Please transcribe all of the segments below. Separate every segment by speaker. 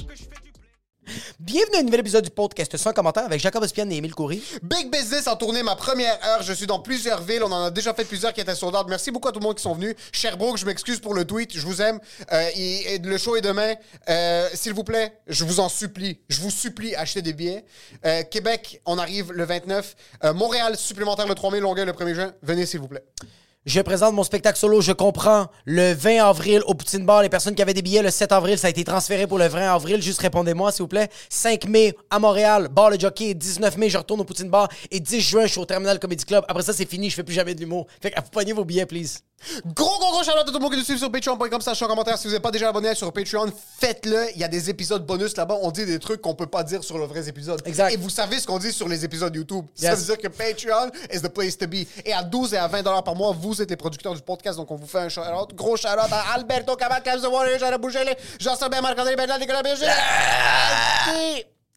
Speaker 1: que je fais du blé.
Speaker 2: Bienvenue à un nouvel épisode du podcast sans commentaire avec Jacob Espian et Émile Coury.
Speaker 3: Big Business en tournée, ma première heure. Je suis dans plusieurs villes. On en a déjà fait plusieurs qui étaient sur d'ordre. Merci beaucoup à tout le monde qui sont venus. Sherbrooke, je m'excuse pour le tweet. Je vous aime. Euh, et, et le show est demain. Euh, S'il vous plaît, je vous en supplie. Je vous supplie, achetez des billets. Euh, Québec, on arrive le 29. Euh, Montréal, supplémentaire le 3 mai, Longueuil le 1er juin. Venez, s'il vous plaît.
Speaker 2: Je présente mon spectacle solo, je comprends, le 20 avril au Poutine Bar. Les personnes qui avaient des billets le 7 avril, ça a été transféré pour le 20 avril. Juste répondez-moi, s'il vous plaît. 5 mai à Montréal, bar le jockey. 19 mai, je retourne au Poutine Bar. Et 10 juin, je suis au Terminal Comedy Club. Après ça, c'est fini, je fais plus jamais de l'humour. Fait que vous pognez vos billets, please.
Speaker 3: Gros, gros, gros shout à tout le monde qui nous suit sur patreon.com. Sachez en commentaire si vous n'êtes pas déjà abonné sur Patreon. Faites-le. Il y a des épisodes bonus là-bas. On dit des trucs qu'on peut pas dire sur le vrai épisode.
Speaker 2: Exact.
Speaker 3: Et vous savez ce qu'on dit sur les épisodes YouTube. Ça
Speaker 2: Yes.
Speaker 3: veut dire que Patreon is the place to be. Et à 12 et à 20 dollars par mois, vous êtes les producteurs du podcast. Donc on vous fait un shout-out. Gros shout à Alberto Cabat, Cavs de Warrior, Jean Bouchel, Jean-Sabin, Marc-André Bernard, Nicolas Berger.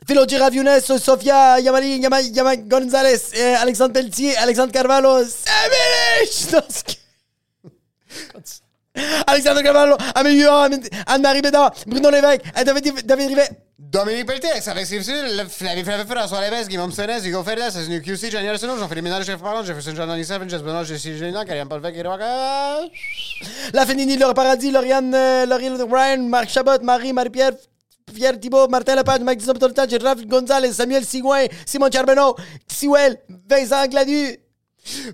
Speaker 2: Philo Girard, Younes, Sofia, Yamali, Yama, Yama Gonzalez, euh, Alexandre Pelletier, Alexandre Carvalho, Samuelich! Non, c'est que- Continue. Alexandre Carvalho, Amélie Huard, Amé- Anne-Marie Bédard, Bruno Lévesque, euh, David, David Rivet.
Speaker 3: Dominique Pelletier, ça fait difficile. Flavie Flavie François Lévesque, Guillaume Senez, Hugo Ferdes, c'est une QC, Daniel Arsenault, Jean-Philippe Ménard, Jeff Parlant, Jefferson John Anissa, Jess Benoît, Jessie Gélinan, Karim Palvec, et Roca.
Speaker 2: La Fénini, Laure Paradis, Lauriane, euh, Laurie Ryan, Marc Chabot, Marie, Marie-Pierre, Pierre Thibault, Martin Lepage, Max Dizon Tortage, Raph Gonzalez, Samuel Sigouin, Simon Charbonneau, Siwell, Vincent Gladu.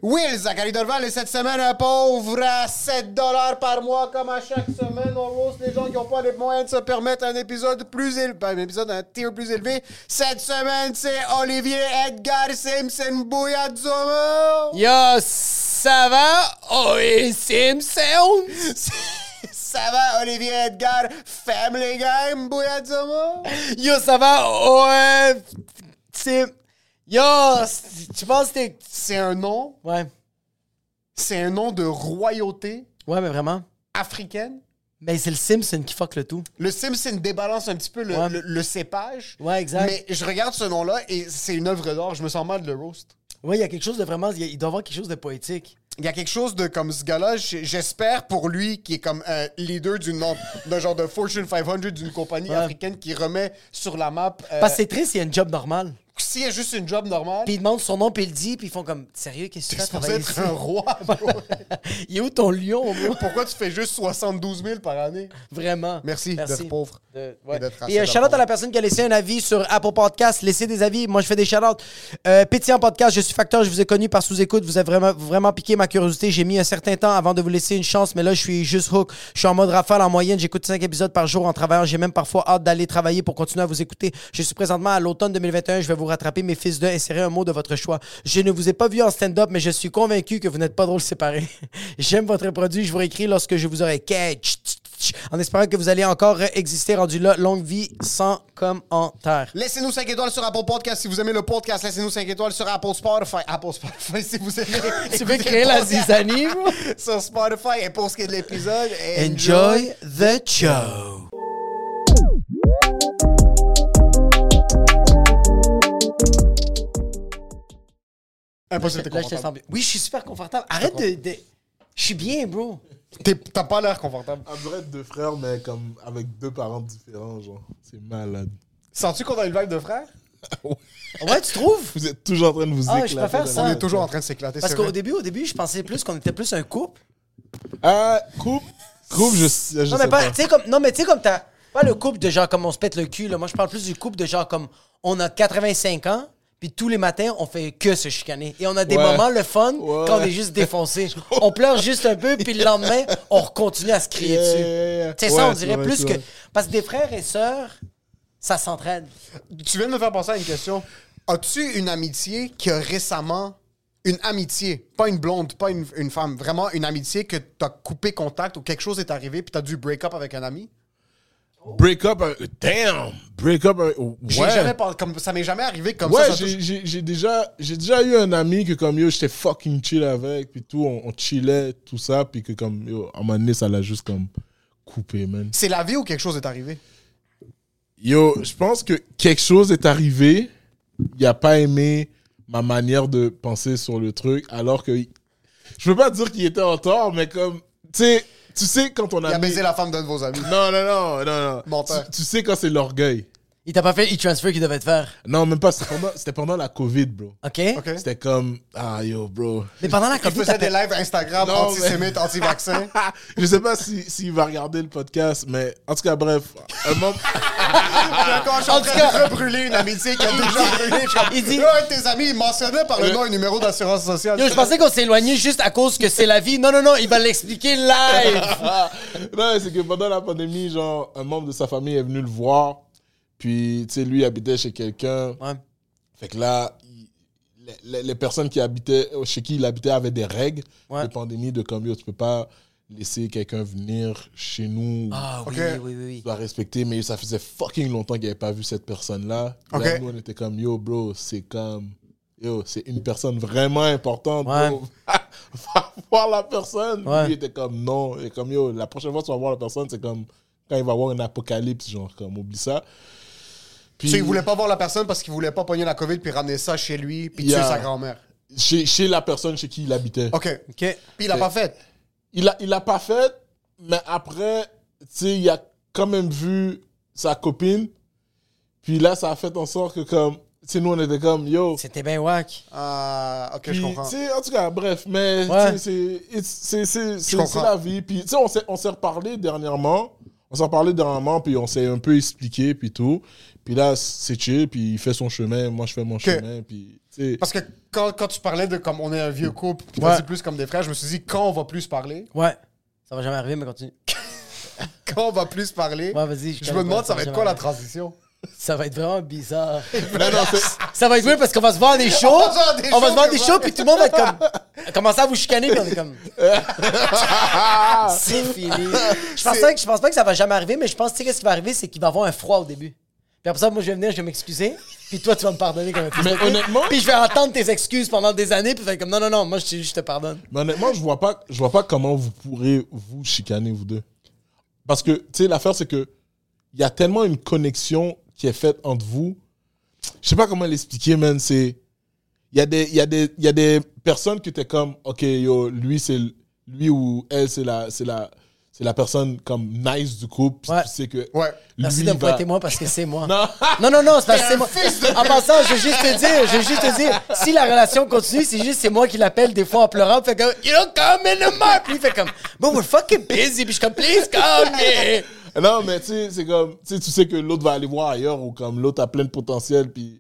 Speaker 3: Will Zachary Dorval et cette semaine un pauvre à 7 dollars par mois comme à chaque semaine on roast les gens qui n'ont pas les moyens de se permettre un épisode plus élevé un épisode un tier plus élevé cette semaine c'est Olivier Edgar Simpson Bouilladzoma
Speaker 2: Yo, ça va? Oh, et Simpson!
Speaker 3: ça va Olivier Edgar Family Guy Mbouyazomo
Speaker 2: Yo, ça va? Ouais. C'est. Yo, c'est- tu penses que t'es.
Speaker 3: c'est un nom
Speaker 2: Ouais.
Speaker 3: c'est un nom de royauté
Speaker 2: Ouais, mais vraiment.
Speaker 3: africaine
Speaker 2: Mais c'est le Simpson qui fuck le tout.
Speaker 3: Le Simpson débalance un petit peu le,
Speaker 2: Ouais.
Speaker 3: le- le cépage.
Speaker 2: Ouais, exact.
Speaker 3: Mais je regarde ce nom-là et c'est une œuvre d'art. Je me sens mal de le roast.
Speaker 2: Ouais, il y a quelque chose de vraiment. Il y a- il doit y avoir quelque chose de poétique.
Speaker 3: Il y a quelque chose de comme ce gars-là, j- j'espère pour lui, qui est comme un leader d'une en- d'un genre de Fortune 500 d'une compagnie
Speaker 2: Ouais.
Speaker 3: africaine qui remet sur la map. euh,
Speaker 2: Parce que c'est triste, il y a une job normale.
Speaker 3: S'il y a juste une job normale,
Speaker 2: Puis ils demandent son nom, puis il le dit, puis ils font comme. Sérieux, qu'est-ce que
Speaker 3: t'es
Speaker 2: tu fais à
Speaker 3: supposé
Speaker 2: travailler
Speaker 3: être un roi. bro.
Speaker 2: ici? Il est où ton lion, bro?
Speaker 3: Pourquoi tu fais juste 72 000 par année?
Speaker 2: Vraiment.
Speaker 3: Merci, d'être pauvre.
Speaker 2: De- ouais.
Speaker 3: Et d'être assez
Speaker 2: Et euh, shout-out
Speaker 3: pauvre.
Speaker 2: à la personne qui a laissé un avis sur Apple Podcast. Laissez des avis. Moi, je fais des shout-outs. Euh, Pétillant Podcast, je suis facteur. Je vous ai connu par sous-écoute. Vous avez vraiment, vraiment piqué ma curiosité. J'ai mis un certain temps avant de vous laisser une chance, mais là, je suis juste hook. Je suis en mode rafale en moyenne. J'écoute 5 épisodes par jour en travaillant. J'ai même parfois hâte d'aller travailler pour continuer à vous écouter. Je suis présentement à l'automne 2021. Je vais vous rattraper, mes fils de. Insérez un mot de votre choix. Je ne vous ai pas vu en stand-up, mais je suis convaincu que vous n'êtes pas drôle séparés. J'aime votre produit. Je vous réécris lorsque je vous aurai catch en espérant que vous allez encore exister rendu là. Longue vie sans commentaire.
Speaker 3: Laissez-nous 5 étoiles sur Apple Podcast si vous aimez le podcast. Laissez-nous 5 étoiles sur Apple Spotify. Apple Spotify si vous aimez.
Speaker 2: Tu veux
Speaker 3: écouter
Speaker 2: créer
Speaker 3: le
Speaker 2: la
Speaker 3: podcast.
Speaker 2: zizanie, bro?
Speaker 3: Sur Spotify. Et pour ce qui est de l'épisode,
Speaker 2: Enjoy the show.
Speaker 3: Impossible de
Speaker 2: Là, je te sens bien. Oui, je suis super confortable. Arrête de, de- Je suis bien, bro.
Speaker 3: T'es- T'as pas l'air confortable.
Speaker 4: Un vrai deux frères, mais comme avec deux parents différents, genre. C'est malade.
Speaker 3: Sens-tu qu'on a une vibe de frère?
Speaker 2: Ouais, tu trouves?
Speaker 4: Vous êtes toujours en train de vous
Speaker 2: Ah,
Speaker 4: éclater.
Speaker 2: je préfère
Speaker 4: là.
Speaker 2: ça.
Speaker 3: On est toujours en train de s'éclater.
Speaker 2: Parce
Speaker 3: c'est
Speaker 2: qu'au
Speaker 3: vrai.
Speaker 2: début, au début, je pensais plus qu'on était plus un couple.
Speaker 4: Ah, coupe. Coupe, je, je
Speaker 2: non,
Speaker 4: sais
Speaker 2: mais
Speaker 4: pas.
Speaker 2: pas, tu sais, comme, non, mais tu sais, comme t'as. Pas le couple de genre comme on se pète le cul, là. Moi, je parle plus du couple de genre comme on a 85 ans, puis tous les matins, on fait que se chicaner. Et on a des
Speaker 4: Ouais.
Speaker 2: moments, le fun,
Speaker 4: Ouais.
Speaker 2: quand on est juste défoncé. on pleure juste un peu, puis le lendemain, on continue à se crier
Speaker 4: Yeah,
Speaker 2: dessus.
Speaker 4: yeah, yeah.
Speaker 2: C'est ça,
Speaker 4: Ouais,
Speaker 2: on
Speaker 4: c'est
Speaker 2: dirait
Speaker 4: vrai,
Speaker 2: plus
Speaker 4: c'est
Speaker 2: que.
Speaker 4: vrai.
Speaker 2: Parce que des frères et sœurs, ça s'entraide.
Speaker 3: Tu viens de me faire penser à une question. As-tu une amitié qui a récemment. Une amitié, pas une blonde, pas une, une femme, vraiment une amitié que t'as coupé contact ou quelque chose est arrivé puis t'as dû break up avec un ami?
Speaker 4: Break up. un- Damn. Break up. un- oh,
Speaker 3: J'ai
Speaker 4: Ouais.
Speaker 3: jamais par- comme, ça m'est jamais arrivé comme ça.
Speaker 4: Ouais,
Speaker 3: ça touche-
Speaker 4: j'ai- j'ai j'ai déjà, j'ai déjà eu un ami que comme yo, j'étais fucking chill avec, puis tout, on, on chillait, tout ça, puis que comme yo, à un moment donné, ça l'a juste comme coupé, man.
Speaker 3: C'est la vie ou quelque chose est arrivé?
Speaker 4: Yo, je pense que quelque chose est arrivé, il a pas aimé ma manière de penser sur le truc, alors que je veux pas dire qu'il était en tort, mais comme, tu sais, tu sais quand on
Speaker 3: Il
Speaker 4: a
Speaker 3: a
Speaker 4: mis...
Speaker 3: baisé la femme d'un de vos amis.
Speaker 4: Non, non, non, non, non. Tu,
Speaker 3: Menteur.
Speaker 4: tu sais quand c'est l'orgueil.
Speaker 2: Il t'a pas fait le transfer qu'il devait te faire.
Speaker 4: Non, même pas, c'était pendant, c'était pendant la COVID, bro.
Speaker 2: OK?
Speaker 3: OK.
Speaker 4: C'était comme, ah yo, bro.
Speaker 2: Mais pendant la
Speaker 3: Il
Speaker 2: COVID,
Speaker 3: faisait
Speaker 2: t'as
Speaker 3: des
Speaker 2: fait-
Speaker 3: lives Instagram
Speaker 4: Non,
Speaker 3: antisémites, anti-vaccins.
Speaker 4: Je sais pas s'il si, s'il va regarder le podcast, mais en tout cas, bref. Un moment...
Speaker 3: Quand je suis en train de rebrûler une amitié qui a déjà brûlé, je suis comme,
Speaker 2: Il dit-
Speaker 3: Là, un de tes amis, il mentionnait par le nom et numéro d'assurance sociale.
Speaker 2: Yo, je pensais qu'on s'éloignait juste à cause que c'est la vie. Non, non, non, il va l'expliquer live.
Speaker 4: non, c'est que pendant la pandémie, genre, un membre de sa famille est venu le voir. Puis, tu sais, lui il habitait chez quelqu'un.
Speaker 2: Ouais.
Speaker 4: Fait que là, il- les- les, les personnes qui habitaient, chez qui il habitait avaient des règles
Speaker 2: Ouais.
Speaker 4: de pandémie, de comme, yo, tu peux pas laisser quelqu'un venir chez nous.
Speaker 2: Ah oui,
Speaker 3: Ok.
Speaker 2: oui, oui, oui.
Speaker 4: Tu dois respecter, mais ça faisait fucking longtemps qu'il n'y avait pas vu cette personne-là. Là,
Speaker 3: Ok.
Speaker 4: nous, on était comme, yo, bro, c'est comme, yo, c'est une personne vraiment importante.
Speaker 2: Ouais.
Speaker 4: bro. Va voir la personne.
Speaker 2: Ouais.
Speaker 4: Lui, il était comme, non. Et comme, yo, la prochaine fois que tu vas voir la personne, c'est comme quand il va avoir un apocalypse, genre, comme, oublie ça. Puis,
Speaker 3: Tu sais, il voulait pas voir la personne parce qu'il voulait pas pogner la COVID puis ramener ça chez lui puis
Speaker 4: Yeah.
Speaker 3: tuer sa grand-mère.
Speaker 4: chez, chez la personne chez qui il habitait.
Speaker 3: OK.
Speaker 2: OK.
Speaker 3: Puis il l'a pas fait.
Speaker 4: il a, il a pas fait, mais après, tu sais, il a quand même vu sa copine. Puis là, ça a fait en sorte que comme, tu sais, nous, on était comme, yo.
Speaker 2: C'était bien whack.
Speaker 3: Ah, OK,
Speaker 4: Puis,
Speaker 3: je comprends.
Speaker 4: tu sais, en tout cas, bref, mais tu
Speaker 2: Ouais.
Speaker 4: sais, c'est- it's- c'est c'est- c'est-
Speaker 3: comprends.
Speaker 4: c'est la vie. Puis, tu sais, on s'est- on s'est reparlé dernièrement. On s'est reparlé dernièrement, puis on s'est un peu expliqué, puis tout. Puis là, c'est chill, puis il fait son chemin, moi, je fais mon chemin, puis, tu sais.
Speaker 3: Parce que quand, quand tu parlais de comme on est un vieux couple, puis
Speaker 2: Ouais.
Speaker 3: t'as dit plus comme des frères, je me suis dit quand on va plus parler,
Speaker 2: Ouais. Ça va jamais arriver, mais continue.
Speaker 3: quand on va plus parler,
Speaker 2: Ouais, vas-y.
Speaker 3: je me demande ça va être quoi la transition.
Speaker 2: Ça va être vraiment bizarre.
Speaker 4: Non, non, c'est-
Speaker 2: Ça va être weird parce qu'on va se voir des shows.
Speaker 3: va se voir des
Speaker 2: On va se
Speaker 3: shows,
Speaker 2: voir
Speaker 3: que
Speaker 2: des
Speaker 3: moi.
Speaker 2: shows, puis tout le monde va être comme. Commencer à vous chicaner, puis on est comme. c'est fini. Je pense, pas que, je pense pas que ça va jamais arriver, mais je pense, tu sais, qu'est-ce qui va arriver, c'est qu'il va avoir un froid au début. Puis après ça, moi, je vais venir, je vais m'excuser, puis toi, tu vas me pardonner comme un petit
Speaker 4: Mais
Speaker 2: peu.
Speaker 4: honnêtement-
Speaker 2: Puis je vais entendre tes excuses pendant des années, puis faire comme non, non, non, moi, je te, je te pardonne.
Speaker 4: Mais honnêtement, je vois pas, je vois pas comment vous pourrez vous chicaner vous deux. Parce que tu sais, l'affaire c'est que il y a tellement une connexion qui est faite entre vous. Je sais pas comment l'expliquer, man. C'est il y a des, il y a des, il y a des personnes que t'es comme, ok, yo, lui c'est l- lui ou elle c'est la, c'est la, c'est la personne comme nice du couple.
Speaker 2: Ouais.
Speaker 4: Tu sais que
Speaker 3: Ouais.
Speaker 2: Merci
Speaker 4: lui,
Speaker 2: de
Speaker 4: il
Speaker 2: me
Speaker 4: va-
Speaker 2: pointer moi parce que c'est moi.
Speaker 4: Non.
Speaker 2: Non, non, non, c'est parce que c'est moi. En passant, je veux juste te dire, je veux juste te dire, si la relation continue, c'est juste c'est moi qui l'appelle des fois en pleurant, fait comme, you don't come in the map. Puis il fait comme, but we're fucking busy. Puis je suis comme, please come. mais-
Speaker 4: Non, mais tu sais, c'est comme, tu sais, tu sais que l'autre va aller voir ailleurs ou comme l'autre a plein de potentiel puis.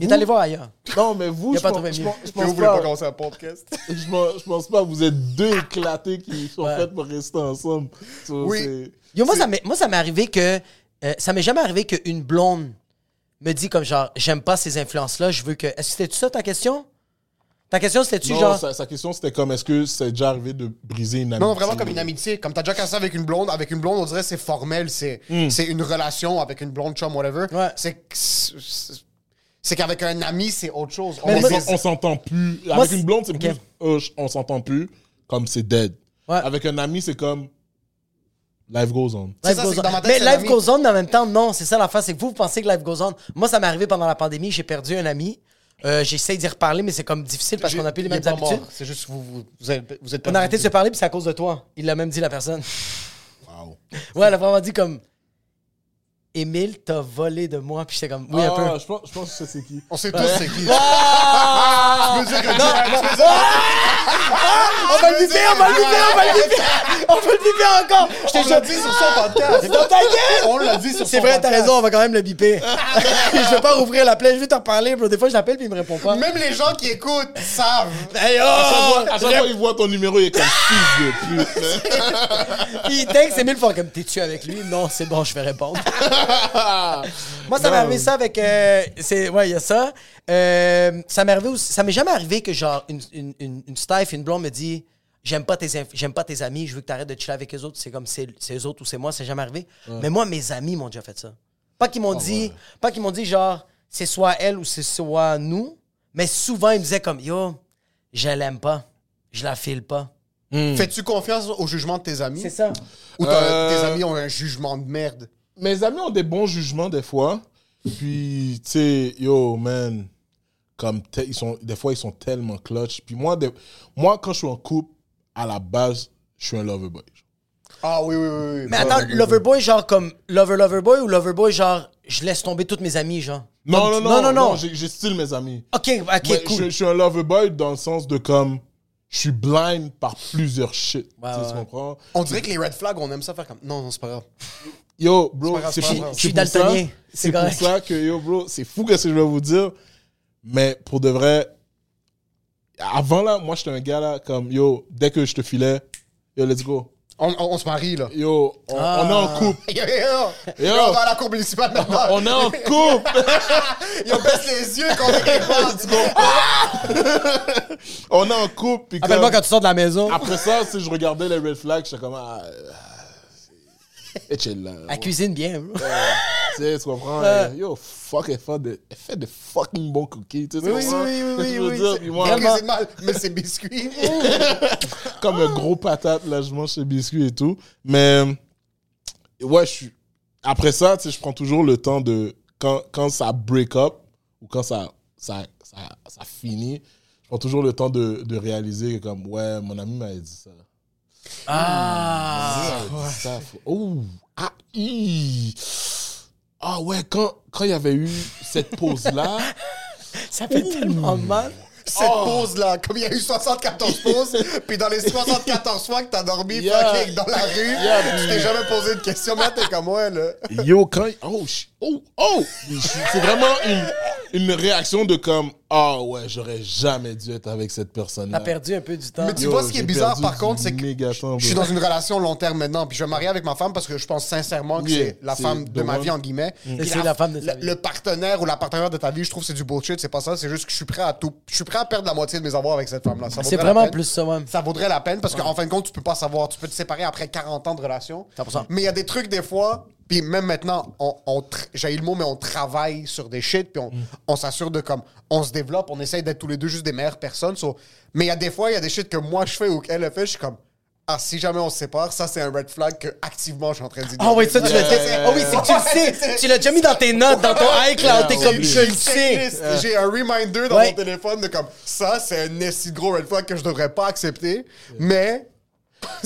Speaker 2: Il est allé voir ailleurs.
Speaker 4: Non, mais vous,
Speaker 2: Il a
Speaker 4: je
Speaker 2: pas
Speaker 4: pense-
Speaker 2: trouvé
Speaker 4: je
Speaker 2: mieux.
Speaker 4: pense- je
Speaker 3: Puis
Speaker 4: pense
Speaker 3: vous voulez pas
Speaker 4: pas-
Speaker 3: commencer un podcast.
Speaker 4: je, pense, je pense pas, vous êtes deux éclatés qui sont
Speaker 2: Ouais.
Speaker 4: faits pour rester ensemble. So,
Speaker 3: Oui.
Speaker 4: c'est-
Speaker 2: Yo, moi, ça m'est, moi, ça m'est arrivé que. euh, ça m'est jamais arrivé qu'une blonde me dit comme genre, j'aime pas ces influences-là, je veux que. Est-ce que c'était ça ta question? Ta question, c'était-tu
Speaker 4: Non,
Speaker 2: genre.
Speaker 4: sa, sa question c'était comme est-ce que c'est déjà arrivé de briser une amitié
Speaker 3: Non, vraiment comme une amitié. Comme t'as déjà cassé avec une blonde, avec une blonde, on dirait c'est formel, c'est c'est une relation avec une blonde chum, whatever.
Speaker 2: Ouais.
Speaker 3: C'est c'est- c'est qu'avec un ami, c'est autre chose.
Speaker 4: On
Speaker 3: On
Speaker 4: s'en-
Speaker 3: est-
Speaker 4: On s'entend plus. Avec
Speaker 2: c'est-
Speaker 4: une blonde, c'est
Speaker 2: Ok.
Speaker 4: plus oh, je- on s'entend plus, comme c'est dead.
Speaker 2: Ouais.
Speaker 4: Avec un ami, c'est comme life goes on.
Speaker 3: C'est
Speaker 2: Life
Speaker 3: ça,
Speaker 2: goes
Speaker 3: c'est que
Speaker 2: on.
Speaker 3: dans ma tête,
Speaker 2: mais
Speaker 3: c'est un
Speaker 2: life
Speaker 3: ami.
Speaker 2: goes on, mais en même temps, non, c'est ça l'affaire, c'est que vous, vous pensez que life goes on. Moi, ça m'est arrivé pendant la pandémie, j'ai perdu un ami. Euh, J'essaie d'y reparler, mais c'est comme difficile parce
Speaker 3: J'ai-
Speaker 2: qu'on a plus les
Speaker 3: il
Speaker 2: mêmes
Speaker 3: est pas
Speaker 2: habitudes.
Speaker 3: mort. C'est juste que vous, vous, vous êtes, vous êtes
Speaker 2: On
Speaker 3: perdu.
Speaker 2: a arrêté de se parler, puis c'est à cause de toi. Il l'a même dit, la personne.
Speaker 4: Wow.
Speaker 2: Ouais, elle a vraiment dit comme Émile, t'as volé de moi. Puis j'étais comme Oui, un
Speaker 4: Ah,
Speaker 2: peu.
Speaker 4: Je pense, je pense que je sais c'est qui.
Speaker 3: On sait tous c'est qui.
Speaker 2: Ah!
Speaker 3: Tu veux dire que-
Speaker 2: On va le biper, on va le biper, on va le biper! On va le biper encore! Je
Speaker 3: On
Speaker 2: t'ai
Speaker 3: l'a
Speaker 2: déjà
Speaker 3: dit sur son podcast.
Speaker 2: Dans ta gueule!
Speaker 3: On l'a dit sur son
Speaker 2: C'est vrai, t'as
Speaker 3: podcast.
Speaker 2: raison, on va quand même le biper. je vais pas rouvrir la plaie, je vais t'en parler, bro. Des fois, je l'appelle, puis il me répond pas.
Speaker 3: Même les gens qui écoutent savent.
Speaker 2: Hey,
Speaker 4: À chaque
Speaker 2: oh!
Speaker 4: fois- à chaque fois, il voit ton numéro, il est comme fils de pute.
Speaker 2: Puis il texte Émile fois comme t'es-tu avec lui? Non, c'est bon, je vais répondre. Moi, ça m'est
Speaker 4: Non.
Speaker 2: arrivé ça avec. euh, c'est, ouais, il y a ça. Euh, ça m'est arrivé aussi- Ça m'est jamais arrivé que, genre, une, une, une, une staff, une blonde me dit J'aime pas, tes inf- j'aime pas tes amis, je veux que t'arrêtes de chiller avec eux autres. C'est comme c'est, c'est eux autres ou c'est moi, c'est jamais arrivé. Mais moi, mes amis m'ont déjà fait ça. Pas qu'ils m'ont dit, pas qu'ils m'ont dit, genre, c'est soit elle ou c'est soit nous. Mais souvent, ils me disaient comme Yo, je l'aime pas, je la file pas.
Speaker 3: Fais-tu confiance au jugement de tes amis?
Speaker 2: C'est ça.
Speaker 3: Ou t'as-
Speaker 4: Euh,
Speaker 3: tes amis ont un jugement de merde?
Speaker 4: mes amis ont des bons jugements des fois. Puis, tu sais, yo, man, comme te- ils sont, des fois, ils sont tellement clutch. Puis moi, des- moi, quand je suis en couple, à la base, je suis un lover boy.
Speaker 3: Ah oui, oui, oui. oui.
Speaker 2: Mais attends, Loverboy, genre comme Lover Loverboy ou Loverboy, genre je laisse tomber toutes mes amies, genre.
Speaker 4: Non, non,
Speaker 2: Comme-
Speaker 4: non,
Speaker 2: non, non, non.
Speaker 4: j'ai- j'ai style mes amis.
Speaker 2: Ok, ok,
Speaker 4: Mais
Speaker 2: cool.
Speaker 4: je, je suis un lover boy dans le sens de comme, je suis blind par plusieurs shit. tu sais,
Speaker 2: ouais.
Speaker 4: tu comprends?
Speaker 3: On dirait que les red flags, on aime ça faire comme. Non, non, c'est pas grave.
Speaker 4: Yo, bro,
Speaker 3: pas grave,
Speaker 4: c'est
Speaker 3: c'est pas
Speaker 4: fou.
Speaker 3: grave.
Speaker 4: c'est
Speaker 2: Je suis
Speaker 4: pour
Speaker 2: daltonien,
Speaker 4: ça-
Speaker 2: c'est
Speaker 4: C'est pour
Speaker 2: correct.
Speaker 4: ça que, yo, bro, c'est fou que ce que je vais vous dire. Mais pour de vrai, avant là, moi, j'étais un gars là, comme, yo, dès que je te filais, yo, let's go.
Speaker 3: On, on- on se marie, là.
Speaker 4: Yo, on,
Speaker 2: Ah.
Speaker 4: on est en couple.
Speaker 3: Yo, yo, yo.
Speaker 4: Yo.
Speaker 3: Là, on va à la cour municipale maintenant.
Speaker 4: On est en couple.
Speaker 3: Yo, baisse les yeux quand on est quelque part, tu comprends?
Speaker 4: on est en couple. puis
Speaker 2: Appelle-moi
Speaker 4: comme-
Speaker 2: quand tu sors de la maison.
Speaker 4: Après ça, si je regardais les red flags, j'étais comme, ah, c'est- et chill là.
Speaker 2: Elle cuisine bien, bro.
Speaker 4: Tu sais, tu comprends? eh, Yo, fuck, elle fait des, elle fait des fucking bons cookies. Tu sais,
Speaker 2: Oui,
Speaker 4: tu comprends?
Speaker 2: oui, oui,
Speaker 4: Qu'est-ce que
Speaker 2: oui,
Speaker 4: je veux
Speaker 2: oui,
Speaker 4: dire?
Speaker 2: c'est-
Speaker 4: Puis moi-
Speaker 3: Je
Speaker 2: Vraiment.
Speaker 3: cuisine mal, mais c'est biscuit.
Speaker 4: comme un gros patate, là, je mange ces biscuits et tout. Mais ouais, je suis. Après ça, tu sais, je prends toujours le temps de. Quand, quand ça break up ou quand ça, ça, ça, ça finit, je prends toujours le temps de, de réaliser que, comme, ouais, mon ami m'avait dit ça. Ah! ça, faut- Oh! Ah! hi. Ah ouais, quand quand il y avait eu cette pause-là,
Speaker 2: Ça fait tellement mal.
Speaker 3: Cette pause-là, comme il y a eu 74 pauses, puis dans les 74 fois que t'as dormi
Speaker 4: Yeah.
Speaker 3: fucking dans la rue, tu t'es jamais posé de question. Mais t'es comme moi, là.
Speaker 4: Yo, quand. Oh, sh- oh, oh! C'est vraiment une, une réaction de comme. Ah ouais, j'aurais jamais dû être avec cette personne-là.
Speaker 2: T'as perdu un peu du temps.
Speaker 3: Mais tu
Speaker 4: Yo,
Speaker 3: vois, ce qui est
Speaker 4: j'ai
Speaker 3: bizarre,
Speaker 4: perdu
Speaker 3: par
Speaker 4: du
Speaker 3: contre, c'est que
Speaker 4: méga temps,
Speaker 3: je suis
Speaker 4: bro.
Speaker 3: dans une relation long terme maintenant, puis je vais me marier avec ma femme parce que je pense sincèrement que
Speaker 4: Yeah,
Speaker 3: c'est la
Speaker 4: c'est
Speaker 3: femme de
Speaker 4: the
Speaker 3: ma
Speaker 4: one.
Speaker 3: vie, en guillemets. Puis
Speaker 2: Mm. c'est la femme de ta vie.
Speaker 3: Le partenaire ou la partenaire de ta vie, je trouve que c'est du bullshit, c'est pas ça, c'est juste que je suis prêt à tout. Je suis prêt à perdre la moitié de mes avoirs avec cette femme-là. Ça
Speaker 2: C'est
Speaker 3: vaudrait la
Speaker 2: vraiment
Speaker 3: peine.
Speaker 2: plus ça, ouais.
Speaker 3: Ça vaudrait la peine parce qu'en fin de compte, tu peux pas savoir. Tu peux te séparer après 40 ans de relation.
Speaker 2: 100%.
Speaker 3: Mais il y a des trucs, des fois, puis même maintenant, on, on tra- j'ai eu le mot, mais on travaille sur des shit, puis on,
Speaker 2: Mm.
Speaker 3: on s'assure de comme, on se développe, on essaye d'être tous les deux juste des meilleures personnes. so- Mais il y a des fois, il y a des shit que moi je fais ou qu'elle le fait, je suis comme, ah, si jamais on se sépare, ça c'est un red flag que activement je suis en train de dire.
Speaker 2: Ah oui, ça, tu l'as
Speaker 3: Ouais.
Speaker 2: fait. Ah oui, c'est que tu le sais. Tu l'as déjà mis dans tes notes, dans ton iCloud. T'es comme, je le sais.
Speaker 3: Checklist. J'ai un reminder dans
Speaker 2: Ouais.
Speaker 3: mon téléphone de comme ça, c'est un esti de gros red flag que je devrais pas accepter, mais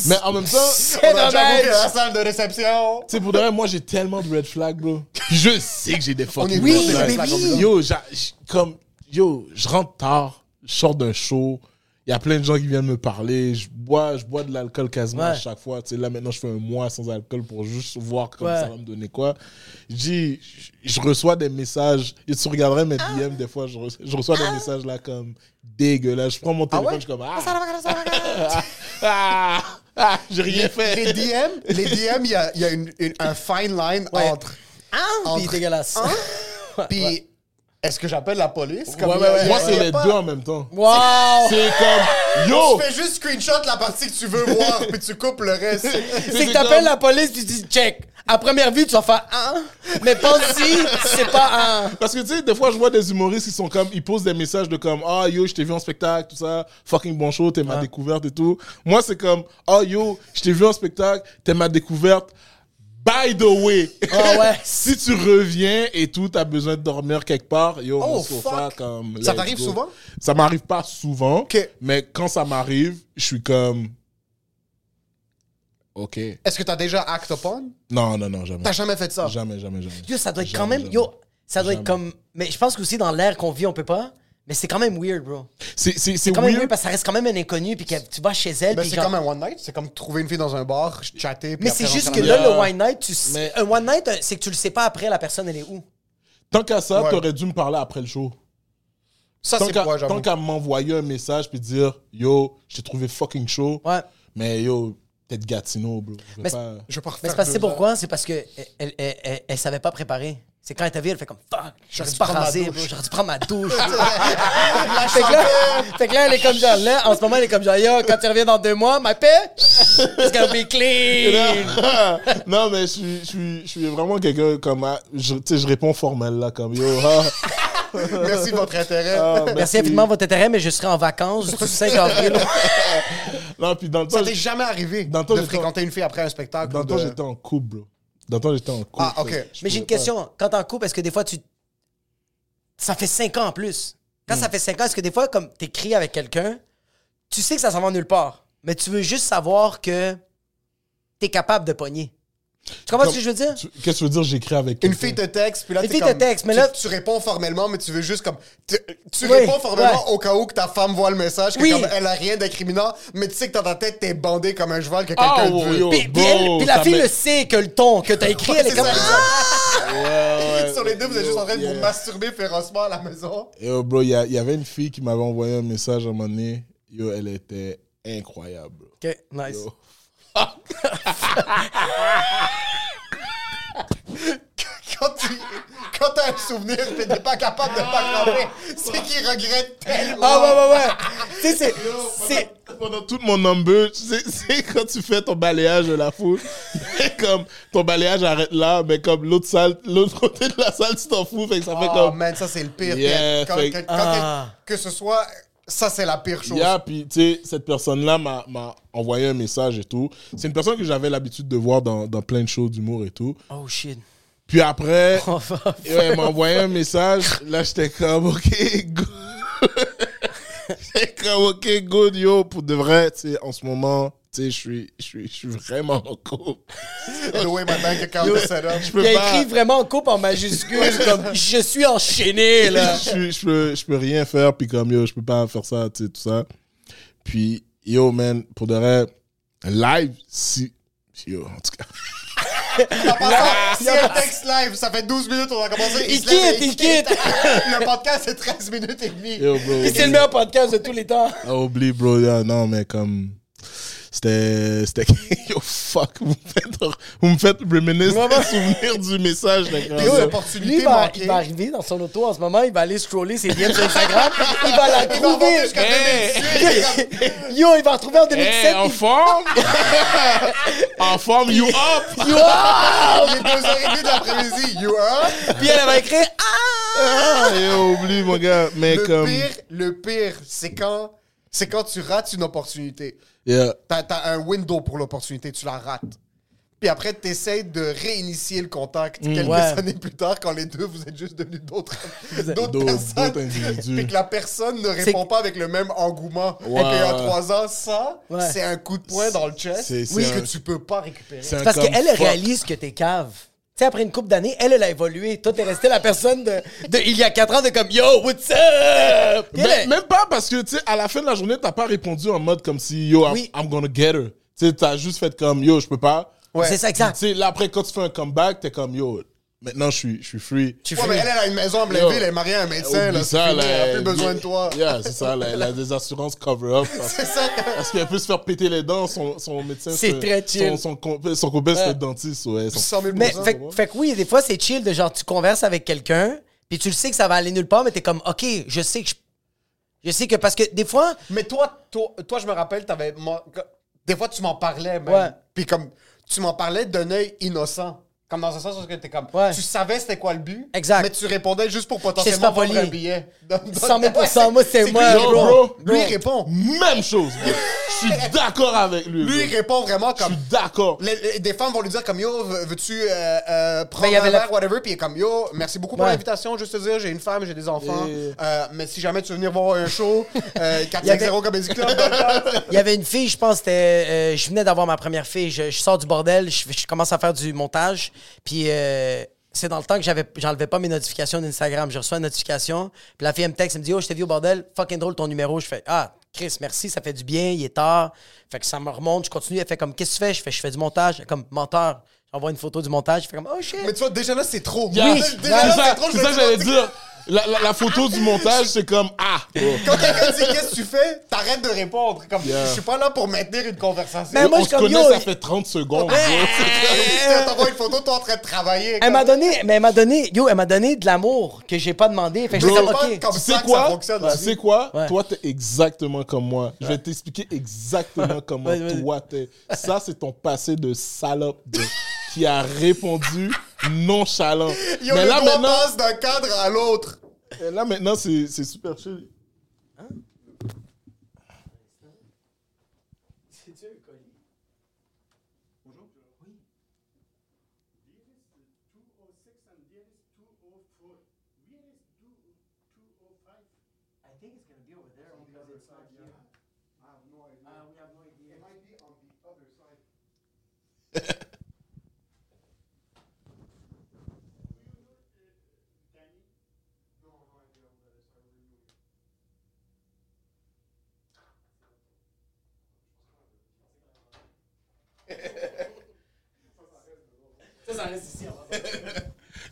Speaker 4: Mais en même temps, tu
Speaker 3: on a
Speaker 2: dommage.
Speaker 3: déjà bouclé la salle de réception.
Speaker 4: sais, pour de vrai, moi, j'ai tellement de red flags, bro. Puis je sais que j'ai des
Speaker 3: est
Speaker 4: fucking
Speaker 3: tous
Speaker 4: red
Speaker 3: des
Speaker 4: flags.
Speaker 3: red flags, comme ça.
Speaker 4: Yo, j'a- j- comme. Yo, je rentre tard, je sors d'un show. Il y a plein de gens qui viennent me parler. Je bois, je bois de l'alcool quasiment à
Speaker 2: Ouais.
Speaker 4: chaque fois. Tu sais, là, maintenant, je fais un mois sans alcool pour juste voir comme
Speaker 2: Ouais.
Speaker 4: ça va me donner quoi. Je dis, je- je reçois des messages. Et tu regarderais mes DM des fois, je reçois, je reçois des messages là comme dégueulasse. Je prends mon téléphone, je suis comme ah, ah, ah, ah, j'ai rien fait.
Speaker 3: Les DM, les DM, il y a, il y a une- une- un fine line
Speaker 2: Ouais.
Speaker 3: entre.
Speaker 2: Ah, puis
Speaker 3: Entre-
Speaker 2: dégueulasse.
Speaker 4: Hein?
Speaker 3: Puis, est-ce que j'appelle la police
Speaker 4: Ouais,
Speaker 3: il y
Speaker 4: ouais,
Speaker 3: a-
Speaker 4: ouais.
Speaker 3: il y a-
Speaker 4: Moi,
Speaker 3: il y
Speaker 4: c'est
Speaker 3: a
Speaker 4: les
Speaker 3: pas-
Speaker 4: deux en même temps.
Speaker 2: Wow!
Speaker 4: C'est comme yo,
Speaker 3: Tu fais juste screenshot la partie que tu veux voir, puis tu coupes le reste.
Speaker 2: C'est que t'appelles la police, tu dis check. À première vue, tu vas faire un, mais pense-y, c'est pas un.
Speaker 4: Parce que tu sais, des fois, je vois des humoristes qui sont comme, ils posent des messages de comme, ah yo, je t'ai vu en spectacle, tout ça, fucking bon show, t'es ma ah, découverte et tout. Moi, c'est comme, ah yo, je t'ai vu en spectacle, t'es ma découverte. By the way,
Speaker 2: Ah ouais.
Speaker 4: si tu reviens et tout, t'as besoin de dormir quelque part, yo,
Speaker 2: Oh,
Speaker 4: mon sofa,
Speaker 2: fuck.
Speaker 4: comme.
Speaker 3: Ça
Speaker 4: let's
Speaker 3: t'arrive
Speaker 4: go.
Speaker 3: souvent?
Speaker 4: Ça m'arrive pas souvent,
Speaker 3: Ok.
Speaker 4: mais quand ça m'arrive, je suis comme. Ok.
Speaker 3: Est-ce que t'as déjà act upon?
Speaker 4: Non, non, non, jamais.
Speaker 3: T'as jamais fait ça?
Speaker 4: Jamais, jamais, jamais.
Speaker 2: Ah. Yo, ça doit être
Speaker 4: Jamais,
Speaker 2: quand même.
Speaker 4: jamais.
Speaker 2: Yo, ça doit être
Speaker 4: Jamais.
Speaker 2: comme. Mais je pense qu'aussi dans l'air qu'on vit, on peut pas. Mais c'est quand même weird, bro.
Speaker 4: C'est, c'est, c'est
Speaker 2: Quand même
Speaker 4: weird.
Speaker 2: weird parce que ça reste quand même un inconnu. Puis que tu vas chez elle.
Speaker 3: Ben,
Speaker 2: puis
Speaker 3: c'est
Speaker 2: genre-
Speaker 3: comme un one night, c'est comme trouver une fille dans un bar, chatter. puis
Speaker 2: Mais
Speaker 3: après
Speaker 2: c'est juste que
Speaker 3: rentrer à la
Speaker 2: là,
Speaker 3: maison.
Speaker 2: le one night, tu sais-
Speaker 4: Mais-
Speaker 2: un one night, euh, c'est que tu le sais pas après, la personne, elle est où.
Speaker 4: Tant qu'à ça,
Speaker 3: Ouais.
Speaker 4: t'aurais dû me parler après le show.
Speaker 3: ça
Speaker 4: tant
Speaker 3: c'est
Speaker 4: qu'à,
Speaker 3: quoi, j'avoue.
Speaker 4: tant qu'à m'envoyer un message puis dire Yo, je t'ai trouvé fucking chaud.
Speaker 2: Ouais.
Speaker 4: Mais yo, t'es de Gatineau, bro. Je vais
Speaker 2: Mais c'est-
Speaker 4: pas-
Speaker 3: euh, Je vais pas
Speaker 2: Mais
Speaker 3: refaire
Speaker 2: c'est parce que
Speaker 3: deux
Speaker 2: c'est
Speaker 3: heures.
Speaker 2: pourquoi? C'est parce que elle, elle, elle, elle- elle savait pas préparer. C'est quand elle t'a vu, elle fait comme fuck, j'aurais dû pas
Speaker 3: prendre ma
Speaker 2: raser,
Speaker 3: douche.
Speaker 2: bro, j'aurais dû prendre ma douche. fait, que là, fait que là, elle est comme genre, là, en ce moment, elle est comme genre, yo, quand tu reviens dans deux mois, ma paix, it's gonna be clean.
Speaker 4: non, mais je suis, je suis, je suis vraiment quelqu'un comme. ah, je- Tu sais, je réponds formel là, comme yo. ah,
Speaker 3: Merci de votre intérêt.
Speaker 4: ah,
Speaker 2: Merci infiniment de votre intérêt, mais je serai en vacances du 5 avril.
Speaker 4: Non, puis dans le temps,
Speaker 3: Ça t'est jamais arrivé
Speaker 4: Dans toi,
Speaker 3: de
Speaker 4: j'étais-
Speaker 3: fréquenter une fille après un spectacle.
Speaker 4: dans
Speaker 3: ou
Speaker 4: le temps,
Speaker 3: de-
Speaker 4: j'étais en couple, bro. Dans le temps, j'étais en couple.
Speaker 3: Ah, ok.
Speaker 4: fait que je
Speaker 2: Mais j'ai une
Speaker 4: pouvais pas.
Speaker 2: question. Quand t'es en couple, est-ce que des fois, tu. Ça fait 5 ans en plus. Quand
Speaker 4: Hmm.
Speaker 2: ça fait 5 ans, est-ce que des fois, comme t'écris avec quelqu'un, tu sais que ça s'en va nulle part, mais tu veux juste savoir que t'es capable de pogner. Tu comprends ce que je veux dire?
Speaker 4: Tu- Qu'est-ce que tu veux dire, j'écris avec
Speaker 3: Une
Speaker 4: quelqu'un?
Speaker 3: fille te texte, puis là,
Speaker 2: Une
Speaker 3: t'es
Speaker 2: fille te
Speaker 3: comme-
Speaker 2: texte, mais
Speaker 3: tu-
Speaker 2: là-
Speaker 3: Tu réponds formellement, mais tu veux juste comme... Tu, tu
Speaker 2: Oui,
Speaker 3: réponds formellement
Speaker 2: ouais.
Speaker 3: au cas où que ta femme voit le message, que
Speaker 2: Oui.
Speaker 3: comme elle a rien d'incriminant, mais tu sais que dans ta tête, t'es bandé comme un cheval que
Speaker 4: Ah,
Speaker 3: quelqu'un
Speaker 4: oh,
Speaker 3: veut.
Speaker 4: yo,
Speaker 2: Puis, puis
Speaker 4: bro,
Speaker 2: elle- puis la
Speaker 4: ça
Speaker 2: fille
Speaker 4: m'est-
Speaker 2: le sait que le ton que t'as écrit, elle est
Speaker 3: C'est
Speaker 2: comme. Ah!
Speaker 3: ça, exact.
Speaker 4: Ouais, Ah, ouais.
Speaker 3: Sur les deux, vous êtes juste en train de
Speaker 4: Yeah.
Speaker 3: vous masturber férocement à la maison.
Speaker 4: Yo, oh, bro, il y, a- il y avait une fille qui m'avait envoyé un message à un moment donné. Yo, elle était incroyable, bro.
Speaker 2: Ok, nice.
Speaker 4: Yo.
Speaker 3: Quand tu... Quand t'as un souvenir pis t'es pas capable de pas
Speaker 4: Ah.
Speaker 3: cramer, c'est qu'il regrette tellement.
Speaker 2: Ah ouais, ouais, ouais. tu sais, c'est. c'est-
Speaker 4: Pendant tout mon number, tu sais, c'est quand tu fais ton balayage de la foule. Mais comme ton balayage arrête là, mais comme l'autre salle, l'autre côté de la salle, tu t'en fous, fait que ça fait
Speaker 3: Oh
Speaker 4: comme.
Speaker 3: man, ça c'est le pire.
Speaker 4: Yeah,
Speaker 3: Quand-
Speaker 4: fait-
Speaker 3: quand- quand-
Speaker 2: Ah.
Speaker 3: Que ce soit... Ça c'est la pire chose.
Speaker 4: Yeah, puis tu sais, cette personne-là m'a m'a envoyé un message et tout. C'est une personne que j'avais l'habitude de voir dans, dans plein de shows d'humour et tout.
Speaker 2: Oh shit.
Speaker 4: Puis après,
Speaker 2: Oh,
Speaker 4: Et ouais, elle m'a envoyé un message. Là, j'étais comme, OK, good. j'étais comme, OK, good, yo, pour de vrai, tu sais, en ce moment, tu sais, je suis- je suis je suis vraiment en couple.
Speaker 3: Loué maintenant que quand t'es setup.
Speaker 4: Je
Speaker 2: Il
Speaker 4: peux
Speaker 2: a
Speaker 4: pas-
Speaker 2: écrit vraiment en coupe en majuscule, comme je suis enchaîné, là.
Speaker 4: je, suis- je peux, je peux rien faire, puis comme yo, je peux pas faire ça, tu sais, tout ça. Puis yo, man, pour de vrai, live, si. Yo, en tout cas.
Speaker 3: En passant, si elle texte live, ça fait 12 minutes, on a commencé.
Speaker 2: Il
Speaker 3: se lève
Speaker 2: quitte,
Speaker 3: et
Speaker 2: il quitte.
Speaker 3: Le podcast, c'est 13 minutes et demie.
Speaker 4: Yo, bro.
Speaker 2: Et C'est le meilleur podcast de tous les temps.
Speaker 4: Ah, oublie, bro. yeah, non, mais comme. C'était. C'était. Yo, fuck. Vous me faites, vous me faites reminisce
Speaker 2: Vraiment.
Speaker 4: souvenir du message, là, quand
Speaker 3: Des
Speaker 4: même.
Speaker 3: opportunités
Speaker 2: Lui, il va,
Speaker 3: manquées.
Speaker 2: il va arriver dans son auto en ce moment, il va aller scroller ses liens sur Instagram, il va la
Speaker 3: Il va monter
Speaker 2: trouver.
Speaker 3: jusqu'à 2018.
Speaker 2: Yo, il va retrouver en
Speaker 4: Hey,
Speaker 2: 2017.
Speaker 4: en forme! en forme, you up!
Speaker 2: puis- Yo!
Speaker 3: Il est 2h30 de l'après-midi. You are.
Speaker 2: Ah! Puis elle elle va écrire Ah!
Speaker 4: Ah, yo, oublie, mon gars. Mais
Speaker 3: Le
Speaker 4: comme.
Speaker 3: pire, le pire, c'est quand, c'est quand tu rates une opportunité.
Speaker 4: Yeah.
Speaker 3: T'as, t'as un window pour l'opportunité, tu la rates. Puis après, t'essayes de réinitier le contact
Speaker 4: Mm,
Speaker 3: quelques
Speaker 2: Ouais.
Speaker 3: années plus tard quand les deux, vous êtes juste devenus d'autres, d'autres,
Speaker 4: D'autres-
Speaker 3: personnes.
Speaker 4: d'autres individus.
Speaker 3: Puis que la personne ne répond pas avec le même engouement qu'il y a
Speaker 4: ouais.
Speaker 3: trois ans. Ça,
Speaker 2: Ouais.
Speaker 3: c'est un coup de poing dans le chest
Speaker 4: C'est- c'est
Speaker 3: oui.
Speaker 4: un-
Speaker 3: que tu peux pas récupérer.
Speaker 4: C'est un
Speaker 2: Parce
Speaker 4: comme
Speaker 2: qu'elle, elle
Speaker 4: fuck.
Speaker 2: réalise que t'es cave. Tu sais, après une couple d'années, elle, elle a évolué. Toi, t'es resté la personne de, de il y a 4 ans de comme Yo, what's up? Puis elle,
Speaker 4: Mais-
Speaker 2: elle-
Speaker 4: Ben, même pas parce que, tu sais, à la fin de la journée, t'as pas répondu en mode comme si, yo, I'm,
Speaker 2: Oui.
Speaker 4: I'm gonna get her. Tu sais, t'as juste fait comme, yo, je peux pas.
Speaker 2: C'est ça,
Speaker 4: Tu
Speaker 2: exact.
Speaker 4: sais, là, après, quand tu fais un comeback, t'es comme, yo, maintenant, je suis, je suis free.
Speaker 2: Tu
Speaker 3: Ouais, mais elle, elle a une maison à Blainville, elle est mariée à un médecin.
Speaker 4: Oublie
Speaker 3: Là,
Speaker 4: ça,
Speaker 3: ça,
Speaker 4: là,
Speaker 3: elle a plus
Speaker 4: elle-
Speaker 3: besoin de toi.
Speaker 4: Yeah, c'est ça, la, la désassurance cover-up. Parce,
Speaker 3: C'est ça.
Speaker 4: parce qu'elle peut se faire péter les dents, son, son médecin.
Speaker 2: C'est
Speaker 4: se-
Speaker 2: très chill.
Speaker 4: Son, son, compa- son copain, c'est
Speaker 3: Euh,
Speaker 2: Ouais.
Speaker 4: le dentiste. Ouais, son-
Speaker 3: 100 000
Speaker 2: Mais fait, fait que oui, des fois c'est chill de genre tu converses avec quelqu'un, puis tu le sais que ça va aller nulle part, mais t'es comme ok, je sais que je, je sais que parce que des fois
Speaker 3: Mais toi, toi, toi, je me rappelle, t'avais. mon- Des fois, tu m'en parlais, même.
Speaker 2: Ouais.
Speaker 3: Puis comme, tu m'en parlais d'un œil innocent. Comme dans un sens où que t'es comme.
Speaker 2: Ouais.
Speaker 3: Tu savais c'était quoi le but.
Speaker 2: Exact.
Speaker 3: Mais tu répondais juste pour
Speaker 2: J'étais pas
Speaker 3: potentiellement
Speaker 2: poli.
Speaker 3: vendre un billet.
Speaker 2: 100 000 moi c'est
Speaker 3: lui,
Speaker 2: moi,
Speaker 3: Lui,
Speaker 4: bro.
Speaker 3: Lui, il répond.
Speaker 4: Même chose, bro. Je suis d'accord avec
Speaker 3: Lui,
Speaker 4: lui. bro.
Speaker 3: il répond vraiment
Speaker 4: je
Speaker 3: comme.
Speaker 4: suis d'accord.
Speaker 3: Les- les- des femmes vont lui dire comme yo, veux- veux-tu euh, euh, prendre
Speaker 2: il y
Speaker 3: un
Speaker 2: avait la-
Speaker 3: verre, whatever, puis il est comme yo, merci beaucoup pour
Speaker 2: Ouais.
Speaker 3: l'invitation, juste te dire, j'ai une femme, j'ai des enfants,
Speaker 4: Et-
Speaker 3: euh, mais si jamais tu veux venir voir un show, euh, 4
Speaker 2: Il y avait-
Speaker 3: 0 Comedy Club, dans le temps.
Speaker 2: Il y avait une fille, je pense, c'était, euh, je venais d'avoir ma première fille. Je, je sors du bordel, je, je commence à faire du montage. Puis euh, c'est dans le temps que j'avais, j'enlevais pas mes notifications d'Instagram. Je reçois une notification. Puis la fille, elle me texte, elle me dit Oh, je t'ai vu au bordel, fucking drôle ton numéro. Je fais Ah, Chris, merci, ça fait du bien, il est tard. Fait que ça me remonte, je continue. Elle fait comme Qu'est-ce que tu fais Je fais Je fais du montage. Elle est comme menteur. J'envoie une photo du montage. Je fais comme Oh shit.
Speaker 3: mais tu vois, déjà là, c'est trop.
Speaker 4: Yeah.
Speaker 3: Déjà-
Speaker 4: c'est
Speaker 3: déjà là,
Speaker 4: ça,
Speaker 3: trop, je
Speaker 4: c'est ça
Speaker 3: me
Speaker 4: que
Speaker 3: dis,
Speaker 4: j'allais dire. La, la- la photo du montage, c'est comme ah. bro.
Speaker 3: Quand quelqu'un dit qu'est-ce que tu fais, t'arrêtes de répondre. Comme, Je suis pas là pour maintenir une conversation.
Speaker 2: Mais moi,
Speaker 4: on
Speaker 2: je
Speaker 4: se
Speaker 2: comme,
Speaker 4: connaît,
Speaker 2: yo,
Speaker 4: ça
Speaker 2: il-
Speaker 4: fait 30 secondes.
Speaker 3: Tu t'envoies une photo, toi en train de travailler.
Speaker 2: Elle
Speaker 3: comme-
Speaker 2: m'a donné, mais elle m'a donné, yo, elle m'a donné de l'amour que j'ai pas demandé. Fait que
Speaker 3: C'est
Speaker 2: j'étais
Speaker 3: pas
Speaker 2: comme, OK.
Speaker 3: comme
Speaker 4: Tu
Speaker 3: ça
Speaker 4: sais
Speaker 3: que ça
Speaker 4: quoi?
Speaker 3: fonctionne. la
Speaker 4: Tu
Speaker 3: vie.
Speaker 4: sais quoi?
Speaker 2: Ouais.
Speaker 4: Toi, t'es exactement comme moi. Je vais t'expliquer exactement comment
Speaker 2: Vas-y, vas-y.
Speaker 4: toi t'es. Ça, c'est ton passé de salope bro, qui a répondu nonchalant.
Speaker 3: Yo,
Speaker 4: Mais
Speaker 3: le
Speaker 4: là
Speaker 3: doigt
Speaker 4: maintenant,
Speaker 3: passe d'un cadre à l'autre.
Speaker 4: là maintenant, c'est c'est super chill.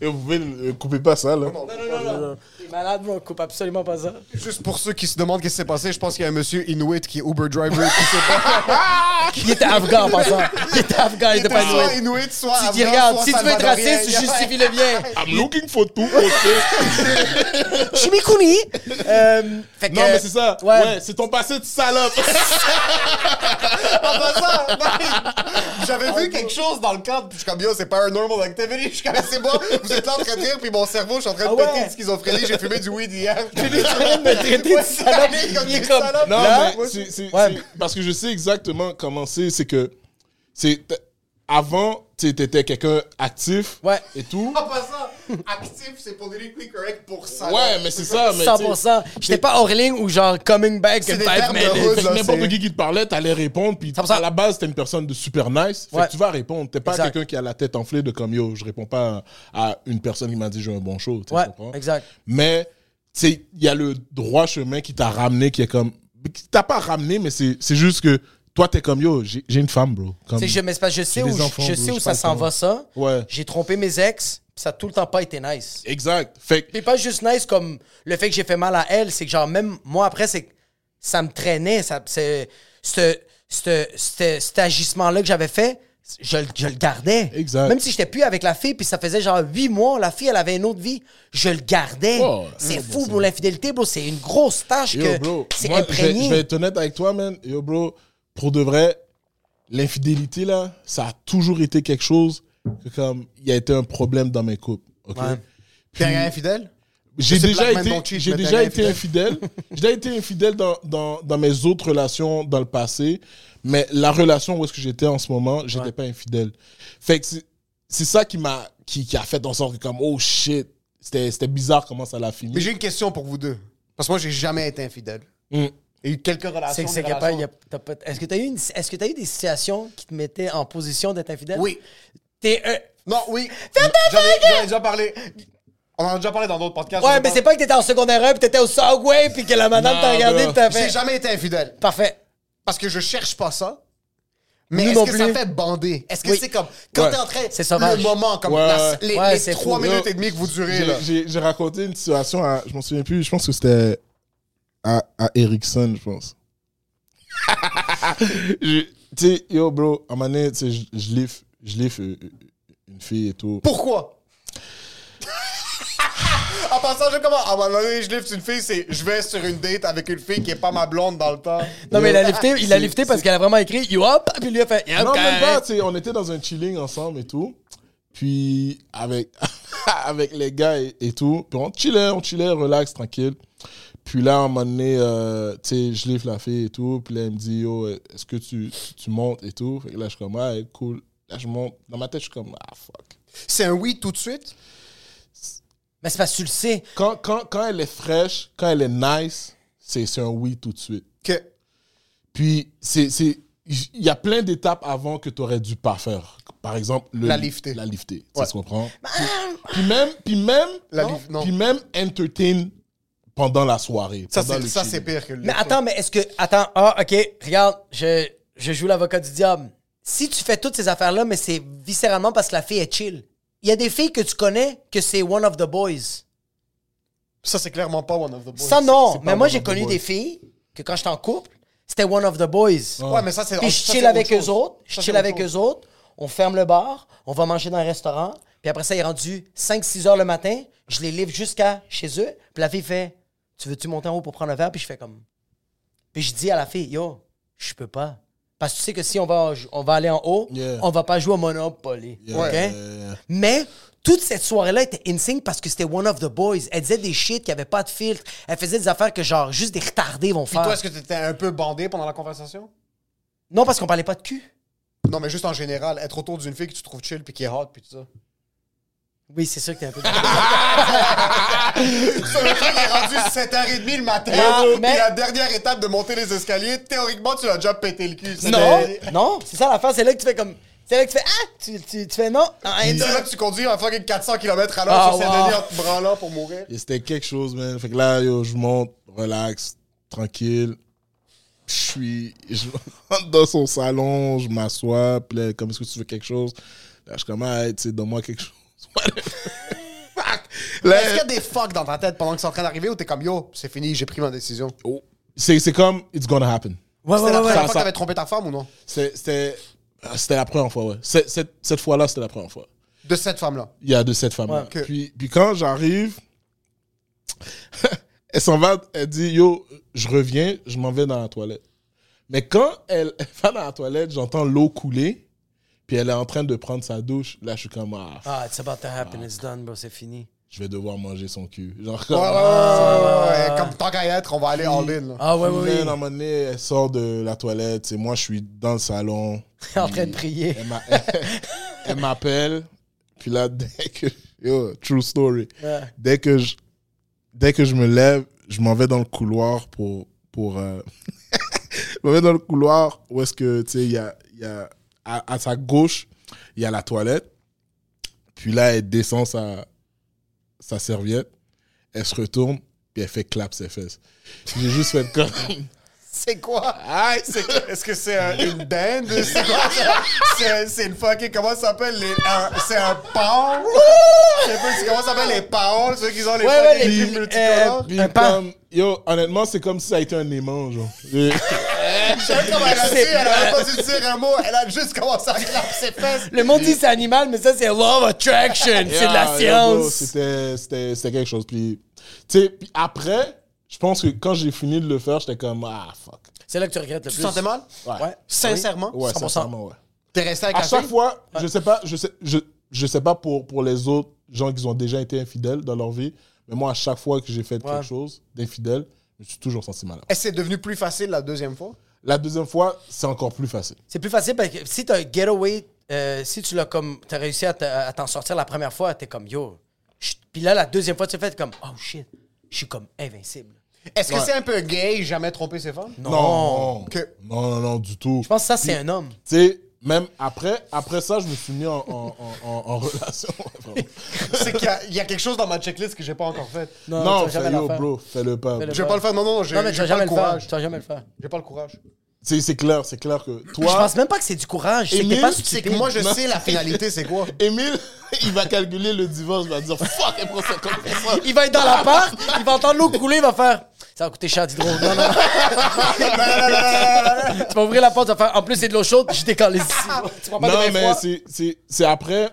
Speaker 4: Et vous pouvez euh, couper pas ça là.
Speaker 2: T'es malade, moi, on coupe absolument pas ça.
Speaker 3: Juste pour ceux qui se demandent qu'est-ce qui s'est passé, je pense qu'il y a un monsieur Inuit qui est Uber driver qui s'est pas.
Speaker 2: Il était afghan en passant. Il était afghan, Ah, il était pas
Speaker 3: soit
Speaker 2: inuit.
Speaker 3: Inuit, soit
Speaker 2: Tu dis,
Speaker 3: Afghan,
Speaker 2: regarde,
Speaker 3: soit
Speaker 2: si tu veux être
Speaker 3: salvadorien.
Speaker 2: raciste, justifie le bien.
Speaker 4: I'm looking for two okay.
Speaker 2: Chimikuni! Euh, fait que-
Speaker 4: Non mais c'est ça.
Speaker 2: Ouais.
Speaker 4: Ouais, c'est ton passé de salope.
Speaker 3: Ah, pas ça, man. J'avais vu quelque chose dans le cadre, puis je suis comme yo, c'est pas un normal activity. Je suis comme c'est moi, vous êtes là en train de rire, puis mon cerveau, je suis en train de
Speaker 2: Ah ouais.
Speaker 3: péter de schizophrénie, j'ai fumé du weed hier.
Speaker 2: de me traiter de
Speaker 3: Ouais,
Speaker 2: salope.
Speaker 3: allez, comme
Speaker 2: Il est
Speaker 3: des
Speaker 2: comme-
Speaker 3: salopes.
Speaker 4: Non,
Speaker 2: Là,
Speaker 4: mais c'est- c'est-
Speaker 2: Ouais.
Speaker 4: c'est- parce que je sais exactement comment c'est. C'est que c'est avant, tu étais quelqu'un actif
Speaker 2: Ouais.
Speaker 4: et tout.
Speaker 3: Ah, pas ça. Actif, c'est politically correct pour ça.
Speaker 4: Ouais, mais c'est ça. Mais,
Speaker 2: 100%. J'étais pas hors ligne ou genre coming back
Speaker 3: C'est
Speaker 2: in
Speaker 3: des
Speaker 2: five
Speaker 3: termes de
Speaker 2: minutes.
Speaker 4: tu sais, fait
Speaker 3: Là,
Speaker 4: que
Speaker 3: c'est-
Speaker 4: n'importe qui qui te parlait, t'allais répondre. Puis
Speaker 2: 100%.
Speaker 4: à la base, t'es une personne de super nice. Fait
Speaker 2: Ouais.
Speaker 4: que tu vas répondre. T'es pas
Speaker 2: Exact.
Speaker 4: quelqu'un qui a la tête enflée de comme yo, je réponds pas à, à une personne qui m'a dit j'ai un bon show. tu sais,
Speaker 2: Ouais,
Speaker 4: tu comprends?
Speaker 2: exact.
Speaker 4: Mais tu sais, il y a le droit chemin qui t'a ramené, qui est comme. qui t'a pas ramené, mais c'est c'est juste que toi, t'es comme yo, j'ai j'ai une femme, bro. Comme-
Speaker 2: Tu sais, je, mais c'est parce que je sais
Speaker 4: J'ai
Speaker 2: où,
Speaker 4: des
Speaker 2: je-
Speaker 4: enfants,
Speaker 2: je
Speaker 4: bro,
Speaker 2: sais où
Speaker 4: je sais
Speaker 2: ça
Speaker 4: pas
Speaker 2: s'en va,
Speaker 4: comment.
Speaker 2: ça.
Speaker 4: Ouais.
Speaker 2: J'ai trompé mes ex, pis ça a tout le temps pas été nice.
Speaker 4: Exact. Fait que-
Speaker 2: Puis pas juste nice comme le fait que j'ai fait mal à elle, c'est que genre même moi après, c'est que ça me traînait, ça, c'est, ce- ce- ce- cet agissement-là que j'avais fait, je, le- je le gardais.
Speaker 4: Exact.
Speaker 2: Même si j'étais plus avec la fille, puis ça faisait genre huit mois, la fille elle avait une autre vie, je le gardais.
Speaker 4: Oh,
Speaker 2: c'est
Speaker 4: oh,
Speaker 2: fou,
Speaker 4: bon,
Speaker 2: bro, l'infidélité, bro, c'est une grosse tâche que
Speaker 4: Yo, bro,
Speaker 2: c'est
Speaker 4: moi, je vais,
Speaker 2: imprégné.
Speaker 4: je vais être honnête avec toi, man. Yo, bro, pour de vrai, l'infidélité, là, ça a toujours été quelque chose que, comme, il y a été un problème dans mes couples. OK?
Speaker 2: Ouais.
Speaker 4: Puis,
Speaker 3: infidèle?
Speaker 4: j'ai
Speaker 3: c'est
Speaker 4: déjà
Speaker 3: Black Man
Speaker 4: été,
Speaker 3: Don't Cheat,
Speaker 4: j'ai
Speaker 3: mais
Speaker 4: déjà
Speaker 3: t'es
Speaker 4: été infidèle. j'ai déjà été infidèle dans, dans, dans mes autres relations dans le passé, mais la relation où est-ce que j'étais en ce moment, j'étais pas infidèle. Fait que c'est- c'est ça qui m'a qui, qui a fait en sorte que comme oh shit, c'était c'était bizarre comment ça l'a fini.
Speaker 3: Mais j'ai une question pour vous deux. Parce que moi, j'ai jamais été infidèle.
Speaker 4: Mm.
Speaker 3: Il y a eu quelques relations.
Speaker 2: C'est que
Speaker 3: des
Speaker 2: c'est
Speaker 3: relations.
Speaker 2: capable, y a- t'as pas- Est-ce que t'as eu une- est-ce que t'as eu des situations qui te mettaient en position d'être infidèle?
Speaker 3: Oui.
Speaker 2: T'es, euh,
Speaker 3: Non, oui. J'en ai- j'en ai déjà parlé. On en a déjà parlé dans d'autres podcasts.
Speaker 2: Ouais,
Speaker 3: je
Speaker 2: mais
Speaker 3: sais
Speaker 2: c'est pas que t'étais en secondaire 1 pis t'étais au Subway pis que la madame
Speaker 4: Non,
Speaker 2: t'a regardé
Speaker 4: bro.
Speaker 2: pis t'as
Speaker 3: J'ai
Speaker 2: fait.
Speaker 3: jamais été infidèle.
Speaker 2: Parfait.
Speaker 3: Parce que je cherche pas ça. Mais
Speaker 2: Nous
Speaker 3: est-ce
Speaker 2: non
Speaker 3: que ça
Speaker 2: plus.
Speaker 3: fait bander? Est-ce que
Speaker 2: Oui.
Speaker 3: c'est comme quand
Speaker 4: Ouais.
Speaker 3: t'es en train.
Speaker 2: C'est sauvage.
Speaker 3: Le moment, comme
Speaker 4: Ouais,
Speaker 3: la-
Speaker 4: ouais.
Speaker 3: les,
Speaker 2: Ouais,
Speaker 3: les
Speaker 2: c'est
Speaker 3: trois
Speaker 2: fou.
Speaker 3: minutes
Speaker 4: Yo,
Speaker 3: et demie que vous durez.
Speaker 4: J'ai-
Speaker 3: Là.
Speaker 4: J'ai j'ai raconté une situation à, je m'en souviens plus, je pense que c'était à, à Ericsson, je pense. Je- tu sais, yo, bro, à un moment donné, tu sais, je je liffe, je liffe, euh, euh, une fille et tout.
Speaker 3: Pourquoi? en passant, je comment? À un moment donné, je lifte une fille, c'est je vais sur une date avec une fille qui est pas ma blonde dans le temps.
Speaker 2: Non, mais il a lifté, il a lifté parce qu'elle a vraiment écrit You up pis lui a fait Yeah,
Speaker 4: ah, Non,
Speaker 2: okay.
Speaker 4: même pas, tu sais, on était dans un chilling ensemble et tout. Puis, avec, avec les gars et, et tout. Puis, on chillait, on chillait, relax, tranquille. Puis là, à un moment donné, euh, tu sais, je livre la fille et tout. Puis là, elle me dit, yo, est-ce que tu, tu, tu montes et tout? Fait que là, je suis comme, ah, cool. Là, je monte. Dans ma tête, je suis comme, ah, fuck.
Speaker 3: C'est un oui tout de suite.
Speaker 2: Mais c'est parce que tu le sais.
Speaker 4: Quand, quand, quand elle est fraîche, quand elle est nice, c'est c'est un oui tout de suite.
Speaker 3: Que
Speaker 4: Puis, c'est. c'est- Il y a plein d'étapes avant que tu aurais dû pas faire. Par exemple, le-
Speaker 3: La lifter.
Speaker 4: La lifter, tu
Speaker 3: Ouais. Bah,
Speaker 4: sais, tu comprends? Puis, puis même, puis même,
Speaker 3: La
Speaker 4: non?
Speaker 3: lif- non.
Speaker 4: puis même entertain pendant la soirée.
Speaker 3: ça,
Speaker 4: pendant
Speaker 3: c'est,
Speaker 4: le
Speaker 3: ça,
Speaker 4: chill.
Speaker 3: c'est pire que le.
Speaker 2: Mais attends, mais est-ce que. Attends, ah, ok, regarde, je, je joue l'avocat du diable. Si tu fais toutes ces affaires-là, mais c'est viscéralement parce que la fille est chill. Il y a des filles que tu connais que c'est one of the boys.
Speaker 3: Ça, c'est clairement pas One of the Boys.
Speaker 2: Ça, non.
Speaker 4: c'est pas
Speaker 2: Mais moi,
Speaker 4: one
Speaker 2: j'ai
Speaker 4: of the
Speaker 2: connu
Speaker 4: boys.
Speaker 2: des filles que quand j'étais en couple, c'était one of the boys.
Speaker 3: Ouais, mais ça, c'est.
Speaker 2: Puis je
Speaker 3: ça,
Speaker 2: chill
Speaker 3: c'est
Speaker 2: avec
Speaker 3: autre chose.
Speaker 2: eux autres, je
Speaker 3: Ça, c'est
Speaker 2: chill
Speaker 3: autre
Speaker 2: avec
Speaker 3: chose.
Speaker 2: eux autres, on ferme le bar, on va manger dans un restaurant, puis après ça, il est rendu 5-6 heures le matin, je les livre jusqu'à chez eux, puis la fille fait Tu veux-tu monter en haut pour prendre un verre Puis je fais comme. Puis je dis à la fille Yo, je peux pas. Parce que tu sais que si on va, on va aller en haut,
Speaker 4: Yeah.
Speaker 2: on va pas jouer au Monopoly. OK?
Speaker 4: Yeah, yeah, yeah.
Speaker 2: Mais toute cette soirée-là était insane parce que c'était one of the boys. Elle disait des shit qui avait pas de filtre. Elle faisait des affaires que, genre, juste des retardés vont
Speaker 3: Puis
Speaker 2: faire.
Speaker 3: toi, est-ce que t'étais un peu bandé pendant la conversation?
Speaker 2: Non, parce qu'on parlait pas de cul.
Speaker 3: Non, mais juste en général, être autour d'une fille que tu trouves chill puis qui est hot puis tout ça.
Speaker 2: Oui, c'est sûr que t'es un peu.
Speaker 3: Sur le truc, il est rendu 7h30 le matin.
Speaker 2: Ah,
Speaker 3: puis
Speaker 2: mais-
Speaker 3: la dernière étape de monter les escaliers, théoriquement, tu l'as déjà pété le cul. C'est
Speaker 2: Non,
Speaker 3: des-
Speaker 2: non, c'est ça l'affaire, c'est là que tu fais comme. C'est là que tu fais Ah! Tu, tu, tu fais non! Ah,
Speaker 3: C'est
Speaker 2: et-
Speaker 3: là que tu conduis un fucking 400 km à l'heure
Speaker 2: Ah,
Speaker 3: sur cette
Speaker 2: wow.
Speaker 3: année en te branlant pour mourir.
Speaker 4: Et c'était quelque chose, man. Fait que là, yo, je monte, relax, tranquille. Je suis. Je rentre dans son salon, je m'assois, puis là, comme est-ce que tu veux quelque chose? Là, je suis comme, ah, tu sais, donne-moi quelque chose. Fuck! Là,
Speaker 3: Est-ce qu'il y a des fucks dans ta tête pendant que c'est en train d'arriver ou t'es comme yo, c'est fini, j'ai pris ma décision?
Speaker 4: oh. c'est c'est comme, it's gonna happen.
Speaker 2: Ouais,
Speaker 3: C'était
Speaker 2: ouais,
Speaker 3: la
Speaker 2: ouais, ouais.
Speaker 3: première
Speaker 4: Ça,
Speaker 3: fois
Speaker 4: ça-
Speaker 3: que t'avais trompé ta femme ou non?
Speaker 4: C'est- C'était ah, c'était la première fois, ouais. C'est- Cette, cette fois-là, c'était la première fois.
Speaker 3: De cette femme-là.
Speaker 4: Il y a de cette femme
Speaker 2: Ouais,
Speaker 3: ok.
Speaker 4: puis, puis quand j'arrive, elle s'en va, elle dit Yo, je reviens, je m'en vais dans la toilette. Mais quand elle, elle va dans la toilette, j'entends l'eau couler, puis elle est en train de prendre sa douche. Là, je suis comme Ah, f-
Speaker 2: Ah, it's about to happen, it's done, bro, c'est fini.
Speaker 4: je vais devoir manger son cul. Genre,
Speaker 3: Ouais,
Speaker 4: comme,
Speaker 3: ouais, ouais, ouais, ouais, ouais. Ah. Comme tant qu'à y être, on va aller en ligne. là.
Speaker 2: Ah, ouais,
Speaker 4: Puis,
Speaker 2: ouais,
Speaker 4: man, à un
Speaker 2: ouais.
Speaker 4: moment donné, elle sort de la toilette, et moi, je suis dans le salon.
Speaker 2: En train de prier.
Speaker 4: Elle m'a- elle m'appelle, puis là, dès que. Yo, true story.
Speaker 2: Ouais.
Speaker 4: Dès que je, dès que je me lève, je m'en vais dans le couloir pour. pour euh, je m'en vais dans le couloir où est-ce que, tu sais, il y a. il y a- à, à sa gauche, il y a la toilette. Puis là, elle descend sa, sa serviette, elle se retourne, puis elle fait clap ses fesses. J'ai juste fait comme.
Speaker 3: C'est quoi? C'est- Est-ce que c'est un- une dinde? C'est quoi ça? C'est- C'est une fucking. Comment ça s'appelle? les- un- C'est un pan? C'est pas- c'est- Comment ça s'appelle les paons? Ceux qui ont
Speaker 2: Ouais,
Speaker 3: les
Speaker 2: ouais,
Speaker 3: fucking
Speaker 2: les-
Speaker 3: plumes multicolores?
Speaker 4: Puis
Speaker 2: Un pan.
Speaker 4: comme- yo, honnêtement, c'est comme si ça a été un aimant, genre. Et-
Speaker 3: Je sais pas comment elle a dit, elle a même pas su dire un mot, elle a juste commencé à clapper ses fesses.
Speaker 2: Le monde dit c'est animal, mais ça, c'est love attraction, c'est de la
Speaker 4: Yeah, yo, bro,
Speaker 2: science.
Speaker 4: C'était, c'était, c'était quelque chose. Puis, tu sais, puis après, je pense que quand j'ai fini de le faire, j'étais comme, ah, fuck.
Speaker 2: C'est là que tu regrettes le plus.
Speaker 3: Tu te sentais mal?
Speaker 2: Ouais.
Speaker 3: Sincèrement?
Speaker 4: Ouais,
Speaker 2: 100%.
Speaker 4: sincèrement, ouais.
Speaker 3: T'es resté avec
Speaker 4: À
Speaker 3: la
Speaker 4: chaque
Speaker 3: fille?
Speaker 4: fois, je sais pas, je sais, je, je sais pas pour, pour les autres gens qui ont déjà été infidèles dans leur vie, mais moi, à chaque fois que j'ai fait
Speaker 2: Ouais.
Speaker 4: quelque chose d'infidèle, je me suis toujours senti mal. après.
Speaker 3: Et c'est devenu plus facile la deuxième fois?
Speaker 4: La deuxième fois, c'est encore plus facile.
Speaker 2: C'est plus facile parce que si t'as un getaway, euh, si tu l'as comme. T'as réussi à t- à t'en sortir la première fois, t'es comme yo. Chut. Puis là, la deuxième fois, tu fais t'es comme oh shit, je suis comme invincible.
Speaker 3: Est-ce que c'est un peu gay, jamais tromper ses femmes?
Speaker 2: Non.
Speaker 4: Non,
Speaker 3: Ok.
Speaker 4: non, non, non, du tout.
Speaker 2: Je pense que ça, c'est un homme.
Speaker 4: Tu sais, même après, après ça, je me suis mis en, en, en- en- en relation. Vraiment.
Speaker 3: C'est qu'il y a- il y, a quelque chose dans ma checklist que j'ai pas encore fait.
Speaker 4: Non,
Speaker 2: tu vas jamais
Speaker 4: fais
Speaker 2: la
Speaker 4: le
Speaker 2: faire.
Speaker 4: bro, fais-le pas.
Speaker 2: Fais-le
Speaker 3: Je vais pas le faire, non, non, j'ai
Speaker 2: Non, mais tu
Speaker 3: j'ai
Speaker 2: vas
Speaker 3: pas
Speaker 2: jamais
Speaker 3: le
Speaker 2: le faire.
Speaker 3: courage.
Speaker 2: Tu vas jamais le faire.
Speaker 3: J'ai pas le courage.
Speaker 4: C'est c'est clair, c'est clair que
Speaker 2: Je
Speaker 4: toi,
Speaker 2: pense même pas que c'est du courage. C'est que t'es
Speaker 4: Émile,
Speaker 2: pas
Speaker 3: C'est
Speaker 2: stupide.
Speaker 3: que moi, je
Speaker 4: Non.
Speaker 3: sais la finalité, c'est quoi?
Speaker 4: Émile, il va calculer le divorce, il va dire fuck, elle prend 50%.
Speaker 2: Il va être dans l'appart, il va entendre l'eau couler, il va faire. Ça va coûter cher, Didro. Non, non, non. tu vas ouvrir la porte, tu vas faire. En plus, c'est de l'eau chaude, je décale ici. Tu prends pas de
Speaker 4: Non,
Speaker 2: bain
Speaker 4: mais
Speaker 2: froid.
Speaker 4: c'est- c'est c'est après,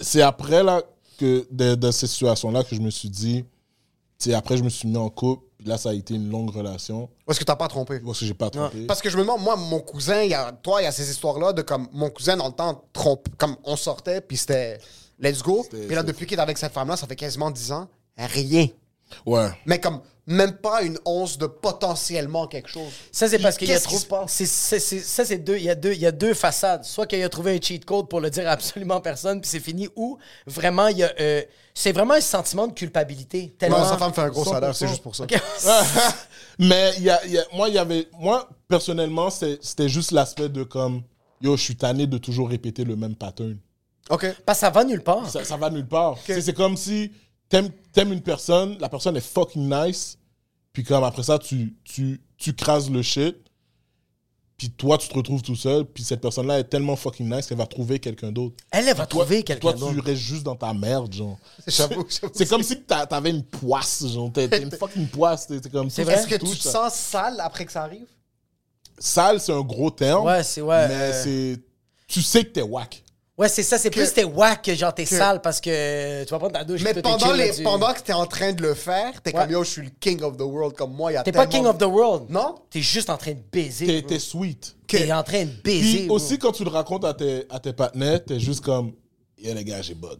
Speaker 4: c'est après là que de, de ces situations-là que je me suis dit, tu sais, après je me suis mis en couple, puis là ça a été une longue relation
Speaker 3: Parce que t'as pas trompé.
Speaker 4: parce que j'ai pas trompé.
Speaker 3: Parce que je me demande, moi, mon cousin, il y a, toi, il y a ces histoires-là de comme mon cousin, dans le temps, trompe, comme on sortait, puis c'était let's go. Puis là, depuis qu'il est avec cette femme-là, ça fait quasiment 10 ans, rien.
Speaker 4: Ouais.
Speaker 3: Mais comme même pas une once de potentiellement quelque chose.
Speaker 2: Ça, c'est parce qu'il y a
Speaker 3: Qu'est-ce qui
Speaker 2: trop.
Speaker 3: se passe?
Speaker 2: c'est- c'est- c'est- Ça, c'est deux. Il y, a deux, il y a deux façades. Soit qu'il a trouvé un cheat code pour le dire à absolument personne, puis c'est fini, ou vraiment, il y a. euh, c'est vraiment un sentiment de culpabilité. Tellement.
Speaker 3: Non, sa femme fait un gros
Speaker 4: 100%.
Speaker 3: salaire, c'est juste pour ça.
Speaker 4: Mais il y a- il y a- moi, il y avait, moi, personnellement, c'est- c'était juste l'aspect de comme, yo, je suis tanné de toujours répéter le même pattern.
Speaker 3: OK.
Speaker 2: Parce que ça va nulle part.
Speaker 4: Ça, ça va nulle part. Tu sais, C'est comme si t'aimes t'aimes une personne, la personne est fucking nice, puis comme après ça, tu, tu, tu crases le shit, puis toi, tu te retrouves tout seul, puis cette personne-là est tellement fucking nice qu'elle va trouver quelqu'un d'autre.
Speaker 2: Elle, elle va
Speaker 4: Toi-
Speaker 2: trouver quelqu'un
Speaker 4: Toi, tu
Speaker 2: d'autre.
Speaker 4: restes juste dans ta merde, genre.
Speaker 3: J'avoue, j'avoue.
Speaker 4: C'est comme si t'a- t'avais une poisse, genre. T'es t'es une fucking poisse. t'es- t'es comme
Speaker 2: C'est
Speaker 4: tout
Speaker 2: vrai?
Speaker 3: Est-ce
Speaker 4: ce
Speaker 3: que tu
Speaker 4: touches,
Speaker 3: te
Speaker 4: ça-
Speaker 3: sens sale après que ça arrive?
Speaker 4: Sale, c'est un gros terme.
Speaker 2: Ouais, c'est. Ouais,
Speaker 4: mais
Speaker 2: euh,
Speaker 4: c'est. Tu sais que t'es whack.
Speaker 2: ouais, c'est ça. C'est plus t'es whack que genre t'es sale parce que tu vas prendre ta douche.
Speaker 3: Mais
Speaker 2: puis toi, t'es
Speaker 3: pendant,
Speaker 2: chill,
Speaker 3: les,
Speaker 2: là, tu-
Speaker 3: pendant que t'es en train de le faire, t'es
Speaker 2: Ouais.
Speaker 3: comme yo, je suis le king of the world, comme moi, il y a
Speaker 2: T'es pas king
Speaker 3: tellement-
Speaker 2: of the world.
Speaker 3: Non?
Speaker 2: T'es juste en train de baiser.
Speaker 4: T'es
Speaker 2: bro.
Speaker 4: t'es sweet.
Speaker 2: T'es en train de baiser.
Speaker 4: Puis
Speaker 2: bro.
Speaker 4: aussi, quand tu le racontes à tes, à tes partenaires, t'es juste comme. Yeah, les gars, j'ai bug.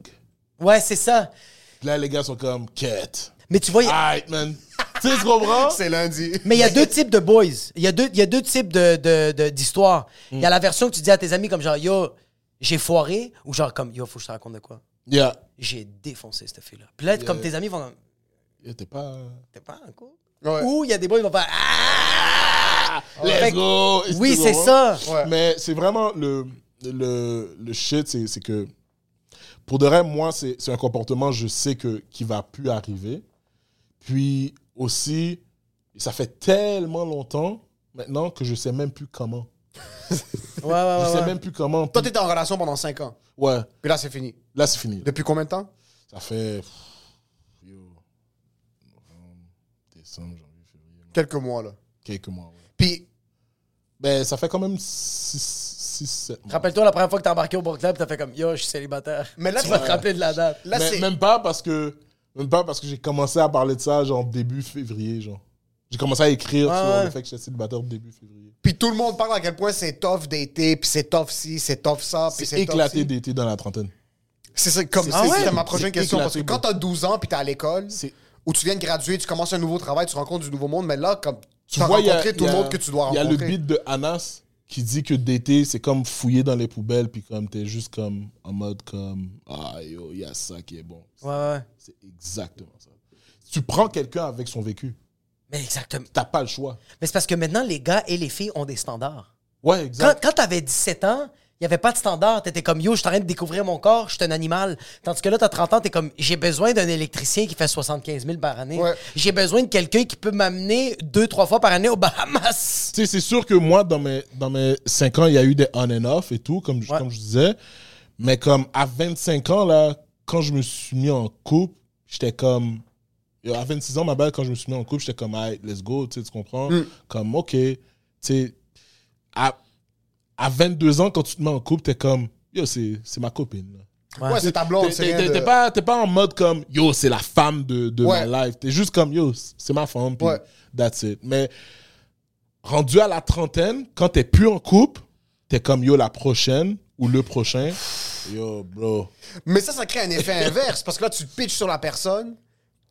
Speaker 2: Ouais, c'est ça.
Speaker 4: Puis Là, les gars sont comme. Quête.
Speaker 2: Mais tu vois, y a-
Speaker 4: Alright, man. tu sais, tu comprends?
Speaker 3: C'est lundi.
Speaker 2: Mais il y a deux types de boys. Il y a deux, il y a deux types de- de- de- d'histoires. De,
Speaker 4: Mm.
Speaker 2: il y a la version que tu dis à tes amis comme genre, yo, j'ai foiré, ou genre comme, yo, faut que je te raconte de quoi.
Speaker 4: Yeah.
Speaker 2: J'ai défoncé cette fille-là. Puis là, comme tes amis vont comme,
Speaker 4: Yeah, T'es pas.
Speaker 2: t'es pas en couple.
Speaker 3: Ouais.
Speaker 2: Ou il y a des boys qui vont faire, ah! Fait
Speaker 4: Let's
Speaker 2: que-
Speaker 4: go! Et
Speaker 2: Oui,
Speaker 4: tu
Speaker 2: c'est
Speaker 4: comprends?
Speaker 2: ça.
Speaker 3: Ouais.
Speaker 4: Mais c'est vraiment le, le, le shit, c'est c'est que pour de vrai, moi, c'est c'est un comportement, je sais que qui va plus arriver. Puis aussi, ça fait tellement longtemps maintenant que je sais même plus comment.
Speaker 2: Ouais, ouais,
Speaker 4: Je
Speaker 2: ouais,
Speaker 4: sais
Speaker 2: Ah ouais.
Speaker 4: même plus comment.
Speaker 3: Toi, t'étais en relation pendant 5 ans.
Speaker 4: Ouais,
Speaker 3: Puis là, c'est fini.
Speaker 4: là, c'est fini.
Speaker 3: Depuis combien de temps?
Speaker 4: Ça fait. pff, yo, novembre, décembre, janvier, février, mars,
Speaker 3: Quelques mois, là.
Speaker 4: quelques mois. ouais.
Speaker 3: Puis,
Speaker 4: Ben, ça fait quand même 6-7 mois.
Speaker 2: Rappelle-toi la première fois que t'es embarqué au Brook Club, t'as fait comme, yo, je suis célibataire.
Speaker 3: Mais là,
Speaker 2: tu
Speaker 3: tu-
Speaker 2: vas te rappeler de la date.
Speaker 3: là,
Speaker 4: Mais-
Speaker 3: c'est.
Speaker 4: même pas parce que même pas parce que j'ai commencé à parler de ça genre début février genre j'ai commencé à écrire
Speaker 2: Ouais,
Speaker 4: sur
Speaker 2: ouais.
Speaker 4: le fait que j'étais célibataire début février
Speaker 3: Puis tout le monde parle à quel point c'est tough d'été, puis c'est tough ci, c'est tough ça, Ah, puis
Speaker 4: c'est
Speaker 3: c'est tough
Speaker 4: éclaté
Speaker 3: ci.
Speaker 4: d'été dans la trentaine
Speaker 3: C'est ça, comme
Speaker 2: Ah
Speaker 3: c'est-
Speaker 2: ouais?
Speaker 3: c'était ma prochaine
Speaker 4: C'est
Speaker 3: question. Parce que
Speaker 4: éclaté,
Speaker 3: quand t'as 12 ans, puis t'es à l'école,
Speaker 4: C'est-
Speaker 3: ou tu viens de graduer, tu commences un nouveau travail, tu rencontres du nouveau monde, mais là, comme tu
Speaker 4: tu
Speaker 3: as
Speaker 4: vois il y a-
Speaker 3: rencontré tout
Speaker 4: il y
Speaker 3: le
Speaker 4: a-
Speaker 3: monde que tu dois
Speaker 4: il y
Speaker 3: rencontrer.
Speaker 4: a le beat de Anas qui dit que d'été c'est comme fouiller dans les poubelles puis comme t'es juste comme en mode comme ah yo il y a ça qui est bon
Speaker 2: Ouais, ouais.
Speaker 4: c'est exactement ça tu prends quelqu'un avec son vécu
Speaker 2: Mais exactement.
Speaker 4: t'as pas le choix
Speaker 2: Mais c'est parce que maintenant, les gars et les filles ont des standards.
Speaker 4: ouais
Speaker 2: Quand,
Speaker 4: exact
Speaker 2: quand t'avais 17 ans, il n'y avait pas de standard. T'étais comme, yo, je suis en train de découvrir mon corps, je suis un animal. Tandis que là, t'as 30 ans, t'es comme, j'ai besoin d'un électricien qui fait 75 000 par année.
Speaker 3: Ouais.
Speaker 2: J'ai besoin de quelqu'un qui peut m'amener deux, trois fois par année aux Bahamas.
Speaker 4: Tu sais, c'est sûr que moi, dans mes, dans mes 5 ans, il y a eu des on and off et tout, comme, je-
Speaker 2: Ouais.
Speaker 4: comme je disais. Mais comme à 25 ans, là, quand je me suis mis en couple, j'étais comme. Yo, À 26 ans, ma belle, quand je me suis mis en couple, j'étais comme, hey, let's go, tu sais, tu comprends? Comme, ok. Tu sais, à, à 22 ans, quand tu te mets en couple, t'es comme, yo, c'est c'est ma copine. là.
Speaker 3: Ouais, c'est ta blonde,
Speaker 4: T'es-
Speaker 3: c'est
Speaker 4: T'es
Speaker 3: rien
Speaker 4: t'es-
Speaker 3: de-
Speaker 4: t'es pas, t'es pas en mode comme yo, c'est la femme de, de
Speaker 3: Ouais.
Speaker 4: ma life. T'es juste comme yo, c'est ma femme. Puis
Speaker 3: Ouais.
Speaker 4: That's it. Mais rendu à la trentaine, quand t'es plus en couple, t'es comme yo, la prochaine ou le prochain. Yo, bro.
Speaker 3: Mais ça, ça crée un effet inverse, parce que là, tu te pitches sur la personne,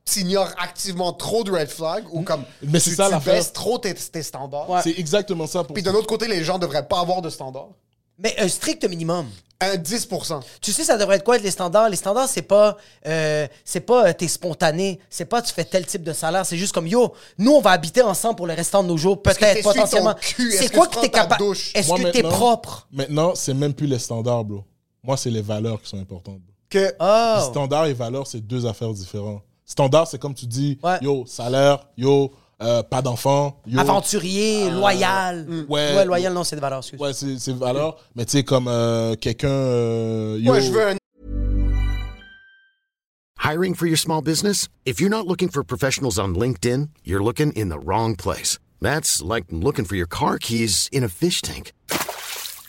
Speaker 3: tu ignores activement trop de red flags, ou comme
Speaker 4: Mais
Speaker 3: tu,
Speaker 4: c'est ça,
Speaker 3: tu
Speaker 4: l'affaire.
Speaker 3: baisses trop tes, tes standards.
Speaker 4: C'est exactement ça pour
Speaker 3: Puis d'un autre côté, les gens devraient pas avoir de standards.
Speaker 2: Mais un strict minimum.
Speaker 3: Un 10%.
Speaker 2: Tu sais, ça devrait être quoi être les standards? Les standards, c'est pas, euh, c'est pas euh, t'es spontané, c'est pas tu fais tel type de salaire, c'est juste comme yo, nous on va habiter ensemble pour le restant de nos jours,
Speaker 3: que
Speaker 2: peut-être,
Speaker 3: t'essuies ton
Speaker 2: potentiellement.
Speaker 3: cul? Est-ce
Speaker 2: C'est
Speaker 3: que
Speaker 2: quoi
Speaker 3: tu
Speaker 2: que
Speaker 3: prends
Speaker 2: t'es
Speaker 3: ta
Speaker 2: capable?
Speaker 3: douche?
Speaker 2: Est-ce
Speaker 4: Moi,
Speaker 2: que t'es
Speaker 4: maintenant-
Speaker 2: propre?
Speaker 4: Maintenant, c'est même plus les standards, bro. Moi, c'est les valeurs qui sont importantes. bro.
Speaker 3: Que
Speaker 2: Oh.
Speaker 4: Puis Standard et valeur, c'est deux affaires différentes. Standard, c'est comme tu dis,
Speaker 2: Ouais.
Speaker 4: yo, salaire, yo, euh, pas d'enfant, yo. Euh,
Speaker 2: Aventurier, loyal.
Speaker 4: Ouais.
Speaker 2: loyal, non, c'est de valeur, excuse.
Speaker 4: Ouais, c'est c'est valeur. Mais tu sais, comme euh, quelqu'un. euh, yo,
Speaker 3: moi, je veux un
Speaker 5: Hiring for your small business? If you're not looking for professionals on LinkedIn, you're looking in the wrong place. That's like looking for your car keys in a fish tank.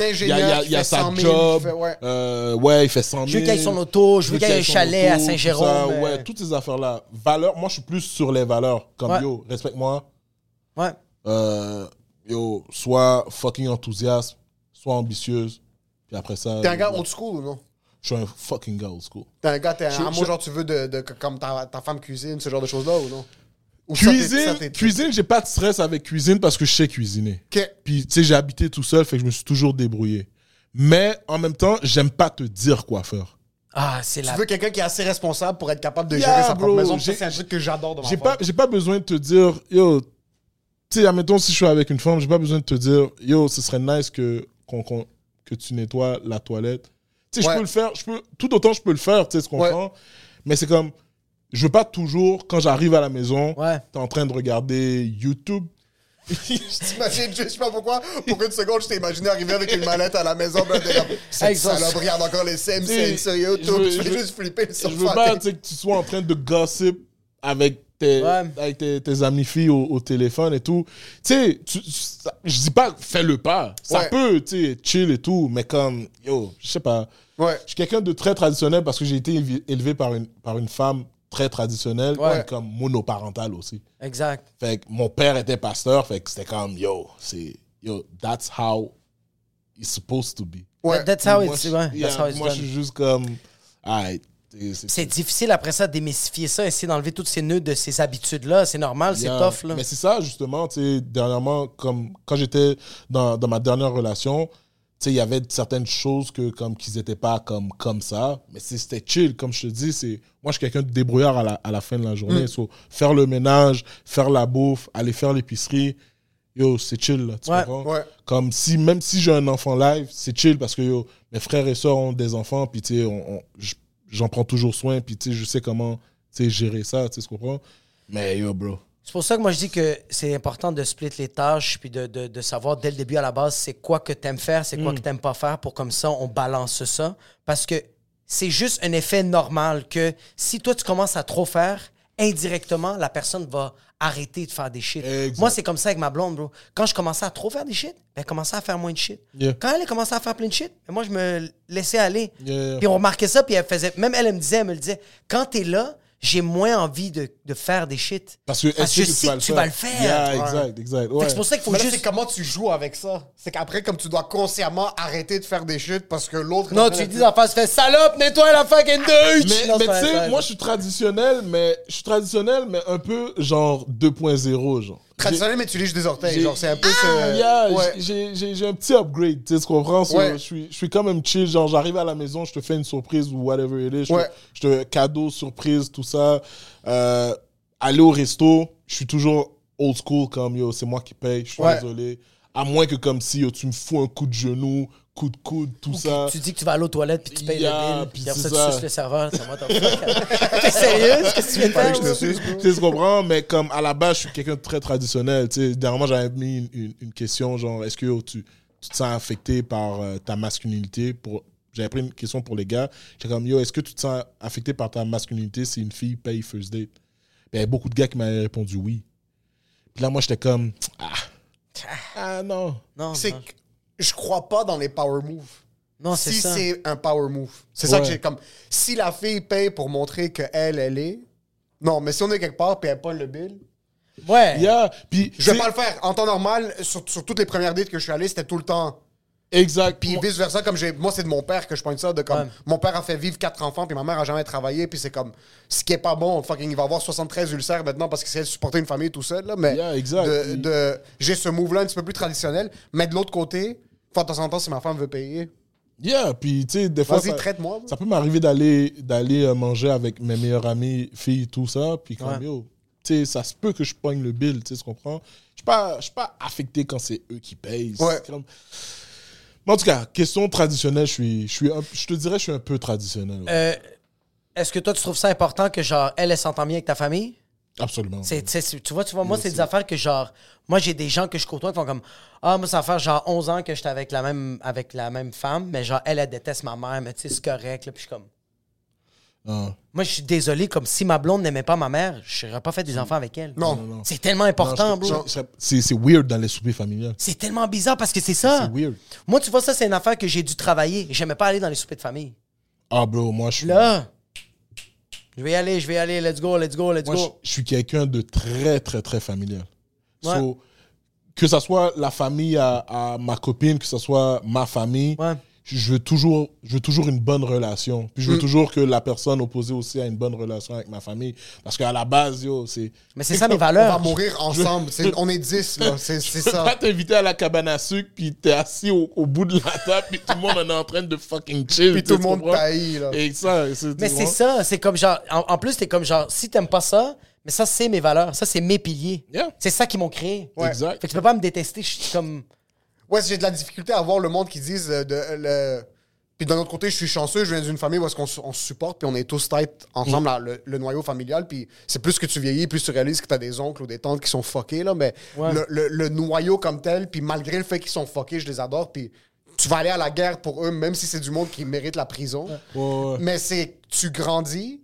Speaker 4: Il y a, il y a-
Speaker 3: D'ingénieur,
Speaker 4: il y a sa job. euh, Ouais. il fait 100 000.
Speaker 2: Je veux qu'il aille son auto, je veux qu'il aille
Speaker 4: son
Speaker 2: un chalet à
Speaker 4: auto, tout
Speaker 2: Saint-Jérôme,
Speaker 4: ça,
Speaker 2: euh.
Speaker 4: Ouais, toutes ces affaires-là. Valeurs, moi, je suis plus sur les valeurs. Comme
Speaker 2: Ouais.
Speaker 4: yo, respecte-moi.
Speaker 2: Ouais.
Speaker 4: Euh, yo, sois fucking enthousiaste. Sois ambitieuse. Puis après ça.
Speaker 3: T'es un gars
Speaker 4: ouais,
Speaker 3: old school ou non?
Speaker 4: Je suis un fucking gars old school.
Speaker 3: T'es un gars, t'es un
Speaker 4: Je-
Speaker 3: amour
Speaker 4: je-
Speaker 3: genre tu veux de, de- comme ta, ta femme cuisine, ce genre de choses-là ou non? Ou ça, t'es- ça,
Speaker 4: Cuisine,
Speaker 3: t'es-
Speaker 4: cuisine, j'ai pas de stress avec cuisine parce que je sais cuisiner.
Speaker 3: Ok.
Speaker 4: Puis, tu sais, j'ai habité tout seul, fait que je me suis toujours débrouillé. Mais en même temps, j'aime pas te dire quoi faire.
Speaker 2: Ah, c'est la
Speaker 3: Tu veux quelqu'un qui est assez responsable pour être capable de
Speaker 4: Yeah,
Speaker 3: gérer sa propre
Speaker 4: bro,
Speaker 3: maison. Ça,
Speaker 4: j'ai-
Speaker 3: C'est un truc que j'adore dans ma
Speaker 4: J'ai
Speaker 3: femme.
Speaker 4: pas, j'ai pas besoin de te dire, yo, tu sais, admettons, si je suis avec une femme, j'ai pas besoin de te dire, yo, ce serait nice que, qu'on- qu'on- que tu nettoies la toilette. Tu sais,
Speaker 3: Ouais.
Speaker 4: je peux le faire, je peux, tout autant je peux le faire, tu sais, tu comprends? Mais c'est comme, je veux pas toujours, quand j'arrive à la maison,
Speaker 2: Ouais.
Speaker 4: t'es en train de regarder YouTube.
Speaker 3: Je t'imagine, je sais pas pourquoi, pour une seconde, je t'ai imaginé arriver avec une mallette à la maison. Ben, t'es comme,
Speaker 2: Hey,
Speaker 3: Cette
Speaker 2: ça-
Speaker 3: salope, regarde encore les Simpsons
Speaker 4: T'sais,
Speaker 3: sur YouTube.
Speaker 4: je veux-
Speaker 3: Tu
Speaker 4: je
Speaker 3: fais
Speaker 4: veux-
Speaker 3: juste flipper le
Speaker 4: Je
Speaker 3: sofa.
Speaker 4: veux pas,
Speaker 3: t'es-
Speaker 4: tu sais, que tu sois en train de gossip avec tes,
Speaker 2: Ouais.
Speaker 4: avec tes, tes amis filles au, au téléphone et tout. Tu sais, tu- tu- ça- je dis pas fais le pas. Ça
Speaker 3: Ouais.
Speaker 4: peut, tu sais, chill et tout, mais comme, yo, je sais pas.
Speaker 3: Ouais.
Speaker 4: Je suis quelqu'un de très traditionnel parce que j'ai été évi- élevé par une, par une femme très traditionnelle,
Speaker 2: Ouais.
Speaker 4: et comme monoparentale aussi.
Speaker 2: Exact.
Speaker 4: Fait que mon père était pasteur, fait que c'était comme, yo, c'est, yo, that's how it's supposed to be.
Speaker 3: Ouais.
Speaker 2: That's how
Speaker 4: Moi,
Speaker 2: it's,
Speaker 4: je-
Speaker 2: ouais,
Speaker 4: yeah,
Speaker 2: that's how it's
Speaker 4: moi, je
Speaker 2: done.
Speaker 4: suis juste comme, alright. c'est-
Speaker 2: C'est difficile après ça de démystifier ça, essayer d'enlever tous ces nœuds de ces habitudes-là. C'est normal, c'est
Speaker 4: Yeah.
Speaker 2: tough. Là.
Speaker 4: Mais c'est ça, justement, tu sais, dernièrement, comme quand j'étais dans, dans ma dernière relation, tu sais, il y avait certaines choses que, comme, qu'ils n'étaient pas comme, comme ça, mais c'est- c'était chill, comme je te dis, c'est, moi, je suis quelqu'un de débrouillard à la, à la fin de la
Speaker 2: Mm.
Speaker 4: journée, so, faire le ménage, faire la bouffe, aller faire l'épicerie, yo, c'est chill, là, tu
Speaker 2: Ouais,
Speaker 4: comprends?
Speaker 3: ouais.
Speaker 4: Comme si, même si j'ai un enfant live, c'est chill, parce que, yo, mes frères et sœurs ont des enfants, puis, tu sais, on- on- j- j'en prends toujours soin, puis, tu sais, je sais comment, tu sais, gérer ça, tu sais, tu comprends? Mais, yo, bro...
Speaker 2: C'est pour ça que moi je dis que c'est important de split les tâches puis de, de- de savoir dès le début à la base c'est quoi que t'aimes faire, c'est
Speaker 4: Mm.
Speaker 2: quoi que t'aimes pas faire pour comme ça on balance ça. Parce que c'est juste un effet normal que si toi tu commences à trop faire, indirectement la personne va arrêter de faire des shit.
Speaker 4: Exact.
Speaker 2: Moi c'est comme ça avec ma blonde, bro. Quand je commençais à trop faire des shit, ben, elle commençait à faire moins de shit.
Speaker 4: Yeah.
Speaker 2: Quand elle a commencé à faire plein de shit, ben, moi je me laissais aller.
Speaker 4: Yeah.
Speaker 2: Puis on remarquait ça, puis elle faisait. Même elle, elle me disait, elle me le disait, quand t'es là, j'ai moins envie de, de faire des shit.
Speaker 4: Parce que, est-ce
Speaker 2: je sais que tu vas le faire.
Speaker 4: Yeah,
Speaker 2: Ouais.
Speaker 4: exact, exact.
Speaker 2: Fait
Speaker 4: Ouais.
Speaker 2: que C'est pour ça qu'il faut
Speaker 3: Mais là,
Speaker 2: juste.
Speaker 3: c'est comment tu joues avec ça. C'est qu'après, comme tu dois consciemment arrêter de faire des chutes parce que l'autre...
Speaker 2: Non, tu dis en face, fais salope, nettoie la fucking douche!
Speaker 4: Mais,
Speaker 2: Non,
Speaker 4: mais
Speaker 2: c'est pas
Speaker 4: tu
Speaker 2: vrai,
Speaker 4: sais, moi, je suis traditionnel, mais je suis traditionnel, mais un peu genre 2.0, genre.
Speaker 3: Traditionnel, mais tu liges des orteils.
Speaker 4: J'ai-
Speaker 3: Genre, c'est un peu
Speaker 4: J'ai-
Speaker 3: ce...
Speaker 4: yeah,
Speaker 3: ouais.
Speaker 4: j'ai- j'ai- j'ai j'ai un petit upgrade, tu sais, tu comprends? So,
Speaker 3: Ouais.
Speaker 4: Je suis- je suis quand même chill, genre j'arrive à la maison, je te fais une surprise ou whatever it is, je,
Speaker 3: Ouais.
Speaker 4: te, je te- cadeau, surprise, tout ça. Euh, aller au resto, je suis toujours old school comme yo, c'est moi qui paye, je suis
Speaker 3: Ouais.
Speaker 4: désolé. À moins que comme si yo, tu me fous un coup de genou, coup de coude, tout ça.
Speaker 2: Tu dis que tu vas aller aux toilettes puis tu payes
Speaker 4: Yeah,
Speaker 2: le bill. Puis
Speaker 4: puis
Speaker 2: après ça,
Speaker 4: c'est
Speaker 2: tu
Speaker 4: ça.
Speaker 2: suces le serveur. C'est moi, t'en fous. oh, T'es sérieux? Qu'est-ce que tu viens de faire?
Speaker 4: Je te
Speaker 2: là?
Speaker 4: suis, tu sais, tu comprends, mais comme à la base, je suis quelqu'un de très traditionnel. Tu sais, dernièrement, j'avais mis une, une- une question genre, est-ce que oh, tu, tu te sens affecté par euh, ta masculinité pour... J'avais pris une question pour les gars. J'étais comme, yo, est-ce que tu te sens affecté par ta masculinité si une fille paye first date? Puis Il y avait beaucoup de gars qui m'avaient répondu oui. Puis là, moi, j'étais comme, ah, ah non.
Speaker 2: Non,
Speaker 3: C'est
Speaker 2: non.
Speaker 3: que je crois pas dans les power moves.
Speaker 2: non, c'est
Speaker 3: si
Speaker 2: ça.
Speaker 3: c'est un power move. C'est ça que
Speaker 4: Ouais.
Speaker 3: j'ai comme. Si la fille paye pour montrer qu'elle, elle est. Non, mais si on est quelque part puis elle pas le bill.
Speaker 2: Ouais.
Speaker 4: Yeah. Puis,
Speaker 3: Je vais
Speaker 4: tu
Speaker 3: pas
Speaker 4: sais,
Speaker 3: le faire. En temps normal, sur, sur toutes les premières dates que je suis allé, c'était tout le temps.
Speaker 4: Exact.
Speaker 3: Puis vice versa, comme j'ai. Moi, c'est de mon père que je pointe ça. De comme.
Speaker 2: Ouais.
Speaker 3: Mon père a fait vivre quatre enfants, puis ma mère a jamais travaillé, puis c'est comme. Ce qui est pas bon, fucking, il va avoir 73 ulcères maintenant parce qu'il sait supporter une famille tout seul, là. Mais.
Speaker 4: Yeah, exact.
Speaker 3: De, de- j'ai ce move-là un petit peu plus traditionnel. Mais de l'autre côté, faut de temps en temps, si ma femme veut payer.
Speaker 4: Yeah, puis tu sais, des fois.
Speaker 3: Vas-y,
Speaker 4: ça-
Speaker 3: traite-moi.
Speaker 4: Ça peut m'arriver d'aller d'aller euh, manger avec mes meilleurs amis, filles, tout ça. Puis comme, yo, tu tu sais, ça se peut que je pogne le bill, tu sais, tu comprends? Je suis pas, je suis pas affecté quand c'est eux qui payent. c'est
Speaker 3: Ouais.
Speaker 4: comme- Mais en tout cas, question traditionnelle, je suis, je suis, un- je te dirais, je suis un peu traditionnel. ouais.
Speaker 2: Euh, Est-ce que toi, tu trouves ça important que, genre, elle, elle s'entend bien avec ta famille?
Speaker 4: Absolument.
Speaker 2: C'est- c'est- c'est- tu vois, tu vois, moi, c'est des affaires que, genre, moi, j'ai des gens que je côtoie qui font comme, ah, moi, ça va faire, genre, 11 ans que j'étais avec la même, avec la même femme, mais, genre, elle, elle déteste ma mère, mais, tu sais, c'est correct, là, puis je suis comme,
Speaker 4: Ah. Non.
Speaker 2: moi, je suis désolé, comme si ma blonde n'aimait pas ma mère, je n'aurais pas fait des enfants avec elle.
Speaker 3: Non.
Speaker 2: C'est tellement important,
Speaker 4: Hmm. Non, je-
Speaker 2: bro.
Speaker 4: je- je- C'est c'est weird dans les soupers familiales.
Speaker 2: C'est tellement bizarre parce que c'est ça.
Speaker 4: C'est weird.
Speaker 2: Moi, tu vois, ça, c'est une affaire que j'ai dû travailler. J'aimais pas aller dans les soupers de famille.
Speaker 4: Ah, bro, moi, je suis.
Speaker 2: Là, je vais y aller, je vais y aller, let's go, let's go, let's
Speaker 4: Moi, je,
Speaker 2: go.
Speaker 4: je suis quelqu'un de très, très, très familial.
Speaker 2: Ouais.
Speaker 4: So, que ça soit la famille à, à ma copine, que ça soit ma famille,
Speaker 2: Ouais.
Speaker 4: je, je veux toujours, je veux toujours une bonne relation. Puis je
Speaker 3: Mm.
Speaker 4: veux toujours que la personne opposée aussi a une bonne relation avec ma famille. Parce qu'à la base, yo, c'est.
Speaker 2: Mais c'est ça, mes
Speaker 3: On va
Speaker 2: valeurs.
Speaker 3: mourir ensemble. C'est- on est 10, là. C'est c'est
Speaker 4: Je peux pas
Speaker 3: ça.
Speaker 4: t'inviter à la cabane à sucre, puis t'es assis au, au bout de la table, puis tout le monde en est en train de fucking chill.
Speaker 3: Puis
Speaker 4: tu
Speaker 3: tout le
Speaker 4: sais,
Speaker 3: monde
Speaker 4: comprends?
Speaker 3: taillit, là.
Speaker 4: Et ça, c'est.
Speaker 2: Mais
Speaker 4: tu
Speaker 2: c'est
Speaker 4: comprends?
Speaker 2: ça, c'est comme genre. En, en plus, t'es comme genre, si t'aimes pas ça, mais ça, c'est mes valeurs, ça, c'est mes piliers.
Speaker 4: Yeah.
Speaker 2: C'est ça qui m'ont créé.
Speaker 3: Ouais.
Speaker 4: Exact.
Speaker 2: Fait que tu peux pas me détester, je suis comme.
Speaker 3: Ouais, j'ai de la difficulté à voir le monde qui disent euh, de euh, le- Puis d'un autre côté, je suis chanceux, je viens d'une famille où est-ce qu'on se- on se supporte, puis on est tous tête ensemble,
Speaker 4: Mm.
Speaker 3: là, le, le noyau familial. Puis c'est plus que tu vieillis, plus tu réalises que t'as des oncles ou des tantes qui sont fuckés, là. Mais le, le- le noyau comme tel, puis malgré le fait qu'ils sont fuckés, je les adore. Puis tu vas aller à la guerre pour eux, même si c'est du monde qui mérite la prison.
Speaker 4: Ouais, ouais.
Speaker 3: Mais c'est tu grandis.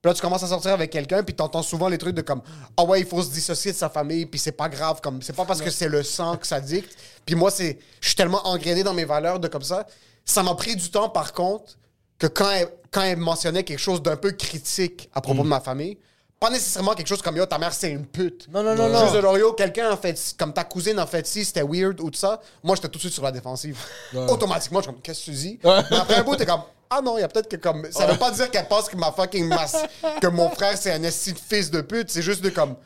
Speaker 3: Puis là, tu commences à sortir avec quelqu'un, puis t'entends souvent les trucs de comme Ah ouais, il faut se dissocier de sa famille, puis c'est pas grave, comme c'est pas parce que c'est le sang que ça dicte. Puis moi, c'est je suis tellement engrainé dans mes valeurs de comme ça. Ça m'a pris du temps, par contre, que quand elle, quand elle mentionnait quelque chose d'un peu critique à propos de ma famille, pas nécessairement quelque chose comme Yo, ta mère, c'est une pute.
Speaker 2: Non, non, non, non.
Speaker 3: Juste de leur, Yo, quelqu'un en fait, ci- comme ta cousine en fait, si c'était weird ou tout ça, moi, j'étais tout de suite sur la défensive. Automatiquement, je suis comme Qu'est-ce que tu dis Mais après un bout, t'es comme ah non, il y a peut-être que comme. Ça veut pas dire qu'elle pense que ma fucking masse. que mon frère, c'est un esti de fils de pute. C'est juste de comme.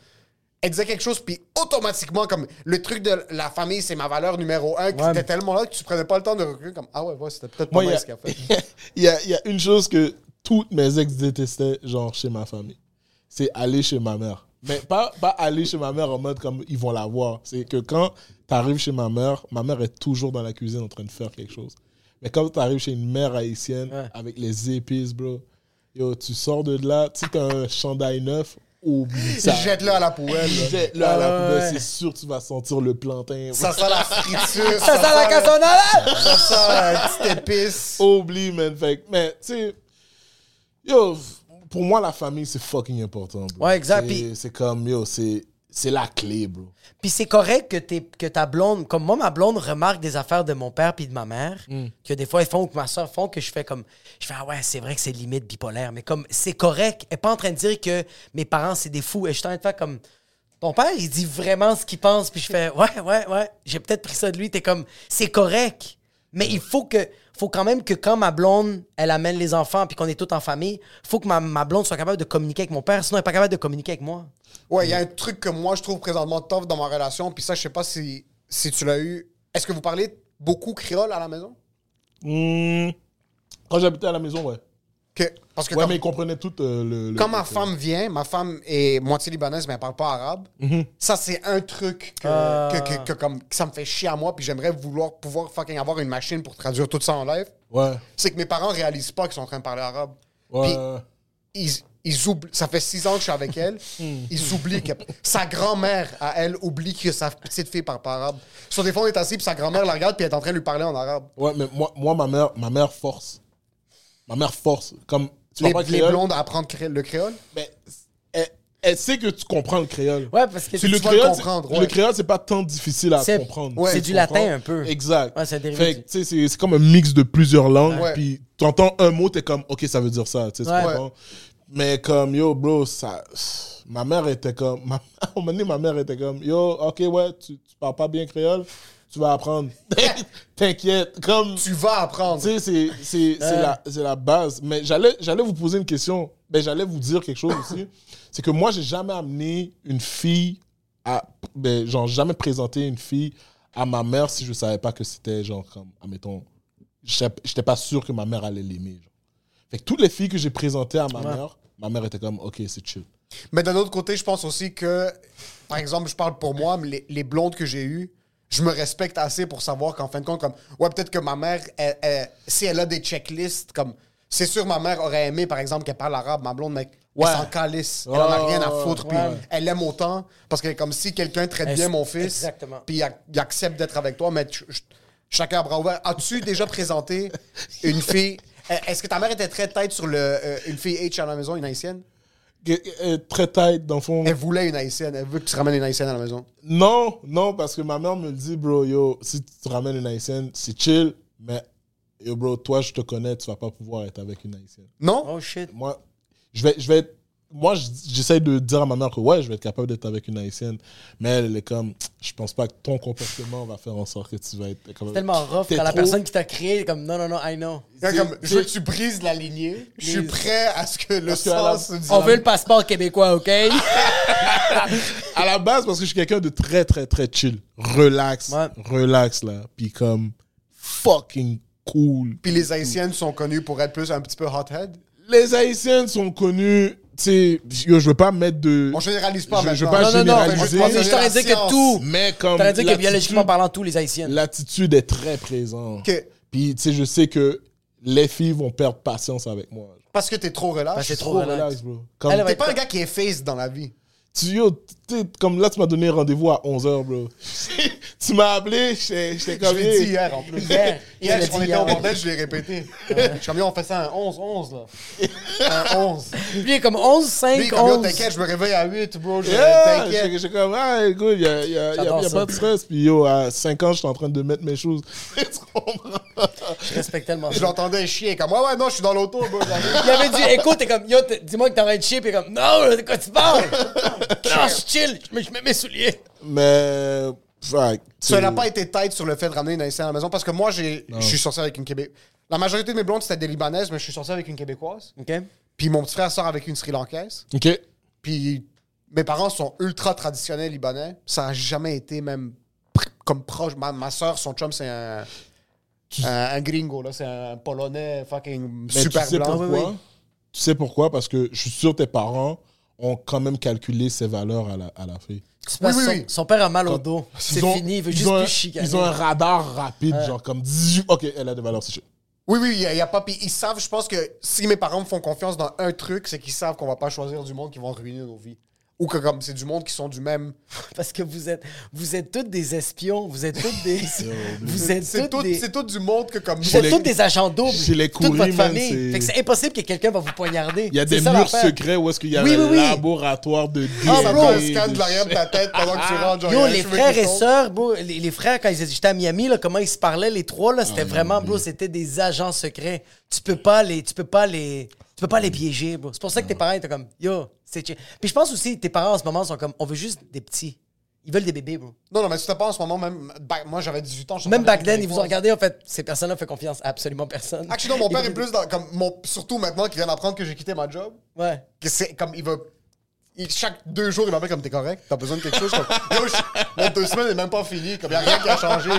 Speaker 3: Elle disait quelque chose, puis automatiquement, comme le truc de la famille, c'est ma valeur numéro un, qui était tellement là que tu prenais pas le temps de reculer, comme Ah ouais, ouais c'était peut-être pas
Speaker 4: Moi, il y,
Speaker 3: mal
Speaker 4: a-
Speaker 3: ce qu'elle a fait.
Speaker 4: il y a- il y a une chose que toutes mes ex détestaient, genre chez ma famille, c'est aller chez ma mère. Mais pas, pas aller chez ma mère en mode comme ils vont la voir. C'est que quand t'arrives chez ma mère, ma mère est toujours dans la cuisine en train de faire quelque chose. Mais quand t'arrives chez une mère haïtienne avec les épices, bro, yo, tu sors de là, tu sais, t'as un chandail neuf, oublie ça.
Speaker 3: Jette-le à la poêle. là.
Speaker 4: Jette-le à la
Speaker 2: Ah ouais.
Speaker 4: poubelle, c'est sûr tu vas sentir le plantain.
Speaker 3: Ça sent la friture.
Speaker 2: Ça sent la
Speaker 3: sent-
Speaker 2: cassonade!
Speaker 3: Ça sent la petite épice.
Speaker 4: Oublie, man. Fait que, mais, tu sais, yo, pour moi, la famille, c'est fucking important. bro.
Speaker 2: Ouais, exact,
Speaker 4: C'est-
Speaker 2: puis-
Speaker 4: C'est comme, yo, c'est c'est la clé, bro.
Speaker 2: Puis c'est correct que, t'es- que ta blonde, comme moi, ma blonde remarque des affaires de mon père puis de ma mère,
Speaker 4: Mm.
Speaker 2: que des fois ils font ou que ma soeur font, que je fais comme, je fais, ah ouais, c'est vrai que c'est limite bipolaire, mais comme, c'est correct. Elle est pas en train de dire que mes parents, c'est des fous. Et je suis en train de faire comme, ton père, il dit vraiment ce qu'il pense, puis je fais, ouais, ouais, ouais, j'ai peut-être pris ça de lui. T'es comme, c'est correct. Mais il faut que, faut quand même que quand ma blonde, elle amène les enfants puis qu'on est tous en famille, faut que ma, ma blonde soit capable de communiquer avec mon père, sinon elle n'est pas capable de communiquer avec moi.
Speaker 3: Ouais, il y a un truc que moi je trouve présentement tough dans ma relation, puis ça, je sais pas si, si tu l'as eu. Est-ce que vous parlez beaucoup créole à la maison?
Speaker 4: Hmm. Quand j'habitais à la maison, ouais.
Speaker 3: Que, parce que
Speaker 4: Ouais,
Speaker 3: comme-
Speaker 4: mais ils comprenaient tout euh, le, le-
Speaker 3: Quand ma femme vient, ma femme est moitié libanaise, mais elle parle pas arabe.
Speaker 4: Mm-hmm.
Speaker 3: Ça, c'est un truc que, que- que- que comme, que ça me fait chier à moi, puis j'aimerais vouloir pouvoir fucking avoir une machine pour traduire tout ça en live.
Speaker 4: Ouais.
Speaker 3: C'est que mes parents réalisent pas qu'ils sont en train de parler arabe.
Speaker 4: Ouais.
Speaker 3: Puis ils, ils oublient. Ça fait six ans que je suis avec elle. ils oublient que sa grand-mère à elle oublie que sa petite fille parle pas arabe. Sur des fois, on est assis, puis sa grand-mère la regarde, puis elle est en train de lui parler en arabe.
Speaker 4: Ouais, mais moi, moi ma, mère, ma mère force. Ma mère force. Comme, tu
Speaker 3: Les,
Speaker 4: parles pas
Speaker 3: les
Speaker 4: créole,
Speaker 3: blondes à apprendre cré- le créole.
Speaker 4: mais elle, elle sait que tu comprends le créole.
Speaker 2: Ouais, parce que
Speaker 4: Puis le
Speaker 3: vas le
Speaker 4: créole,
Speaker 3: comprendre,
Speaker 4: c'est-
Speaker 3: ouais.
Speaker 4: le créole, c'est pas tant difficile à
Speaker 2: C'est-
Speaker 4: comprendre.
Speaker 3: ouais,
Speaker 4: Tu
Speaker 2: c'est du
Speaker 4: comprends?
Speaker 2: latin un peu.
Speaker 4: Exact.
Speaker 2: Ouais, c'est un dérivé
Speaker 4: Fait
Speaker 2: du-
Speaker 4: que, tu sais, c'est c'est comme un mix de plusieurs langues.
Speaker 3: Ouais.
Speaker 4: Puis t'entends un mot, t'es comme, ok, ça veut dire ça. Tu sais, tu
Speaker 2: Ouais.
Speaker 4: comprends? Mais comme, yo, bro, ça. Ma mère était comme. Ma, à un moment donné, ma mère était comme, yo, ok, ouais, tu, tu parles pas bien créole, tu vas apprendre. T'inquiète. Comme.
Speaker 3: Tu vas apprendre.
Speaker 4: Tu sais, c'est- c'est c'est la, c'est la base. Mais j'allais j'allais vous poser une question. Ben, j'allais vous dire quelque chose aussi. C'est que moi, j'ai jamais amené une fille à. Ben, genre, jamais présenté une fille à ma mère si je savais pas que c'était, genre, comme, admettons, j'étais j'étais pas sûr que ma mère allait l'aimer. genre. Fait que toutes les filles que j'ai présentées à ma mère, ma mère était comme, OK, c'est chill.
Speaker 3: Mais d'un autre côté, je pense aussi que, par exemple, je parle pour moi, mais les, les blondes que j'ai eues, je me respecte assez pour savoir qu'en fin de compte, comme, ouais, peut-être que ma mère, elle- elle- si elle a des checklists, comme, c'est sûr, ma mère aurait aimé, par exemple, qu'elle parle arabe, ma blonde, mec.
Speaker 4: Ouais.
Speaker 3: Elle s'en calisse. Elle en a rien à foutre. Puis
Speaker 2: ouais.
Speaker 3: elle l'aime autant. Parce que, comme si quelqu'un traite
Speaker 2: Elle-
Speaker 3: bien mon fils.
Speaker 2: Exactement.
Speaker 3: Puis il, ac- il accepte d'être avec toi. Mais ch- ch- chacun à bras ouverts. As-tu déjà présenté une fille. Est-ce que ta mère était très tête sur le, euh, une fille H à la maison, une haïtienne?
Speaker 4: Que- que- euh, Très tight, dans le fond.
Speaker 3: Elle voulait une haïtienne. Elle veut que tu ramènes une haïtienne à la maison.
Speaker 4: Non, non, parce que ma mère me le dit, bro, yo, si tu ramènes une haïtienne, c'est chill, mais yo, bro, toi, je te connais, tu vas pas pouvoir être avec une haïtienne.
Speaker 3: Non?
Speaker 2: Oh shit.
Speaker 4: Moi, je vais, je vais être- moi, je- j'essaie de dire à ma mère que ouais, je vais être capable d'être avec une haïtienne, mais elle, elle est comme, je pense pas que ton comportement va faire en sorte que tu vas être capable.
Speaker 2: Tellement rough
Speaker 4: T'es
Speaker 2: quand la
Speaker 4: trop-
Speaker 2: personne qui t'a créé est comme non, non, non, I know.
Speaker 3: Là,
Speaker 4: c'est-
Speaker 3: comme, je veux
Speaker 4: c'est-
Speaker 3: que tu brises la lignée. Je suis
Speaker 2: Mais-
Speaker 3: prêt à ce que le
Speaker 4: Parce que à la-
Speaker 3: sens du-
Speaker 2: On veut le passeport québécois, OK?
Speaker 4: À la base, parce que je suis quelqu'un de très, très, très chill, relax,
Speaker 2: Ouais.
Speaker 4: relax là, puis comme fucking cool.
Speaker 3: Puis les haïtiennes sont connues pour être plus un petit peu hothead.
Speaker 4: les Haïtiennes sont connues. Tu sais, yo, je veux pas mettre de.
Speaker 3: On généralise pas
Speaker 4: Je- je veux
Speaker 3: maintenant.
Speaker 2: non,
Speaker 4: pas
Speaker 2: non, non. Je
Speaker 4: généraliser.
Speaker 2: je t'aurais dit que tout.
Speaker 4: Mais comme.
Speaker 2: T'aurais dit que
Speaker 4: l'attitude-
Speaker 2: biologiquement parlant, tous les Haïtiens.
Speaker 4: L'attitude est très présente.
Speaker 3: Que-
Speaker 4: Puis, tu sais, je sais que les filles vont perdre patience avec moi.
Speaker 3: Parce que t'es trop
Speaker 2: Parce
Speaker 3: relax.
Speaker 2: que
Speaker 3: T'es
Speaker 2: t'es trop
Speaker 4: Trop
Speaker 2: relax.
Speaker 4: relax, bro. Comme,
Speaker 2: Oh, Elle va être-
Speaker 3: pas un gars qui est face dans la vie.
Speaker 4: tu, yo, tu sais, comme là, tu m'as donné rendez-vous à 11h, bro. tu m'as appelé, j'étais j'étais
Speaker 3: Je
Speaker 4: comme.
Speaker 3: l'ai
Speaker 4: hey.
Speaker 3: dit hein. hier en plus.
Speaker 2: Hier,
Speaker 3: Hier,
Speaker 2: tu l'as
Speaker 3: on
Speaker 2: dit
Speaker 3: était
Speaker 2: hier,
Speaker 3: au
Speaker 2: ouais.
Speaker 3: bordel, je l'ai répété. Je suis comme, yo, on fait ça un 11-11, là. Un 11.
Speaker 2: Lui, il est comme 11, 5,
Speaker 3: Lui, comme, yo,
Speaker 2: 11.
Speaker 3: t'inquiète, je me réveille à 8, bro. Je-
Speaker 4: Yeah,
Speaker 3: Euh, T'inquiète.
Speaker 4: J'ai- j'ai comme, ah, écoute, il n'y a, y a- y a-
Speaker 2: J'adore
Speaker 4: y a
Speaker 2: ça.
Speaker 4: pas de stress. Puis, yo, à 5 ans, je suis en train de mettre mes choses. tu comprends?
Speaker 2: Je respecte tellement
Speaker 3: Je
Speaker 2: ça.
Speaker 3: l'entendais chier comme ouais ouais non je suis dans l'auto bro.
Speaker 2: Il avait dit, écoute, t'es comme, yo, t'es- dis-moi que t'es en train de chier, pis comme, non, de quoi tu parles? Non, je chill, je mets, je mets mes souliers.
Speaker 4: Mais. Fait,
Speaker 3: Ça n'a pas été tête sur le fait de ramener une haïtienne à la maison parce que moi j'ai je suis sorti avec une Québé. La majorité de mes blondes c'était des libanaises mais je suis sorti avec une québécoise.
Speaker 2: OK?
Speaker 3: Puis mon petit frère sort avec une Sri Lankaise.
Speaker 4: Ok.
Speaker 3: Puis mes parents sont ultra traditionnels libanais. Ça n'a jamais été même pr- comme proche. Ma, ma soeur, son chum, c'est un, un, un gringo, là. C'est un polonais fucking
Speaker 4: Mais
Speaker 3: super
Speaker 4: tu sais
Speaker 3: blanc.
Speaker 4: Pourquoi? Tu sais pourquoi? Parce que je suis sûr que tes parents ont quand même calculé ses valeurs à la, à la fille.
Speaker 2: C'est parce
Speaker 3: oui,
Speaker 2: que
Speaker 3: oui.
Speaker 2: son, son père a mal au
Speaker 4: Quand-
Speaker 2: dos. C'est
Speaker 4: Ils ont-
Speaker 2: fini, il veut
Speaker 4: ils
Speaker 2: juste
Speaker 4: ont un-
Speaker 2: plus chicaner.
Speaker 4: Ils ont un radar rapide, genre comme 18. Ok, elle a des valeurs, c'est chill.
Speaker 3: Oui, oui, il n'y a, y a pas. Puis ils savent, je pense que si mes parents me font confiance dans un truc, c'est qu'ils savent qu'on va pas choisir du monde qui vont ruiner nos vies. Ou que comme c'est du monde qui sont du même.
Speaker 2: Parce que vous êtes, vous êtes tous des espions, vous êtes tous des... vous êtes
Speaker 3: C'est
Speaker 2: tous
Speaker 3: tout,
Speaker 2: des...
Speaker 3: c'est tout du monde que comme.
Speaker 2: Vous êtes
Speaker 4: les-
Speaker 2: tous des agents doubles.
Speaker 4: chez les
Speaker 2: toute
Speaker 4: courriers,
Speaker 2: votre
Speaker 4: man,
Speaker 2: famille.
Speaker 4: c'est-
Speaker 2: Fait que c'est impossible que quelqu'un va vous poignarder.
Speaker 4: Il y a
Speaker 2: C'est
Speaker 4: des
Speaker 2: ça,
Speaker 4: murs
Speaker 2: l'affaire.
Speaker 4: secrets où est-ce qu'il y a
Speaker 2: Oui, oui,
Speaker 4: un
Speaker 2: oui. Ah,
Speaker 4: laboratoire de DNA.
Speaker 3: ça te
Speaker 4: de
Speaker 3: ah, scanne de l'arrière de ta tête pendant que tu rentres. genre, y
Speaker 2: Yo,
Speaker 3: a un
Speaker 2: les
Speaker 3: cheveu
Speaker 2: frères
Speaker 3: qui
Speaker 2: et
Speaker 3: tombe.
Speaker 2: sœurs, bro, les, les frères, quand ils étaient j'étais à Miami, là, comment ils se parlaient, les trois, là,
Speaker 4: Ah,
Speaker 2: c'était vraiment, bro, c'était des agents secrets. Tu peux pas les, tu peux pas les, tu peux pas les piéger, bro. C'est pour ça que tes
Speaker 4: Ah.
Speaker 2: parents étaient comme, yo, c'est chill. Puis je pense aussi, tes parents en ce moment sont comme, on veut juste des petits. Ils veulent des bébés, bro.
Speaker 3: Non, non, mais tu te pas en ce moment, même. back- moi, j'avais 18 ans. je
Speaker 2: Même
Speaker 3: sortais
Speaker 2: back
Speaker 3: avec
Speaker 2: then,
Speaker 3: une
Speaker 2: ils vous ont
Speaker 3: Québécoise.
Speaker 2: regardé, en fait, ces personnes-là font confiance à absolument personne.
Speaker 3: Actually, non, mon
Speaker 2: Ils
Speaker 3: père
Speaker 2: veulent
Speaker 3: est
Speaker 2: des-
Speaker 3: plus dans. Comme mon, surtout maintenant qu'il vient d'apprendre que j'ai quitté ma job.
Speaker 2: Ouais.
Speaker 3: que c'est comme il va. il- chaque deux jours, il m'appelle comme t'es correct, t'as besoin de quelque chose. Comme, Yo, je- mon deux semaines n'est même pas fini. Comme y a rien qui a changé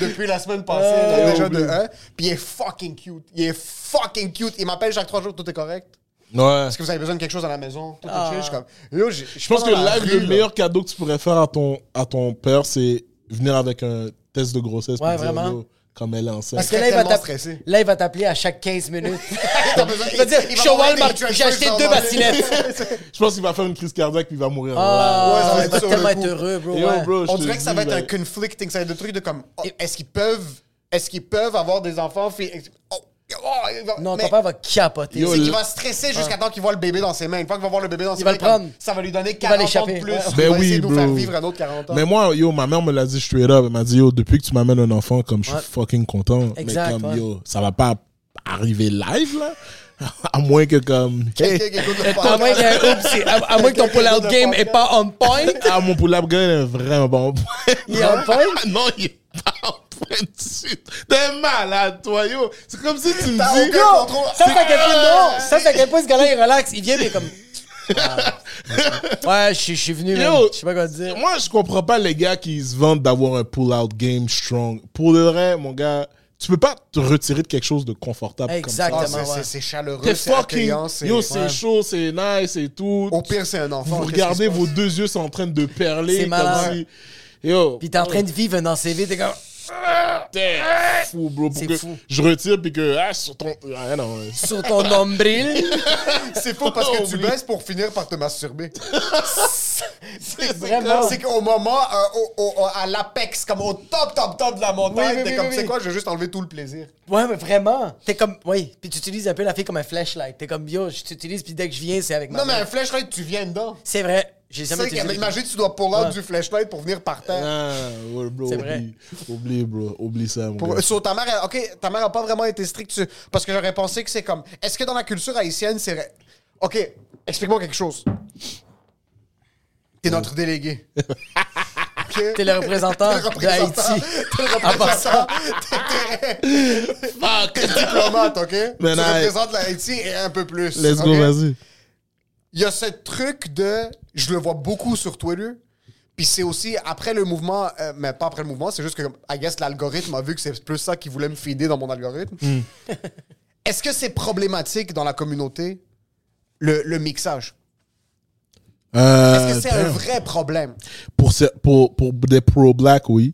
Speaker 3: depuis la semaine passée.
Speaker 2: Ah,
Speaker 3: là, déjà de un. Puis il est fucking cute. Il est fucking cute. Il m'appelle chaque trois jours, tout est correct.
Speaker 4: Ouais.
Speaker 3: Est-ce que vous avez besoin de quelque chose à la maison? Tout est chill. Je suis comme, yo, j'ai-
Speaker 4: Je pense que
Speaker 3: pas dans la
Speaker 4: là,
Speaker 3: rue,
Speaker 4: le
Speaker 3: là.
Speaker 4: meilleur cadeau que tu pourrais faire à ton, à ton père, c'est venir avec un test de grossesse. pour
Speaker 2: Ouais,
Speaker 4: dire,
Speaker 2: vraiment.
Speaker 4: yo, Comme elle est enceinte.
Speaker 2: Parce que
Speaker 3: serait
Speaker 2: là, il va
Speaker 3: tellement
Speaker 2: t'app-
Speaker 3: stressé.
Speaker 2: là, il va t'appeler à chaque 15 minutes.
Speaker 3: T'as besoin-
Speaker 2: il va dire,
Speaker 3: il
Speaker 2: je suis au
Speaker 3: m'envoyer
Speaker 2: Walmart,
Speaker 3: des
Speaker 2: j'ai acheté
Speaker 3: transfers
Speaker 2: deux
Speaker 3: dans la-
Speaker 2: bassinettes.
Speaker 4: Je pense qu'il va faire une crise cardiaque puis il va mourir.
Speaker 2: Ah,
Speaker 3: Ouais, ça va
Speaker 2: il
Speaker 3: être
Speaker 2: va
Speaker 3: sur le
Speaker 2: tellement
Speaker 3: coup.
Speaker 2: être heureux, bro.
Speaker 4: Yo,
Speaker 2: ouais.
Speaker 4: bro, je
Speaker 3: On
Speaker 4: te
Speaker 3: dirait que ça
Speaker 4: dis,
Speaker 3: va être un
Speaker 4: like,
Speaker 3: conflicting. Ça va être le truc de comme, oh, est-ce qu'ils peuvent, est-ce qu'ils peuvent avoir des enfants? fi- Oh, oh, il va-
Speaker 2: Non,
Speaker 3: mais-
Speaker 2: ton père va capoter.
Speaker 4: Yo,
Speaker 3: C'est qu'il
Speaker 4: le-
Speaker 3: va stresser jusqu'à temps qu'il voit le bébé dans ses mains. Une fois qu'il va voir le bébé dans ses
Speaker 2: va
Speaker 3: mains,
Speaker 2: le prendre.
Speaker 3: comme, ça va lui donner
Speaker 2: va
Speaker 3: 40 ans de
Speaker 2: l'échapper.
Speaker 3: plus.
Speaker 2: Ouais.
Speaker 3: Il
Speaker 4: Ben
Speaker 3: va essayer
Speaker 4: oui,
Speaker 3: de nous faire
Speaker 4: bro.
Speaker 3: vivre un autre 40 ans.
Speaker 4: Mais moi, yo, ma mère me l'a dit straight up. Elle m'a dit, yo, depuis que tu m'amènes un enfant, comme je suis fucking content.
Speaker 2: Exact,
Speaker 4: mais comme,
Speaker 2: ouais.
Speaker 4: yo, ça va pas arriver live, là. à moins que, comme, hey,
Speaker 3: Quelqu'un qui écoute le
Speaker 2: À
Speaker 3: podcast.
Speaker 2: moins qu'il y ait un oups, c'est- à- à moins que ton pull-out game est pas on point.
Speaker 4: ah, mon pull-up girl est un vrai bon point.
Speaker 2: Il est en point?
Speaker 4: Non, il est pas en point de suite. T'es malade, toi, yo. C'est comme si tu me
Speaker 3: T'as
Speaker 4: dis,
Speaker 3: aucun
Speaker 4: yo,
Speaker 3: contrôle. Ah,
Speaker 2: Ça, c'est à quel point, non! Ça, c'est à quel point ce gars-là, il relaxe. Il vient, mais comme. Ouais, je suis- je suis venu, man.
Speaker 4: Yo.
Speaker 2: Je sais pas quoi te dire.
Speaker 4: Moi, je comprends pas les gars qui se vantent d'avoir un pull-out game strong. Pour le vrai, mon gars, Tu peux pas te retirer de quelque chose de confortable
Speaker 2: Exactement.
Speaker 3: Ah,
Speaker 4: comme ça.
Speaker 3: c'est-
Speaker 2: ouais.
Speaker 3: c'est- c'est chaleureux,
Speaker 4: T'es
Speaker 3: c'est
Speaker 4: fucking.
Speaker 3: accueillant, c'est...
Speaker 4: Yo, c'est
Speaker 3: ouais.
Speaker 4: chaud, c'est nice et tout.
Speaker 3: Au pire, c'est un enfant.
Speaker 4: Vous
Speaker 3: qu'est-ce qui
Speaker 4: regardez,
Speaker 3: se passe?
Speaker 4: vos deux yeux sont en train de perler.
Speaker 2: C'est malade.
Speaker 4: Comme si... Yo,
Speaker 2: Puis t'es en train de vivre un CV, t'es comme.
Speaker 4: t'es fou, bro. Pour
Speaker 2: C'est
Speaker 4: que
Speaker 2: fou.
Speaker 4: je retire puis que. Ah, sur ton. Ah, non. ouais.
Speaker 2: Sur ton nombril.
Speaker 3: C'est faux parce
Speaker 2: Oh,
Speaker 3: que tu
Speaker 4: Oublie.
Speaker 3: baisses pour finir par te masturber.
Speaker 2: C'est vraiment.
Speaker 3: C'est qu'au moment, euh, au- au- à l'apex, comme au top, top, top de la montagne,
Speaker 2: Oui, oui,
Speaker 3: t'es
Speaker 2: oui,
Speaker 3: comme,
Speaker 2: oui,
Speaker 3: tu sais
Speaker 2: oui.
Speaker 3: quoi, je vais juste enlever tout le plaisir.
Speaker 2: Ouais, mais vraiment. T'es comme. Oui. Puis tu utilises un peu la fille comme un flashlight. T'es comme, yo, je t'utilise, puis dès que je viens, c'est avec ma.
Speaker 3: Non, mais
Speaker 2: main.
Speaker 3: un flashlight, tu viens dedans.
Speaker 2: C'est vrai. J'ai jamais
Speaker 3: C'est
Speaker 2: utilisé.
Speaker 3: que- Imagine, tu dois pull out
Speaker 2: Ouais.
Speaker 3: du flashlight pour venir par terre.
Speaker 4: Ah, ouais, bro.
Speaker 2: C'est
Speaker 4: Oublie,
Speaker 2: vrai.
Speaker 4: oublie, bro. Oublie ça, mon
Speaker 3: Pour,
Speaker 4: gars.
Speaker 3: so, ta mère, elle- ok, ta mère a pas vraiment été stricte sur- parce que j'aurais pensé que c'est comme. Est-ce que dans la culture haïtienne, c'est. ré- Ok, explique-moi quelque chose. T'es notre délégué. Ok?
Speaker 2: T'es le représentant
Speaker 3: T'es le
Speaker 2: de Haïti.
Speaker 3: T'es le
Speaker 4: Ah, bah.
Speaker 3: représentant. T'es- t'es- T'es diplomate, ok?
Speaker 4: Mais
Speaker 3: tu
Speaker 4: non,
Speaker 3: représentes la Haïti et un peu plus.
Speaker 4: Let's go,
Speaker 3: ok?
Speaker 4: vas-y.
Speaker 3: Il y a ce truc de. Je le vois beaucoup sur Twitter. Puis c'est aussi après le mouvement, euh, mais pas après le mouvement, c'est juste que, I guess, l'algorithme a vu que c'est plus ça qui voulait me feeder dans mon algorithme. Est-ce que c'est problématique dans la communauté, le, le mixage? Est-ce
Speaker 4: Euh,
Speaker 3: que c'est un
Speaker 4: damn.
Speaker 3: vrai problème?
Speaker 4: pour, ce- pour, pour des pro-black, oui.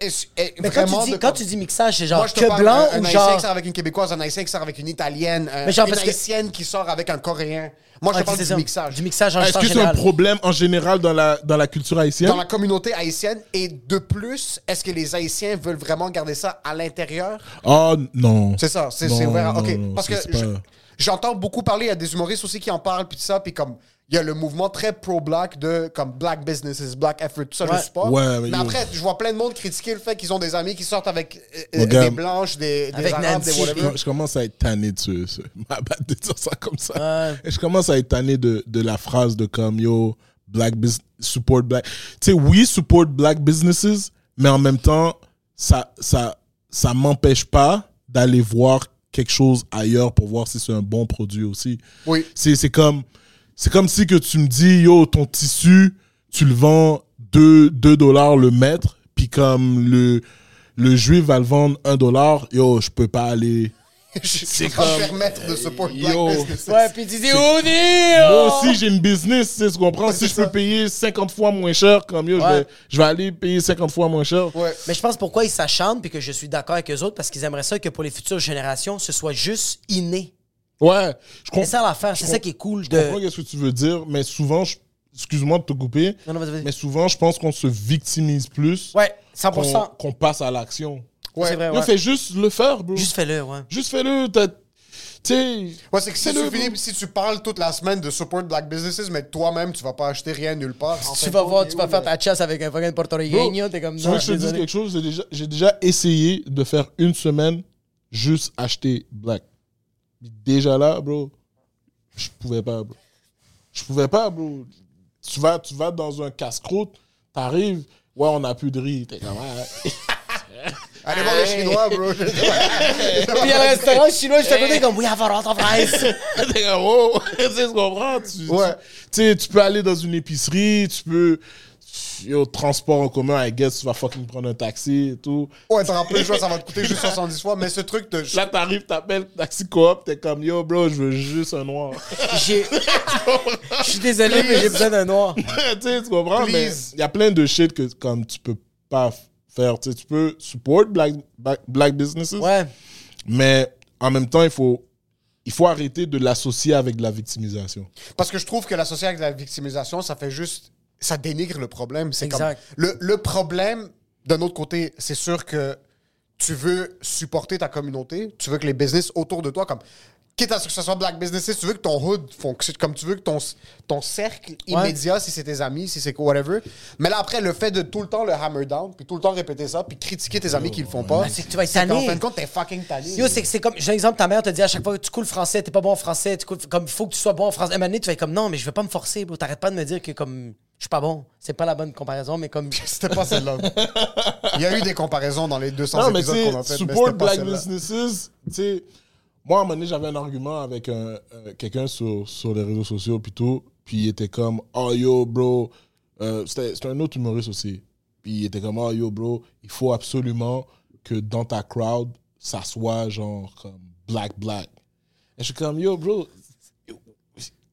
Speaker 3: Est-ce- est-
Speaker 2: Mais quand
Speaker 3: vraiment
Speaker 2: tu,
Speaker 3: de-
Speaker 2: dis, quand tu dis mixage, c'est genre
Speaker 3: Moi, je te
Speaker 2: que
Speaker 3: parle
Speaker 2: blanc
Speaker 3: un, un
Speaker 2: ou
Speaker 3: Haïtien
Speaker 2: genre.
Speaker 3: qui sort avec une Québécoise, un Haïtien qui sort avec une Italienne, un-
Speaker 2: Mais genre
Speaker 3: une
Speaker 2: parce que-
Speaker 3: Haïtienne qui sort avec un Coréen. Moi, je
Speaker 2: Ouais,
Speaker 3: te parle
Speaker 2: c'est
Speaker 3: du
Speaker 2: ça.
Speaker 3: mixage.
Speaker 2: Du mixage en
Speaker 4: Est-ce
Speaker 2: en
Speaker 4: que c'est un
Speaker 2: général.
Speaker 4: problème en général dans la, dans la culture haïtienne?
Speaker 3: Dans la communauté haïtienne. Et de plus, est-ce que les Haïtiens veulent vraiment garder ça à l'intérieur?
Speaker 4: Oh, non.
Speaker 3: C'est ça, c'est
Speaker 4: Non,
Speaker 3: c'est ouvert.
Speaker 4: non,
Speaker 3: OK,
Speaker 4: non,
Speaker 3: parce que
Speaker 4: c'est pas-
Speaker 3: je- j'entends beaucoup parler, il y a des humoristes aussi qui en parlent, puis tout ça, puis comme... Il y a le mouvement très pro-black de comme black businesses, black effort, tout ça,
Speaker 2: Ouais.
Speaker 3: je sais pas.
Speaker 4: Ouais, mais
Speaker 3: mais
Speaker 4: yo.
Speaker 3: après, je vois plein de monde critiquer le fait qu'ils ont des amis qui sortent avec euh,
Speaker 4: Mon
Speaker 3: euh,
Speaker 4: gars,
Speaker 3: des blanches, des, des
Speaker 2: avec
Speaker 3: arabes,
Speaker 2: Nancy,
Speaker 3: des whatever.
Speaker 4: Je, je commence à être tanné de ce, ce- ma bad de dire ça comme ça.
Speaker 2: Ouais.
Speaker 4: Et Je commence à être tanné de, de la phrase de comme yo, black business, support black. Tu sais, oui, support black businesses, mais en même temps, ça, ça, ça m'empêche pas d'aller voir quelque chose ailleurs pour voir si c'est un bon produit aussi.
Speaker 3: Oui.
Speaker 4: C'est, c'est comme, c'est comme si que tu me dis, yo, ton tissu, tu le vends 2 dollars le mètre, puis comme le, le juif va le vendre 1 dollar, yo, je peux pas aller.
Speaker 3: C'est comme permettre de support black
Speaker 4: Yo.
Speaker 3: business.
Speaker 2: Ouais, puis tu dis, oh,
Speaker 4: Moi aussi, j'ai une business, tu sais, tu comprends? Si je peux payer 50 fois moins cher, comme yo, je,
Speaker 2: Ouais.
Speaker 4: vais, je vais aller payer 50 fois moins cher.
Speaker 3: Ouais.
Speaker 2: Mais je pense pourquoi ils s'acharnent puis que je suis d'accord avec eux autres parce qu'ils aimeraient ça que pour les futures générations, ce soit juste inné.
Speaker 4: Ouais, je comprends.
Speaker 2: C'est ça l'affaire, c'est
Speaker 4: je
Speaker 2: ça qui est cool
Speaker 4: Je comprends
Speaker 2: de.
Speaker 4: qu'est-ce que tu veux dire, mais souvent, je- excuse-moi de te couper,
Speaker 2: Non, non, vas-y, vas-y.
Speaker 4: mais souvent, je pense qu'on se victimise plus
Speaker 2: Ouais,
Speaker 4: qu'on
Speaker 2: 100%.
Speaker 4: qu'on passe à l'action.
Speaker 2: C'est vrai,
Speaker 4: Yo,
Speaker 2: ouais.
Speaker 4: fais juste le faire, bro.
Speaker 2: Juste fais-le, ouais.
Speaker 4: Juste fais-le. t'as- Tu sais.
Speaker 3: Ouais, c'est que si
Speaker 4: fais-le,
Speaker 3: tu,
Speaker 4: bro.
Speaker 3: finis- si tu parles toute la semaine de support black businesses, mais toi-même, tu vas pas acheter rien nulle part. en fin
Speaker 2: Tu
Speaker 3: de
Speaker 2: vas
Speaker 3: compte,
Speaker 2: voir,
Speaker 3: il
Speaker 2: tu
Speaker 3: est
Speaker 2: vas
Speaker 3: où,
Speaker 2: faire
Speaker 3: le-
Speaker 2: ta chasse avec un fucking portoricain, t'es comme
Speaker 4: Tu veux
Speaker 2: non,
Speaker 4: que je te dise
Speaker 2: désolé.
Speaker 4: quelque chose, j'ai déjà, j'ai déjà essayé de faire une semaine juste acheter black. Déjà là, bro, je pouvais pas, bro. Je pouvais pas, bro. Tu vas, tu vas dans un casse-croûte, t'arrives, ouais, on a plus de riz. T'es comme, ouais.
Speaker 3: Allez voir les Chinois, bro.
Speaker 2: Puis à le restaurant chinois, je te connais comme, oui, avoir of rice.
Speaker 4: T'es comme, oh, tu sais, tu comprends? Tu,
Speaker 3: Ouais.
Speaker 4: tu, tu sais, tu peux aller dans une épicerie, tu peux. Yo, transport en commun, I guess, tu vas fucking prendre un taxi et tout.
Speaker 3: ouais, t'auras plus le choix, ça va te coûter juste 70 fois, mais ce truc de.
Speaker 4: Là, t'arrives, t'appelles taxi coop, t'es comme, yo, bro, je veux juste un noir.
Speaker 2: J'ai- Je suis désolé, mais j'ai besoin d'un noir.
Speaker 4: tu sais, tu comprends?
Speaker 3: Please.
Speaker 4: Mais il y a plein de shit que comme tu peux pas f- faire. Tu sais, tu peux support black, black, black businesses,
Speaker 2: Ouais.
Speaker 4: mais en même temps, il faut, il faut arrêter de l'associer avec de la victimisation.
Speaker 3: Parce que je trouve que l'associer avec la victimisation, ça fait juste. Ça dénigre le problème. C'est comme.
Speaker 2: Exact.
Speaker 3: Le, le problème, d'un autre côté, c'est sûr que tu veux supporter ta communauté, tu veux que les business autour de toi, comme. Quitte à ce que ce soit black businesses, tu veux que ton hood fonctionne, comme tu veux que ton, ton cercle immédiat, si c'est tes amis, si c'est quoi, whatever. Mais là, après, le fait de tout le temps le hammer down, puis tout le temps répéter ça, puis critiquer tes amis qui le font pas.
Speaker 2: Ah, c'est que tu vas être
Speaker 3: En
Speaker 2: tanné.
Speaker 3: fin de compte, t'es fucking tanné.
Speaker 2: Yo, c'est que c'est comme, j'ai un exemple, ta mère te dit à chaque fois que tu coules français, t'es pas bon en français, tu coules, comme, il faut que tu sois bon en français. À un moment donné, tu vas être comme, non, mais je vais pas me forcer, bro. T'arrêtes pas de me dire que, comme, je suis pas bon. C'est pas la bonne comparaison, mais comme,
Speaker 3: C'était pas celle-là. Il y a eu des comparaisons dans les 200
Speaker 4: Non, mais tu
Speaker 3: épisodes qu'on a
Speaker 4: sais,
Speaker 3: fait.
Speaker 4: support
Speaker 3: mais
Speaker 4: black
Speaker 3: c'était pas celle-là.
Speaker 4: businesses, tu sais, moi, à un moment donné, j'avais un argument avec un- euh, quelqu'un sur, sur les réseaux sociaux, puis tout, puis il était comme, oh yo, bro, Ah, euh, c'était c'était un autre humoriste aussi, puis il était comme, oh yo, bro, il faut absolument que dans ta crowd, ça soit genre comme black, black. Et je suis comme, yo, bro,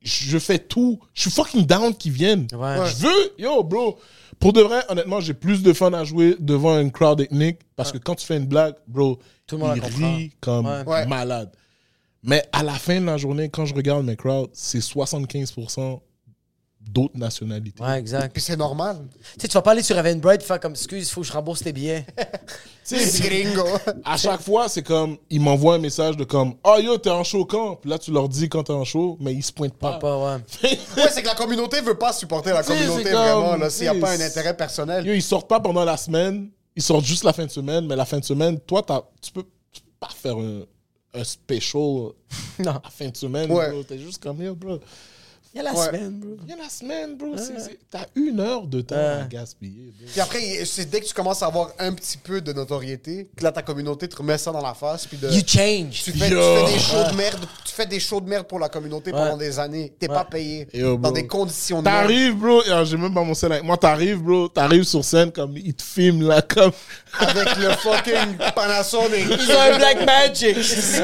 Speaker 4: je fais tout. Je suis fucking down qu'ils viennent.
Speaker 2: Ouais.
Speaker 4: Je veux, yo, bro. Pour de vrai, honnêtement, j'ai plus de fun à jouer devant une crowd ethnique parce que quand tu fais une blague, bro,
Speaker 2: Tout le monde
Speaker 4: ils
Speaker 2: la comprend.
Speaker 4: rient comme
Speaker 2: Ouais.
Speaker 3: Ouais.
Speaker 4: malade. Mais à la fin de la journée, quand je regarde mes crowds, c'est 75% d'autres nationalités.
Speaker 2: Ouais, exact.
Speaker 3: Puis c'est normal.
Speaker 2: Tu sais, tu vas pas aller sur Eventbrite et faire comme excuse, il faut que je rembourse tes billets.
Speaker 4: Tu sais,
Speaker 3: C'est gringo.
Speaker 4: à chaque fois, c'est comme, ils m'envoient un message de comme, oh yo, t'es en show quand? Puis là, tu leur dis quand t'es en show, mais ils se pointent pas.
Speaker 2: Pas, ouais.
Speaker 3: Ouais, c'est que la communauté veut pas supporter la
Speaker 4: Tu sais,
Speaker 3: communauté
Speaker 4: c'est comme-
Speaker 3: vraiment, là, s'il n'y a
Speaker 4: tu sais,
Speaker 3: pas un
Speaker 4: c'est-
Speaker 3: intérêt personnel.
Speaker 4: Yo, ils sortent pas pendant la semaine, ils sortent juste la fin de semaine, mais la fin de semaine, toi, t'as- tu, peux, tu peux pas faire un, un special
Speaker 2: Non.
Speaker 4: la fin de semaine,
Speaker 3: Ouais.
Speaker 4: bro. T'es juste comme, yo, bro.
Speaker 2: Il y a la
Speaker 3: Ouais.
Speaker 2: semaine, bro.
Speaker 4: Il y a la semaine, bro. c'est- c'est- T'as une heure de temps à gaspiller, bro.
Speaker 3: Puis après, c'est dès que tu commences à avoir un petit peu de notoriété que là, ta communauté te remet ça dans la face. Puis de,
Speaker 2: You
Speaker 3: tu,
Speaker 2: change.
Speaker 3: fais, tu
Speaker 4: Yo.
Speaker 3: fais des shows de merde. Tu fais des shows de merde pour la communauté pendant des années. T'es pas payé.
Speaker 4: Yo,
Speaker 3: dans
Speaker 4: bro.
Speaker 3: des conditions de merde.
Speaker 4: T'arrives, bro. et Ah, J'ai même pas mon scène avec moi. T'arrives, bro. T'arrives sur scène comme ils te filment là, comme.
Speaker 3: Avec le fucking Panasonic.
Speaker 2: Ils ont un Black Magic.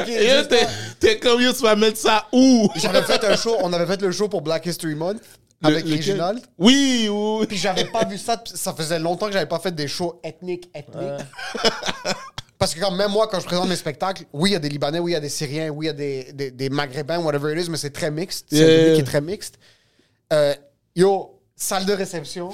Speaker 4: Et là, t'es- t'es comme yo, tu vas mettre ça où
Speaker 3: J'avais fait un show, on avait fait le show pour Black History Month
Speaker 4: Le-
Speaker 3: avec
Speaker 4: lequel?
Speaker 3: Reginald.
Speaker 4: Oui, oui.
Speaker 3: Puis j'avais pas vu ça, puis ça faisait longtemps que j'avais pas fait des shows ethniques, ethniques. Parce que quand même moi, quand je présente mes spectacles, oui, il y a des Libanais, oui, il y a des Syriens, oui, il y a des, des, des Maghrébins, whatever it is, mais c'est très mixte. C'est
Speaker 4: Yeah.
Speaker 3: un public qui est très mixte. Euh, yo, salle de réception,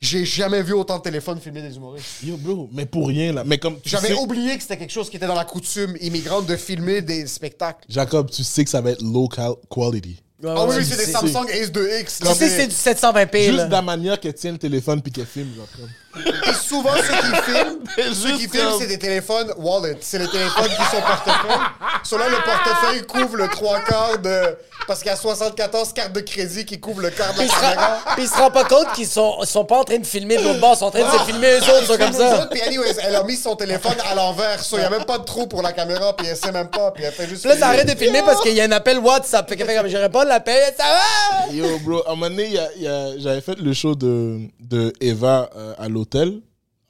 Speaker 3: j'ai jamais vu autant de téléphones filmer des humoristes.
Speaker 4: Yo, bro, mais pour rien, là. Mais comme. tu
Speaker 3: J'avais
Speaker 4: sais-
Speaker 3: oublié que c'était quelque chose qui était dans la coutume immigrante de filmer des spectacles.
Speaker 4: Jacob, tu sais que ça va être low cal- quality.
Speaker 3: Ah oui, oui, c'est des
Speaker 2: Tu
Speaker 3: Samsung Ace 2X.
Speaker 2: sais, c'est du 720p,
Speaker 4: Juste
Speaker 2: là.
Speaker 4: de la manière qu'elle tient le téléphone puis qu'elle filme, genre comme.
Speaker 3: Et souvent, ceux qui filment, ceux qui
Speaker 4: Juste
Speaker 3: filment,
Speaker 4: comme-
Speaker 3: c'est des téléphones wallet. C'est les téléphones qui sont portefeuille. Cela, le portefeuille couvre le trois quarts de. Parce qu'il y a 74 cartes de crédit qui couvrent le quart de la
Speaker 2: Puis ils, se
Speaker 3: caméra.
Speaker 2: rend- puis ils se rendent pas compte qu'ils sont, sont pas en train de filmer de l'autre bord, ils sont en train de se filmer eux autres, ils sont comme ça.
Speaker 3: Puis, anyways, elle a mis son téléphone à l'envers. Il n'y a même pas de trou pour la caméra, puis elle sait même pas. Puis elle fait juste.
Speaker 2: Puis là, ça arrête de filmer parce qu'il y a un appel WhatsApp. Fait qu'elle fait comme, je réponds à l'appel, ça va!
Speaker 4: Yo, bro, à un moment donné, il y a- il y a- j'avais fait le show de, de Eva euh, à l'hôtel,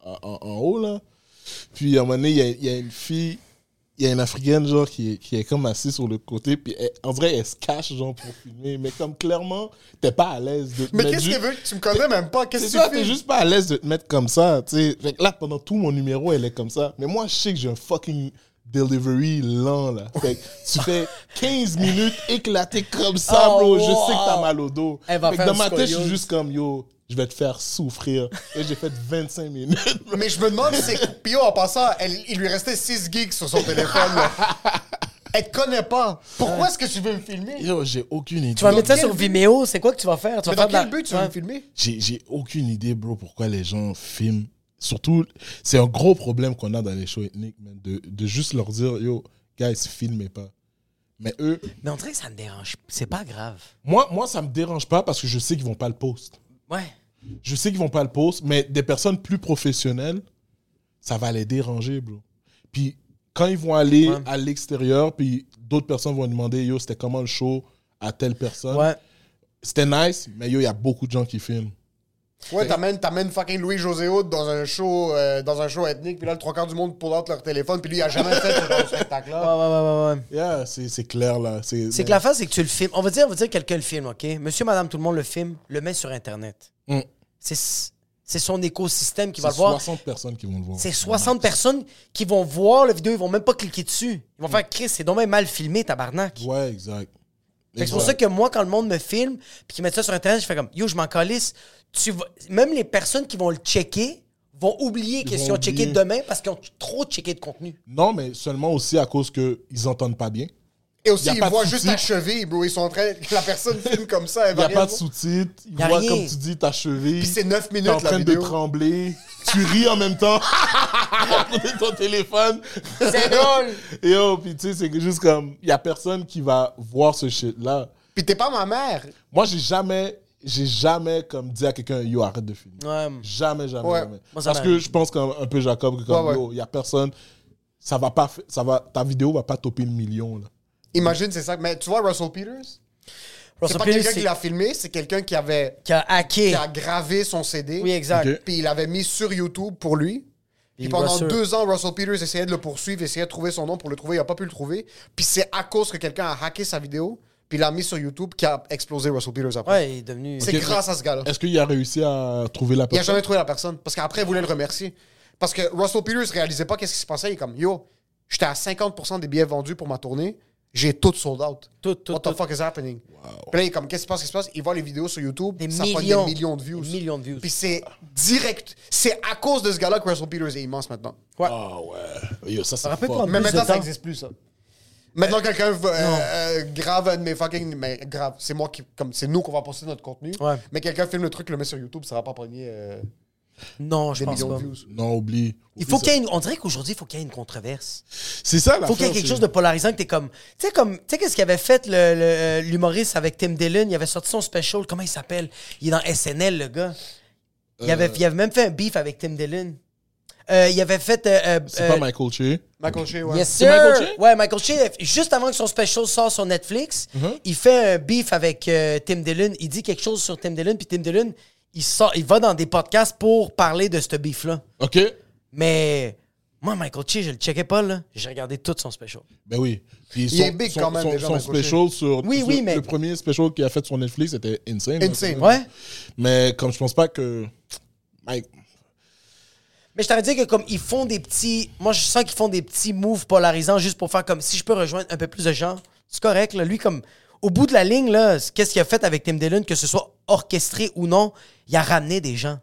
Speaker 4: en, en- en haut, là. Puis à un moment donné, il y a, il y a une fille, il y a une Africaine, genre, qui est, qui est comme assise sur le côté, puis elle- en vrai, elle se cache, genre, pour filmer. Mais comme, clairement, t'es pas à l'aise de te
Speaker 3: Mais
Speaker 4: mettre
Speaker 3: qu'est-ce
Speaker 4: ju-
Speaker 3: qu'elle veut? Tu me connais même pas. Qu'est-ce
Speaker 4: C'est
Speaker 3: que
Speaker 4: ça,
Speaker 3: tu
Speaker 4: t'es
Speaker 3: fais?
Speaker 4: juste pas à l'aise de te mettre comme ça, tu sais. Fait que là, pendant tout mon numéro, elle est comme ça. Mais moi, je sais que j'ai un fucking delivery lent, là. Fait que tu fais 15 minutes éclatées comme ça,
Speaker 2: Oh,
Speaker 4: bro. Je
Speaker 2: wow.
Speaker 4: sais que t'as mal au dos.
Speaker 2: Elle va
Speaker 4: Fait que
Speaker 2: faire
Speaker 4: dans ma tête, je suis
Speaker 2: scoliose.
Speaker 4: juste comme, yo, je vais te faire souffrir. Et j'ai fait 25 minutes.
Speaker 3: Mais je me demande, c'est. Pio, en passant, elle- il lui restait 6 gigs sur son téléphone. là. Elle te connaît pas. Pourquoi est-ce que tu veux me filmer?
Speaker 4: Yo, j'ai aucune idée.
Speaker 2: Tu vas mettre ça sur Vimeo, c'est quoi que tu vas faire? Tu vas
Speaker 3: Mais dans
Speaker 2: faire de la-
Speaker 3: quel but tu veux me filmer?
Speaker 4: J'ai j'ai aucune idée, bro, pourquoi les gens filment. Surtout, c'est un gros problème qu'on a dans les shows ethniques, man, de, de juste leur dire, yo, guys, filmez pas. Mais eux,
Speaker 2: Mais on dirait que ça me dérange. C'est pas grave.
Speaker 4: Moi, moi, ça me dérange pas parce que je sais qu'ils vont pas le post.
Speaker 2: Ouais.
Speaker 4: Je sais qu'ils vont pas le post, mais des personnes plus professionnelles, ça va les déranger, bro. Puis quand ils vont aller à l'extérieur, puis d'autres personnes vont demander, yo, c'était comment le show à telle personne.
Speaker 2: Ouais.
Speaker 4: C'était nice, mais yo, il y a beaucoup de gens qui filment.
Speaker 3: Ouais, t'amènes, t'amènes fucking Louis José Hood dans un show, euh, dans un show ethnique, puis là, le trois quarts du monde pull out leur téléphone, puis lui, il a jamais fait ce genre de
Speaker 2: Ouais,
Speaker 3: spectacle-là.
Speaker 2: ouais, ouais, ouais, ouais.
Speaker 4: Yeah, c'est c'est clair là. C'est
Speaker 2: C'est que la fin, c'est que tu le filmes. On va dire, on va dire que quelqu'un le filme, OK? Monsieur, madame, tout le monde le filme, le met sur Internet.
Speaker 4: Mm.
Speaker 2: C'est c'est son écosystème qui
Speaker 4: c'est
Speaker 2: va le voir.
Speaker 4: 60 personnes qui vont le voir.
Speaker 2: C'est 60 personnes qui vont voir la vidéo, ils vont même pas cliquer dessus. Ils vont faire Chris, c'est dommage mal filmé, tabarnak.
Speaker 4: Ouais, exact.
Speaker 2: Fait que C'est pour ça que moi, quand le monde me filme puis qu'ils mettent ça sur Internet, je fais comme Yo, je m'en calisse. Tu vas- Même les personnes qui vont le checker vont oublier qu'ils
Speaker 4: vont
Speaker 2: ont checké
Speaker 4: oublier.
Speaker 2: demain parce qu'ils ont trop checké de contenu.
Speaker 4: Non, mais seulement aussi à cause qu'ils entendent pas bien.
Speaker 3: Et aussi,
Speaker 4: Y a
Speaker 3: ils
Speaker 4: pas de
Speaker 3: voient juste ta
Speaker 4: souci.
Speaker 3: cheville, bro. Ils sont en train. La personne filme comme ça, elle
Speaker 4: Il n'y
Speaker 3: va
Speaker 4: a
Speaker 3: rien
Speaker 4: pas de
Speaker 3: voir.
Speaker 4: sous-titres. Il
Speaker 2: Y a
Speaker 4: voit,
Speaker 2: rien.
Speaker 4: comme tu dis, ta cheville.
Speaker 3: Puis c'est neuf minutes,
Speaker 4: T'es en
Speaker 3: la
Speaker 4: train de
Speaker 3: vidéo.
Speaker 4: trembler. Tu ris en même temps. de ton téléphone.
Speaker 2: C'est drôle.
Speaker 4: Et oh, puis tu sais, c'est juste comme... Il n'y a personne qui va voir ce shit-là.
Speaker 3: Puis t'es pas ma mère.
Speaker 4: Moi, j'ai jamais... J'ai jamais comme dit à quelqu'un yo arrête de filmer.
Speaker 2: Ouais.
Speaker 4: Jamais jamais
Speaker 3: Ouais.
Speaker 4: jamais.
Speaker 2: Moi, ça
Speaker 4: Parce que
Speaker 2: m'arrive.
Speaker 4: je pense comme un peu Jacob que comme
Speaker 3: Ouais, ouais.
Speaker 4: yo il y a personne ça va pas fa- ça va ta vidéo va pas toper le million là.
Speaker 3: Imagine, c'est ça. Mais tu vois, Russell Peters, c'est
Speaker 2: Russell Peters,
Speaker 3: pas quelqu'un
Speaker 2: c'est-
Speaker 3: qui l'a filmé, c'est quelqu'un qui avait.
Speaker 2: qui a
Speaker 3: qui
Speaker 2: hacké.
Speaker 3: a gravé son CD.
Speaker 2: Oui, exact.
Speaker 4: Ok.
Speaker 3: Puis il l'avait mis sur YouTube pour lui. Puis
Speaker 2: Puis
Speaker 3: pendant
Speaker 2: Russell-
Speaker 3: deux ans, Russell Peters essayait de le poursuivre, essayait de trouver son nom pour le trouver. Il n'a pas pu le trouver. Puis c'est à cause que quelqu'un a hacké sa vidéo, puis l'a mis sur YouTube, qui a explosé Russell Peters après.
Speaker 2: Ouais, il est devenu.
Speaker 3: C'est
Speaker 4: Ok,
Speaker 3: grâce à ce gars-là.
Speaker 4: Est-ce qu'il a réussi à trouver la
Speaker 3: Il n'a
Speaker 4: personne?
Speaker 3: jamais trouvé la personne. Parce qu'après, il voulait le remercier. Parce que Russell Peters réalisait pas qu'est-ce qui se passait. Il est comme, yo, j'étais à 50% des billets vendus pour ma tournée. J'ai tout sold out.
Speaker 2: Tout, tout,
Speaker 3: What the
Speaker 2: tout.
Speaker 3: fuck is happening? Puis là, il est comme, qu'est-ce qui se passe? Qu'est-ce qui se passe? Il voit les vidéos sur YouTube.
Speaker 2: Des
Speaker 3: ça prend
Speaker 2: millions.
Speaker 3: des millions de views.
Speaker 2: Des millions de views.
Speaker 3: Puis c'est direct. C'est à cause de ce gars-là que Russell Peters est immense maintenant.
Speaker 4: Ah ouais. Yo, ça, c'est
Speaker 2: Rappelle-toi,
Speaker 4: fort.
Speaker 3: Mais
Speaker 2: Oh, Plus
Speaker 3: maintenant,
Speaker 2: de temps.
Speaker 3: ça n'existe plus, ça. Maintenant, quelqu'un veut, euh, euh, grave un de mes fucking. Mais grave, c'est moi qui. Comme c'est nous qu'on va poster notre contenu.
Speaker 2: Ouais.
Speaker 3: Mais quelqu'un filme le truc, le met sur YouTube, ça va pas pogner euh,
Speaker 2: Non, je
Speaker 3: des
Speaker 2: pense
Speaker 3: millions
Speaker 2: pas.
Speaker 3: de views.
Speaker 4: Non, oublie.
Speaker 2: Il faut
Speaker 4: Oublie
Speaker 2: qu'il y ait une... On dirait qu'aujourd'hui, il faut qu'il y ait une controverse.
Speaker 4: ça. C'est ça,
Speaker 2: Il
Speaker 4: la
Speaker 2: faut qu'il y ait quelque chose de polarisant que t'es comme. Tu sais, comme. Tu sais, qu'est-ce qu'il avait fait le- le, euh, l'humoriste avec Tim Dillon Il avait sorti son special. Comment il s'appelle Il est dans SNL, le gars. Il, avait,
Speaker 4: Euh.
Speaker 2: il avait même fait un beef avec Tim Dillon. Euh, il avait fait. euh, euh,
Speaker 4: C'est
Speaker 2: euh,
Speaker 4: pas Michael Che.
Speaker 3: Michael Shea, ouais.
Speaker 2: Yes,
Speaker 4: C'est
Speaker 2: sir.
Speaker 4: Michael Che?
Speaker 2: Ouais, Michael Che, juste avant que son special sort sur Netflix,
Speaker 4: Mm-hmm.
Speaker 2: il fait un beef avec euh, Tim Dillon. Il dit quelque chose sur Tim Dillon, puis Tim Dillon, il, sort, il va dans des podcasts pour parler de ce beef-là.
Speaker 4: OK?
Speaker 2: Mais moi, Michael Che, je le checkais pas, là. J'ai regardé tout son special.
Speaker 4: Ben oui. Puis
Speaker 3: Il est big quand même,
Speaker 4: son,
Speaker 3: déjà,
Speaker 4: son
Speaker 3: Michael Che.
Speaker 4: special sur.
Speaker 2: Oui,
Speaker 4: sur-
Speaker 2: oui, mais-
Speaker 4: Le premier special qu'il a fait sur Netflix c'était insane.
Speaker 3: Insane.
Speaker 4: Là.
Speaker 2: Ouais.
Speaker 4: Mais comme je pense pas que. Mike.
Speaker 2: Mais je t'aurais dit que comme ils font des petits... Moi, je sens qu'ils font des petits moves polarisants juste pour faire comme si je peux rejoindre un peu plus de gens. C'est correct, là. Lui, comme... Au bout de la ligne, là, qu'est-ce qu'il a fait avec Tim Dillon, que ce soit orchestré ou non, il a ramené des gens.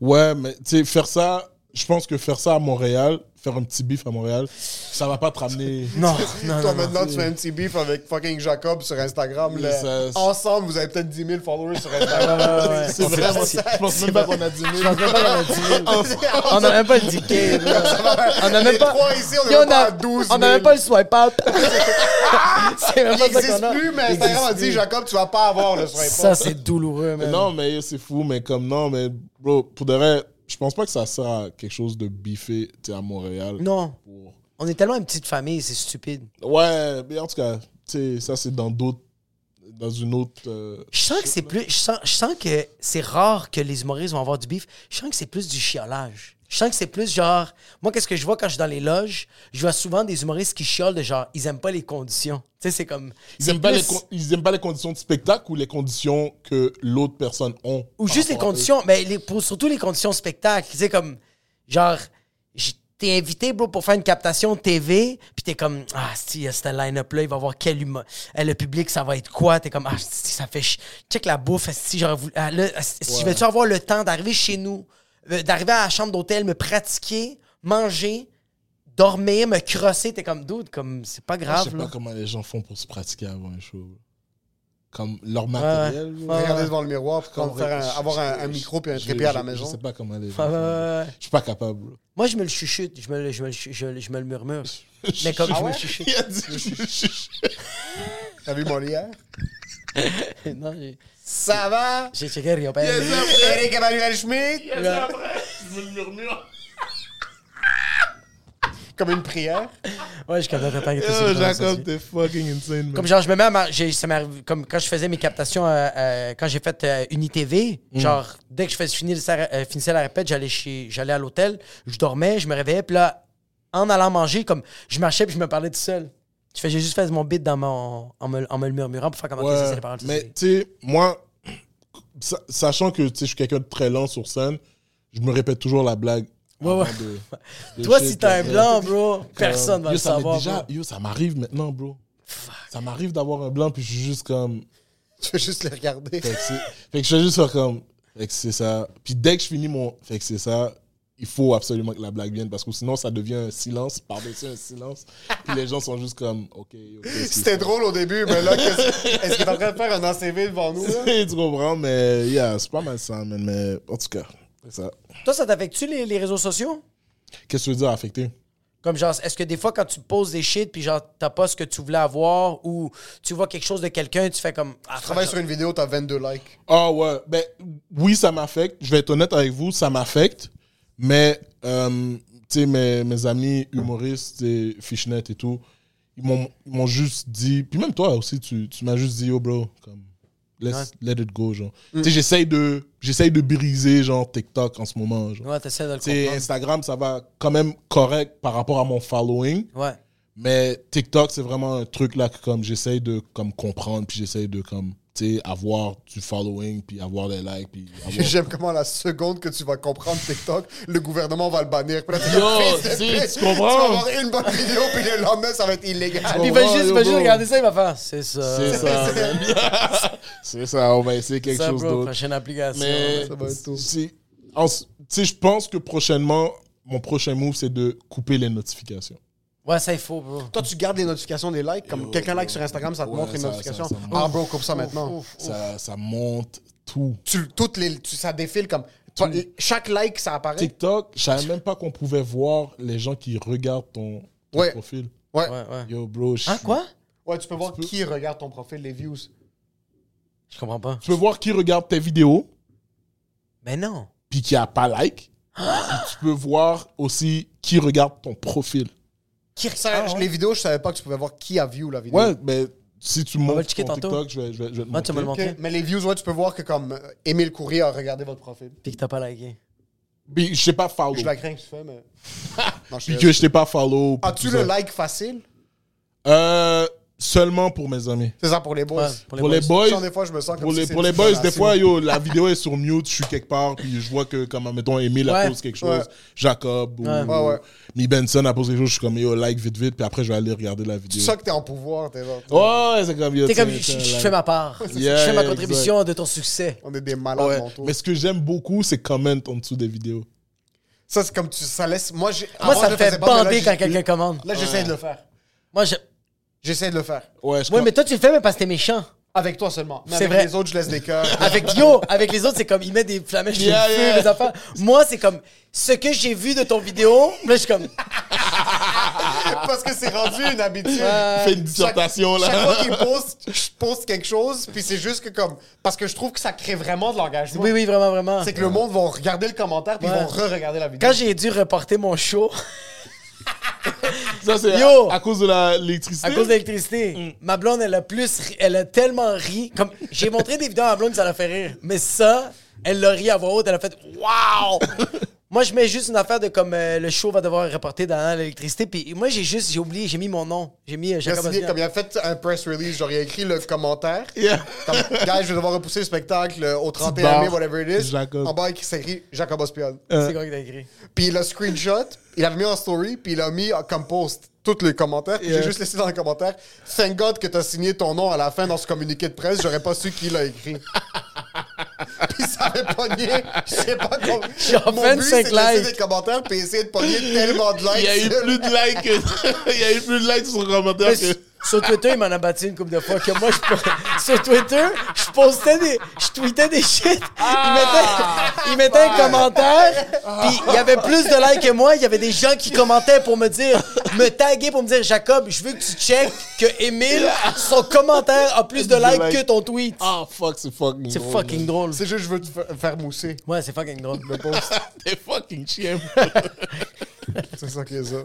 Speaker 4: Ouais, mais tu sais, faire ça. Je pense que faire ça à Montréal, faire un petit bif à Montréal, ça va pas te ramener.
Speaker 2: Non, non,
Speaker 3: Toi,
Speaker 2: non, non.
Speaker 3: maintenant, tu fais un petit beef avec fucking Jacob sur Instagram.
Speaker 4: Oui,
Speaker 3: là.
Speaker 4: ça, c'est-
Speaker 3: Ensemble, vous avez peut-être 10 000 followers sur Instagram.
Speaker 4: C'est vrai, moi, je pense même pas qu'on a dit
Speaker 2: Je pense même pas qu'on a dit mille. On n'a même pas le diqué. On n'a
Speaker 3: Les
Speaker 2: même pas.
Speaker 3: trois ici, on est
Speaker 2: Yo,
Speaker 3: même pas
Speaker 2: a-
Speaker 3: à 12 000.
Speaker 2: On n'a même pas le swipe out. C'est même pas
Speaker 3: Il
Speaker 2: ça qu'on
Speaker 3: n'existe
Speaker 2: a.
Speaker 3: plus, mais
Speaker 2: Il existe
Speaker 3: Instagram a
Speaker 2: plus.
Speaker 3: dit Jacob, tu vas pas avoir le soin.
Speaker 2: Ça, c'est douloureux, man.
Speaker 4: Non, mais c'est fou, mais comme non, mais bro, pour de vrai, je pense pas que ça sert à quelque chose de biffé tu sais, à Montréal.
Speaker 2: Non.
Speaker 4: Pour-
Speaker 2: On est tellement une petite famille, c'est stupide.
Speaker 4: Ouais, mais en tout cas, tu sais, ça c'est dans d'autres. Dans une autre. euh,
Speaker 2: Je sens que c'est plus. Je sens, je sens que c'est rare que les humoristes vont avoir du bif. Je sens que c'est plus du chiolage. Je sens que c'est plus genre. Moi, qu'est-ce que je vois quand je suis dans les loges? Je vois souvent des humoristes qui chiolent de genre, ils aiment pas les conditions. Tu sais, c'est comme.
Speaker 4: ils,
Speaker 2: c'est
Speaker 4: aiment pas
Speaker 2: plus-
Speaker 4: les con- ils aiment pas les conditions de spectacle ou les conditions que l'autre personne ont.
Speaker 2: Ou juste les conditions, mais les, pour- surtout les conditions spectacle. Tu sais, comme, genre, j- t'es invité, bro, pour faire une captation TV, puis t'es comme, ah, si, il y a ce line-up-là, il va voir quel humain. eh, le public, ça va être quoi? T'es comme, ah, si, ça fait. ch- Check la bouffe, si, j'aurais voulu. ah, là, si, je vais-tu avoir le temps d'arriver chez nous, euh, d'arriver à la chambre d'hôtel, me pratiquer, manger, dormir, me crosser? T'es comme, dude, comme, Ah, c'est pas
Speaker 4: Je sais
Speaker 2: grave,
Speaker 4: pas
Speaker 2: là.
Speaker 4: comment les gens font pour se pratiquer avant un show. Comme leur matériel.
Speaker 2: Ouais,
Speaker 4: ou-
Speaker 2: ouais.
Speaker 3: Regarder devant le miroir, puis prendre-
Speaker 4: Comme-
Speaker 3: faire un- avoir un, un micro puis un
Speaker 4: Je-
Speaker 3: trépied à
Speaker 4: je-
Speaker 3: la
Speaker 4: Je sais
Speaker 3: maison.
Speaker 4: pas comment les gens
Speaker 2: Ouais, ouais,
Speaker 4: font.
Speaker 2: ouais, ouais.
Speaker 4: Je suis pas capable. bro.
Speaker 2: Moi, je me le chuchote, je me le, je me le chu- je, je me le murmure. Mais comme je me le chuchote.
Speaker 4: Il a dit, je- je- je-
Speaker 3: T'as vu Molière?
Speaker 2: Non, j'ai-
Speaker 3: Ça va?
Speaker 2: J'ai checké Rio Père.
Speaker 3: Eric Emmanuel Schmidt? Comme une prière.
Speaker 2: Ouais, je capte pas quelque
Speaker 4: Yo,
Speaker 2: chose.
Speaker 4: Jacob, t'es fucking insane, man.
Speaker 2: Comme genre, je me mets à mar- j'ai- ça m'est arrivé- comme quand je faisais mes captations, euh, euh, quand j'ai fait euh, Unitv,
Speaker 4: Mm.
Speaker 2: genre, dès que je faisais- finis- euh, finissais la répète, j'allais chez, j'allais à l'hôtel, je dormais, je me réveillais, puis là, en allant manger, comme, je marchais, puis je me parlais tout seul. Je fais- J'ai juste fait mon beat dans mon, en, me, en me le murmurant pour faire comment
Speaker 4: Ouais,
Speaker 2: ça, c'est les paroles. ça,
Speaker 4: mais
Speaker 2: c'est-
Speaker 4: tu sais, moi, sa- sachant que tu sais, je suis quelqu'un de très lent sur scène, je me répète toujours la blague. avant
Speaker 2: ouais.
Speaker 4: de- de
Speaker 2: Toi,
Speaker 4: shit, euh,
Speaker 2: si t'es un
Speaker 4: comme-
Speaker 2: blanc, bro, personne va
Speaker 4: Yo,
Speaker 2: le
Speaker 4: ça m'est
Speaker 2: savoir.
Speaker 4: déjà-
Speaker 2: bro.
Speaker 4: yo, ça m'arrive maintenant, bro. Ça m'arrive d'avoir un blanc, puis je suis juste comme.
Speaker 3: Tu veux juste le regarder.
Speaker 4: Fait que, c'est- fait que je vais juste faire comme. Fait que c'est ça. Puis dès que je finis mon. Fait que c'est ça. Il faut absolument que la blague vienne parce que sinon ça devient un silence par-dessus un silence. Puis les gens sont juste comme, ok, ok. c'est
Speaker 3: C'était
Speaker 4: ça.
Speaker 3: drôle au début, mais là, qu'est-ce- est-ce qu'il est en train de faire un ACV devant nous? là?
Speaker 4: tu comprends, mais yeah, c'est pas mal ça, man. Mais en tout cas, c'est ça.
Speaker 2: Toi, ça t'affecte-tu les- les réseaux sociaux?
Speaker 4: Qu'est-ce que tu veux dire affecté?
Speaker 2: Comme genre, est-ce que des fois quand tu poses des shit puis genre t'as pas ce que tu voulais avoir ou tu vois quelque chose de quelqu'un, tu fais comme ah,
Speaker 3: Tu travailles sur une vidéo, t'as 22 likes.
Speaker 4: Ah ouais, ben oui, ça m'affecte. Je vais être honnête avec vous, ça m'affecte. Mais, euh, tu sais, mes, mes amis humoristes, et Fishnet et tout, ils m'ont ils m'ont juste dit. Puis même toi aussi, tu, tu m'as juste dit, yo bro, comme, let's let it go, genre. Tu sais, j'essaye de, j'essaye de briser, genre, TikTok en ce moment, genre.
Speaker 2: Ouais, t'essaies de le
Speaker 4: Tu sais,
Speaker 2: comprendre.
Speaker 4: Instagram, ça va quand même correct par rapport à mon following.
Speaker 2: Ouais.
Speaker 4: Mais TikTok, c'est vraiment un truc là que comme j'essaye de comme comprendre, puis j'essaye de comme tu sais avoir du following, puis avoir des likes, puis avoir...
Speaker 3: J'aime comment la seconde que tu vas comprendre TikTok, le gouvernement va le bannir. Puis là, t'es
Speaker 4: Yo,
Speaker 3: comme, Fils de
Speaker 4: si,
Speaker 3: pute,
Speaker 4: tu comprends?
Speaker 3: Tu vas avoir une bonne vidéo, puis le lendemain, ça va être illégal.
Speaker 4: Tu
Speaker 2: Puis il va
Speaker 4: comprends,
Speaker 2: juste, il
Speaker 4: yo,
Speaker 2: va juste
Speaker 4: bro?
Speaker 2: regarder ça, il va faire. C'est ça.
Speaker 4: C'est ça, man. c'est ça. On va essayer quelque
Speaker 2: ça,
Speaker 4: chose
Speaker 2: bro.
Speaker 4: d'autre.
Speaker 2: Prochaine application.
Speaker 4: Mais
Speaker 3: ça va être tout.
Speaker 4: c'est- en s- tu sais, je pense que prochainement, mon prochain move, c'est de couper les notifications.
Speaker 2: Ouais, ça, il faut, bro.
Speaker 3: Toi, tu gardes les notifications des likes. Comme quelqu'un like sur Instagram, ça te
Speaker 4: Ouais,
Speaker 3: montre les
Speaker 4: ça-
Speaker 3: notifications.
Speaker 4: ça- ça me-
Speaker 3: ah, bro, coupe ça maintenant.
Speaker 4: Ça, ça monte tout.
Speaker 3: Tu, toutes les, tu- ça défile comme. toi, chaque like, ça apparaît.
Speaker 4: TikTok, je savais même pas qu'on pouvait voir les gens qui regardent ton, ton
Speaker 3: Ouais.
Speaker 4: profil.
Speaker 3: Ouais.
Speaker 2: Ouais, ouais.
Speaker 4: Yo, bro. je
Speaker 2: Hein,
Speaker 4: suis-
Speaker 2: quoi
Speaker 3: Ouais, tu peux voir
Speaker 4: Tu peux-
Speaker 3: qui regarde ton profil, les views.
Speaker 2: Je comprends pas.
Speaker 4: Tu peux voir qui regarde tes vidéos.
Speaker 2: Mais non.
Speaker 4: puis qui a pas like. Puis tu peux voir aussi qui regarde ton profil.
Speaker 2: Qui
Speaker 3: Ça,
Speaker 2: Ah, ouais.
Speaker 3: Les vidéos, je savais pas que tu pouvais voir qui a view la vidéo.
Speaker 4: Ouais, mais si tu
Speaker 2: va
Speaker 4: montes
Speaker 2: le checker
Speaker 4: ton
Speaker 2: tantôt.
Speaker 4: TikTok, je vais, je vais, je vais te
Speaker 2: Moi, tu me le
Speaker 4: montrer.
Speaker 3: Ok,
Speaker 2: montrais.
Speaker 3: Mais les views, ouais, tu peux voir que comme euh, Émile Courrier a regardé votre profil.
Speaker 2: Puis que t'as pas liké.
Speaker 4: Puis je sais pas follow.
Speaker 3: Je la crains que tu fais, mais. Non, je
Speaker 4: Puis
Speaker 3: sais.
Speaker 4: que je t'ai pas follow. puis
Speaker 3: As-tu
Speaker 4: tout
Speaker 3: le
Speaker 4: ça.
Speaker 3: like facile?
Speaker 4: Euh, seulement pour mes amis.
Speaker 3: C'est ça pour les boys.
Speaker 2: Ouais,
Speaker 4: Pour les boys,
Speaker 3: Genre, des fois, je me sens comme
Speaker 4: pour
Speaker 3: si
Speaker 4: les,
Speaker 3: c'est
Speaker 4: pour
Speaker 3: une
Speaker 4: les boys, des
Speaker 3: relation.
Speaker 4: fois, yo, la vidéo est sur mute, je suis quelque part, puis je vois que, comme, mettons, Emile a
Speaker 2: Ouais.
Speaker 4: posé quelque chose,
Speaker 3: Ouais.
Speaker 4: Jacob ou
Speaker 2: Ouais.
Speaker 3: Ouais, ouais.
Speaker 4: Mi Benson a posé quelque chose, je suis comme, yo, like vite, vite, puis après, je vais aller regarder la
Speaker 3: Tu
Speaker 4: vidéo.
Speaker 3: sens que t'es en pouvoir, t'es genre.
Speaker 4: Ouais, c'est comme, yo,
Speaker 2: T'es
Speaker 4: tiens,
Speaker 2: comme, je
Speaker 4: tiens,
Speaker 2: je
Speaker 4: like.
Speaker 2: fais ma part.
Speaker 4: Yeah,
Speaker 2: je fais ma
Speaker 4: yeah,
Speaker 2: contribution de ton succès.
Speaker 3: On est des malades
Speaker 4: Ouais.
Speaker 3: mentaux.
Speaker 4: Mais ce que j'aime beaucoup, c'est comment en dessous des vidéos.
Speaker 3: Ça, c'est comme tu. Ça laisse. Moi, j'ai-
Speaker 2: Moi,
Speaker 3: avant,
Speaker 2: ça
Speaker 3: je
Speaker 2: me
Speaker 3: le
Speaker 2: fait
Speaker 3: faisais pas, mais là,
Speaker 2: bander
Speaker 3: j'ai-
Speaker 2: quand quelqu'un commande.
Speaker 3: Là, j'essaie de le faire.
Speaker 2: Moi, je...
Speaker 3: J'essaie de le faire.
Speaker 4: Ouais, je
Speaker 2: Ouais,
Speaker 4: com-
Speaker 2: mais toi, tu le fais, mais parce que t'es méchant.
Speaker 3: Avec toi seulement. Mais
Speaker 2: C'est
Speaker 3: avec
Speaker 2: vrai.
Speaker 3: les autres, je laisse des cœurs.
Speaker 2: Avec yo, avec les autres, c'est comme, ils mettent des flamèches sur
Speaker 4: Yeah,
Speaker 2: le feu,
Speaker 4: yeah.
Speaker 2: les affaires. Moi, c'est comme, ce que j'ai vu de ton vidéo, là, je suis comme,
Speaker 3: Parce que c'est rendu une habitude.
Speaker 4: Il fait une dissertation,
Speaker 3: Chaque
Speaker 4: là.
Speaker 3: fois qu'il poste, je poste quelque chose, puis c'est juste que comme. Parce que je trouve que ça crée vraiment de l'engagement.
Speaker 2: oui, oui, vraiment, vraiment.
Speaker 3: C'est que le monde va regarder le commentaire, puis
Speaker 2: Ouais.
Speaker 3: ils vont re-regarder la vidéo.
Speaker 2: Quand j'ai dû reporter mon show
Speaker 4: Ça, c'est
Speaker 2: Yo!
Speaker 4: à, à cause de la- l'électricité.
Speaker 2: à cause de l'électricité,
Speaker 4: Mm.
Speaker 2: ma blonde, elle a plus, ri- elle a tellement ri. Comme, j'ai montré des vidéos à ma blonde, ça l'a fait rire. Mais ça, elle l'a ri à voix haute, elle a fait, waouh! Moi, je mets juste une affaire de comme euh, le show va devoir reporter dans l'électricité. Puis moi, j'ai juste, j'ai oublié, j'ai mis mon nom. J'ai mis euh,
Speaker 3: Il a
Speaker 2: Jacob
Speaker 3: signé,
Speaker 2: Osmian.
Speaker 3: comme il a fait un press release, genre il a écrit le commentaire.
Speaker 4: Yeah.
Speaker 3: Comme, guys, je vais devoir repousser le spectacle euh, au 31
Speaker 4: barre.
Speaker 3: mai, whatever it is.
Speaker 4: Jacob. Euh.
Speaker 3: En bas, il s'écrit Jacob Ospion.
Speaker 2: C'est quoi que t'as écrit?
Speaker 3: Puis il a screenshot, il l'avait mis en story, puis il a mis en- comme post tous les commentaires. Puis j'ai juste laissé dans les commentaires Thank God que t'as signé ton nom à la fin dans ce communiqué de presse, j'aurais pas su qui l'a écrit. puis ça avait pogné, je sais pas comment.
Speaker 2: J'ai en
Speaker 3: Mon
Speaker 2: 25
Speaker 3: but, c'est de laisser
Speaker 2: likes.
Speaker 3: des commentaires, puis essayer de pogner tellement de likes.
Speaker 4: Il y a eu
Speaker 3: que-
Speaker 4: plus de likes. que- Il y a eu plus de likes sur son commentaire
Speaker 2: Mais
Speaker 4: que.
Speaker 2: sur- Sur Twitter, il m'en a battu une couple de fois que moi, je, po- sur Twitter, je postais des, je tweetais des shit. il mettait, il mettait un commentaire, puis il y avait plus de likes que moi. Il y avait des gens qui commentaient pour me dire, me taguer pour me dire, Jacob, je veux que tu checkes que Emile, son commentaire a plus de
Speaker 4: De
Speaker 2: likes
Speaker 4: likes.
Speaker 2: que ton tweet.
Speaker 4: Ah, fuck, c'est fucking.
Speaker 2: C'est
Speaker 4: drôle,
Speaker 2: fucking
Speaker 4: man.
Speaker 2: drôle.
Speaker 3: C'est juste, je veux te fa- faire mousser.
Speaker 2: Ouais, c'est fucking drôle.
Speaker 4: T'es fucking chien.
Speaker 3: C'est ça qui est ça.